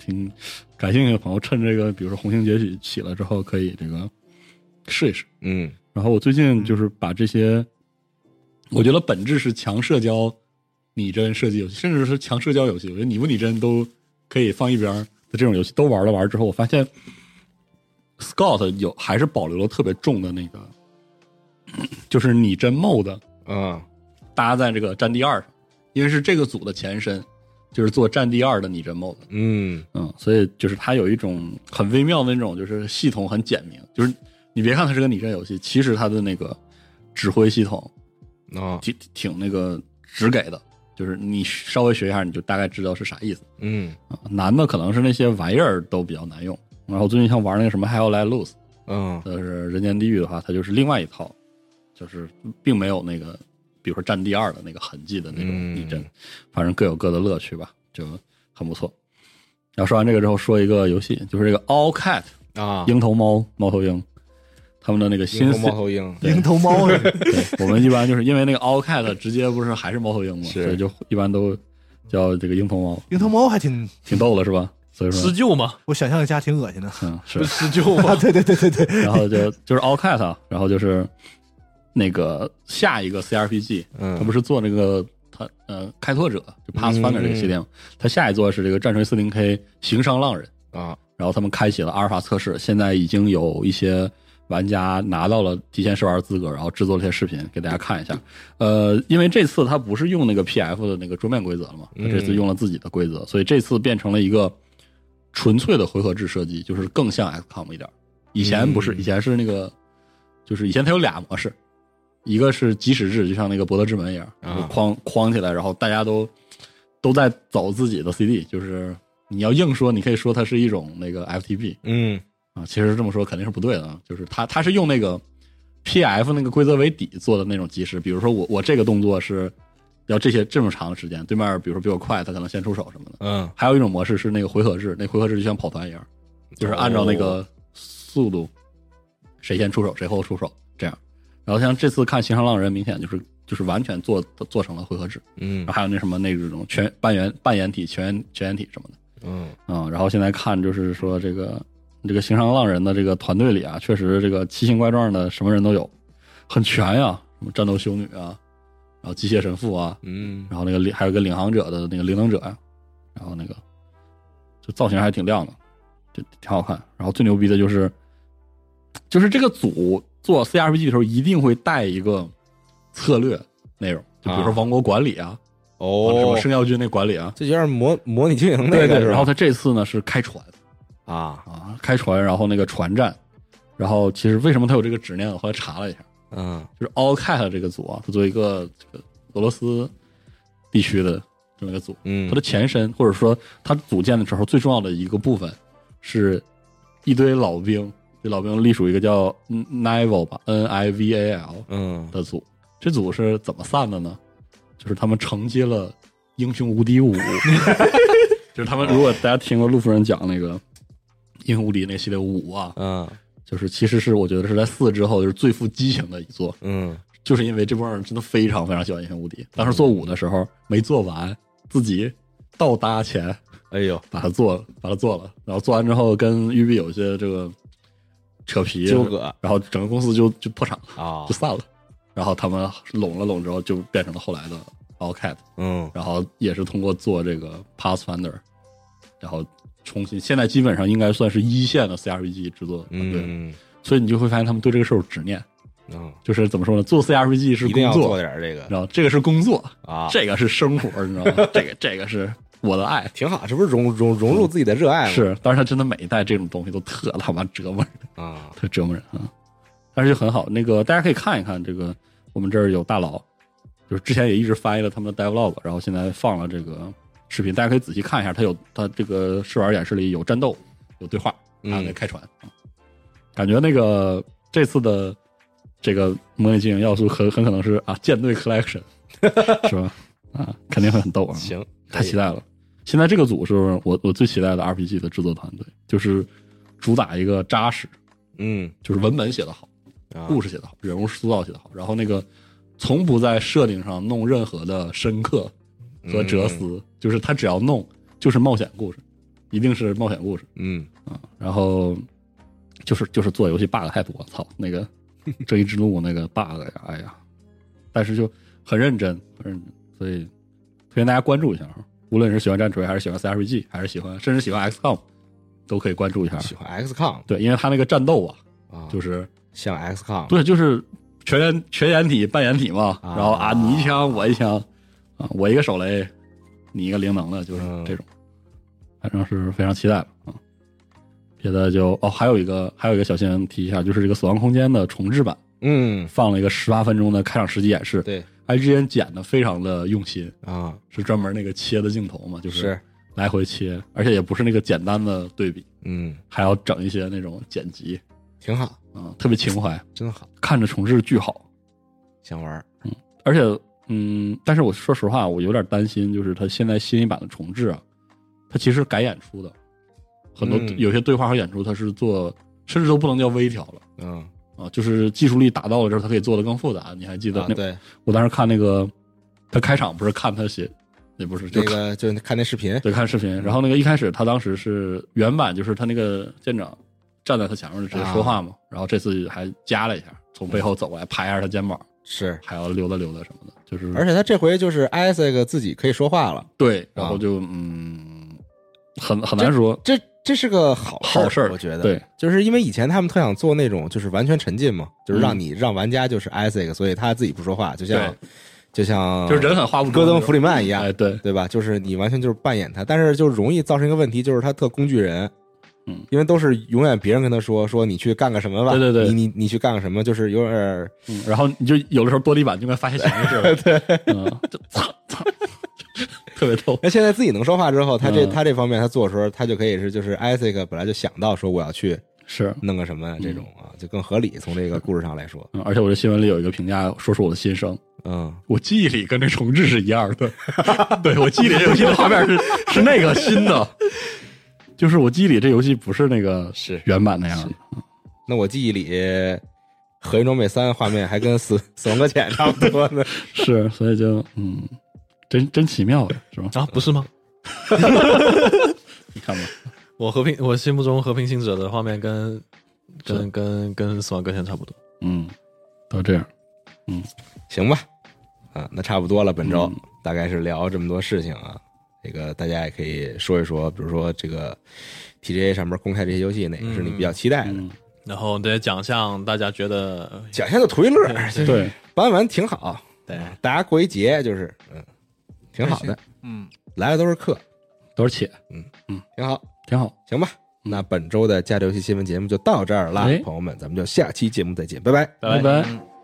挺感兴趣的朋友，趁这个，比如说红星崛起起了之后，可以这个试一试。
嗯
然后我最近就是把这些，我觉得本质是强社交拟真射击游戏，甚至是强社交游戏，我觉得拟不拟真都可以放一边儿的这种游戏都玩了玩之后，我发现 Scott 有还是保留了特别重的那个，就是拟真 mod
啊
搭在这个战地二上，因为是这个组的前身，就是做战地二的拟真 mod。
嗯
嗯，所以就是它有一种很微妙的那种，就是系统很简明，就是你别看它是个拟真游戏，其实它的那个指挥系统
啊
挺挺那个直给的，就是你稍微学一下，你就大概知道是啥意思。
嗯
啊难的可能是那些玩意儿都比较难用。然后最近像玩那个什么《还要来 Lose》，
嗯
就是《呃人间地狱》的话，它就是另外一套，就是并没有那个，比如说《战地二》的那个痕迹的那种
嗯
拟真，反正各有各的乐趣吧，就很不错。然后说完这个之后，说一个游戏，就是这个 All Cat
啊，
鹰头猫猫头鹰，他们的那个
鹰
新
头
系
猫头鹰，
对
鹰头 猫啊，
对，我们一般就是因为那个 All Cat 直接不是还是猫头鹰嘛，
是
所以就一般都叫这个鹰头猫，
鹰头猫还挺，
挺逗的是吧？所以
施
说，
救嘛，
我想象一下挺恶心的。
嗯，是
不是施救嘛
啊，？对对对对对，
然后就就是 All Cat，啊然后就是那个下一个 CRPG，
嗯
他不是做那个他呃开拓者就 Pathfinder 这个系列嘛，他下一座是这个战锤 40K 行商浪人，
啊
然后他们开启了阿尔法测试，现在已经有一些玩家拿到了提前试玩资格，然后制作了一些视频给大家看一下。呃，因为这次他不是用那个 PF 的那个桌面规则了嘛，他这次用了自己的规则，所以这次变成了一个纯粹的回合制射击，就是更像 XCOM 一点儿。以前不是，
嗯
以前是那个，就是以前它有俩模式，一个是即时制，就像那个《博德之门》一样，
啊
就框框起来，然后大家都都在走自己的 CD，就是你要硬说，你可以说它是一种那个 FTP
嗯
啊，其实这么说肯定是不对的，啊，就是它它是用那个 PF 那个规则为底做的那种即时，比如说我我这个动作是要这些这么长的时间，对面比如说比我快，他可能先出手什么的。
嗯
还有一种模式是那个回合制，那回合制就像跑团一样，就是按照那个速度，谁先出手谁后出手这样。然后像这次看《行商浪人》，明显就是就是完全做做成了回合制，
嗯
然后还有那什么那种全半圆半掩体、全全掩体什么的。
嗯
嗯，然后现在看就是说这个这个行商浪人的这个团队里啊，确实这个奇形怪状的什么人都有，很全呀、什么战斗修女啊，然后机械神父啊，
嗯
然后那个领还有个领航者的那个灵能者呀、啊然后那个就造型还挺亮的，就挺好看。然后最牛逼的就是，就是这个组做 CRPG 的时候一定会带一个策略内容，就比如说
啊
王国管理啊，啊什么
哦，
圣耀军那管理啊，
这有点模模拟经营那
对
个
对。
是
然
吧
后？他这次呢是开船。
啊
啊，开船，然后那个船战，然后其实为什么他有这个执念？我后来查了一下，
嗯
就是 All Cat 这个组啊，它作为一个这个俄罗斯地区的这么一个组，
嗯
它的前身或者说它组建的时候最重要的一个部分是一堆老兵，这老兵隶属一个叫 Nival 吧，N I V A L
嗯
的组，这组是怎么散的呢？就是他们承接了《英雄无敌五》， 就是他们如果大家听过陆夫人讲那个《英雄无敌》那系列五啊，
嗯
就是其实是我觉得是在四之后就是最富激情的一座，
嗯
就是因为这帮人真的非常非常喜欢《英雄无敌》，当时做五的时候没做完，自己倒搭钱
哎呦
把它做了，把它做了，然后做完之后跟育碧有一些这个扯皮
纠葛，
然后整个公司就就破产了。
啊
就散了。然后他们拢了拢之后，就变成了后来的 All Cat，
嗯
然后也是通过做这个 Pathfinder，然后重新现在基本上应该算是一线的 CRPG 制作团队，
嗯
所以你就会发现他们对这个事儿有执念，
嗯，
就是怎么说呢？做 CRPG 是
一定
工
要做
作，
点这个
然后这个是工作，
啊，
这个是生活，你知道 吗？这个这个是我的爱。
挺好，这不是融融融入自己的热爱吗？
是，但是他真的每一代这种东西都特他妈折磨人，
啊，
特折磨人啊！但是就很好。那个大家可以看一看，这个我们这儿有大佬，就是之前也一直翻译了他们的 devlog，然后现在放了这个视频，大家可以仔细看一下。它有它这个试玩演示里有战斗，有对话，还有那
嗯
开船。啊感觉那个这次的这个模拟经营要素很很可能是啊舰队 collection，是 吧？啊，肯定会很逗啊！
行，
太期待了。现在这个组是我我最期待的 RPG 的制作团队，就是主打一个扎实，
嗯，
就是文本写得好，
啊
故事写得好，人物塑造写得好，然后那个从不在设定上弄任何的深刻和
嗯
哲思，就是他只要弄就是冒险故事，一定是冒险故事
嗯，
啊。然后就是就是做游戏 bug 太多，操那个这一之路那个 bug 呀，哎呀，但是就很认真，很认真，所以推荐大家关注一下啊。无论是喜欢战锤，还是喜欢 CRPG，还是喜欢甚至喜欢 XCOM，都可以关注一下。
喜欢 XCOM
对，因为他那个战斗啊，
啊，
就是
像 XCOM，
对，就是全员全掩体半掩体嘛，
啊
然后啊你一枪我一枪，啊我一个手雷，你一个灵能的，就是
嗯
这种，反正是非常期待吧啊。别的就哦，还有一个还有一个小新闻提一下，就是这个《死亡空间》的重置版
嗯，
放了一个十八分钟的开场实际演示
对
，IGN 剪的非常的用心，
啊，
是专门那个切的镜头嘛，就是
是，
来回切，而且也不是那个简单的对比，
嗯，
还要整一些那种剪辑
挺好，
啊，特别情怀，
真好，
看着重置巨好。
想玩儿，
而且，嗯，但是我说实话，我有点担心，就是它现在新一版的重置啊，它其实改演出的，很多、
嗯
有些对话和演出它是做，甚至都不能叫微调了
嗯，
啊，就是技术力达到了之后，它可以做的更复杂。你还记得、
啊
那
对，
我当时看那个，他开场不是看他写，也不是就
那
看、
个就看那视频，
对看视频，然后那个一开始他当时是原版就是他那个舰长站在他前面就直接说话
啊
嘛，然后这次还加了一下，从背后走过来拍一下他肩膀，
是，
还要溜达溜达什么的，就是
而且他这回就是 Isaac 自己可以说话了，
对，
啊
然后就、嗯，很很难说，
这这是个好
好事
事
儿
儿，我觉得，
对，
就是因为以前他们特想做那种就是完全沉浸嘛，就是让
嗯
你让玩家就是 Isaac，所以他自己不说话，就像就像
就是人很话不多
戈
那种。
登弗里曼一样
哎，，对，
对吧？就是你完全就是扮演他，但是就容易造成一个问题，就是他特工具人。
嗯
因为都是永远别人跟他说说你去干个什么吧，
对对对
你你你去干个什么，就是有点儿
嗯然后你就有的时候玻璃板就跟发泄情绪似的， 对，嗯，就操操， 特别逗，
那现在自己能说话之后，他这、
嗯
他这方面他做的时候，他就可以是就是 Isaac 本来就想到说我要去
是。
弄个什么
嗯
这种啊，就更合理。从这个故事上来说，
嗯，而且我这新闻里有一个评价，说出我的心声。
嗯，
我记忆里跟这重置是一样的， 对我记忆里这游戏的画面是是那个新的， 就是我记忆里这游戏不是那个
是
原版那样的。
那我记忆里《和平装备三》画面还跟死死亡搁浅差不多呢。
是，所以就嗯，真真奇妙呀，是吧？
啊，不是吗？
你看吧，
我和平，我心目中和平行者的画面跟跟跟跟死亡搁浅差不多。
嗯，都这样，
行吧，啊，那差不多了。本周、
嗯
大概是聊这么多事情啊，这个大家也可以说一说，比如说这个 TGA 上面公开这些游戏，哪个是你比较期待的？
嗯，
然后这些奖项，大家觉得
讲一下就图一乐，就是
对，
玩玩挺好，
对
大家过一节就是嗯，挺好的，
嗯，
来的都是客，
都是且
挺好，
挺好，
行吧。那本周的加游戏新闻节目就到这儿了
嗯哎，
朋友们，咱们就下期节目再见，拜拜。
拜拜。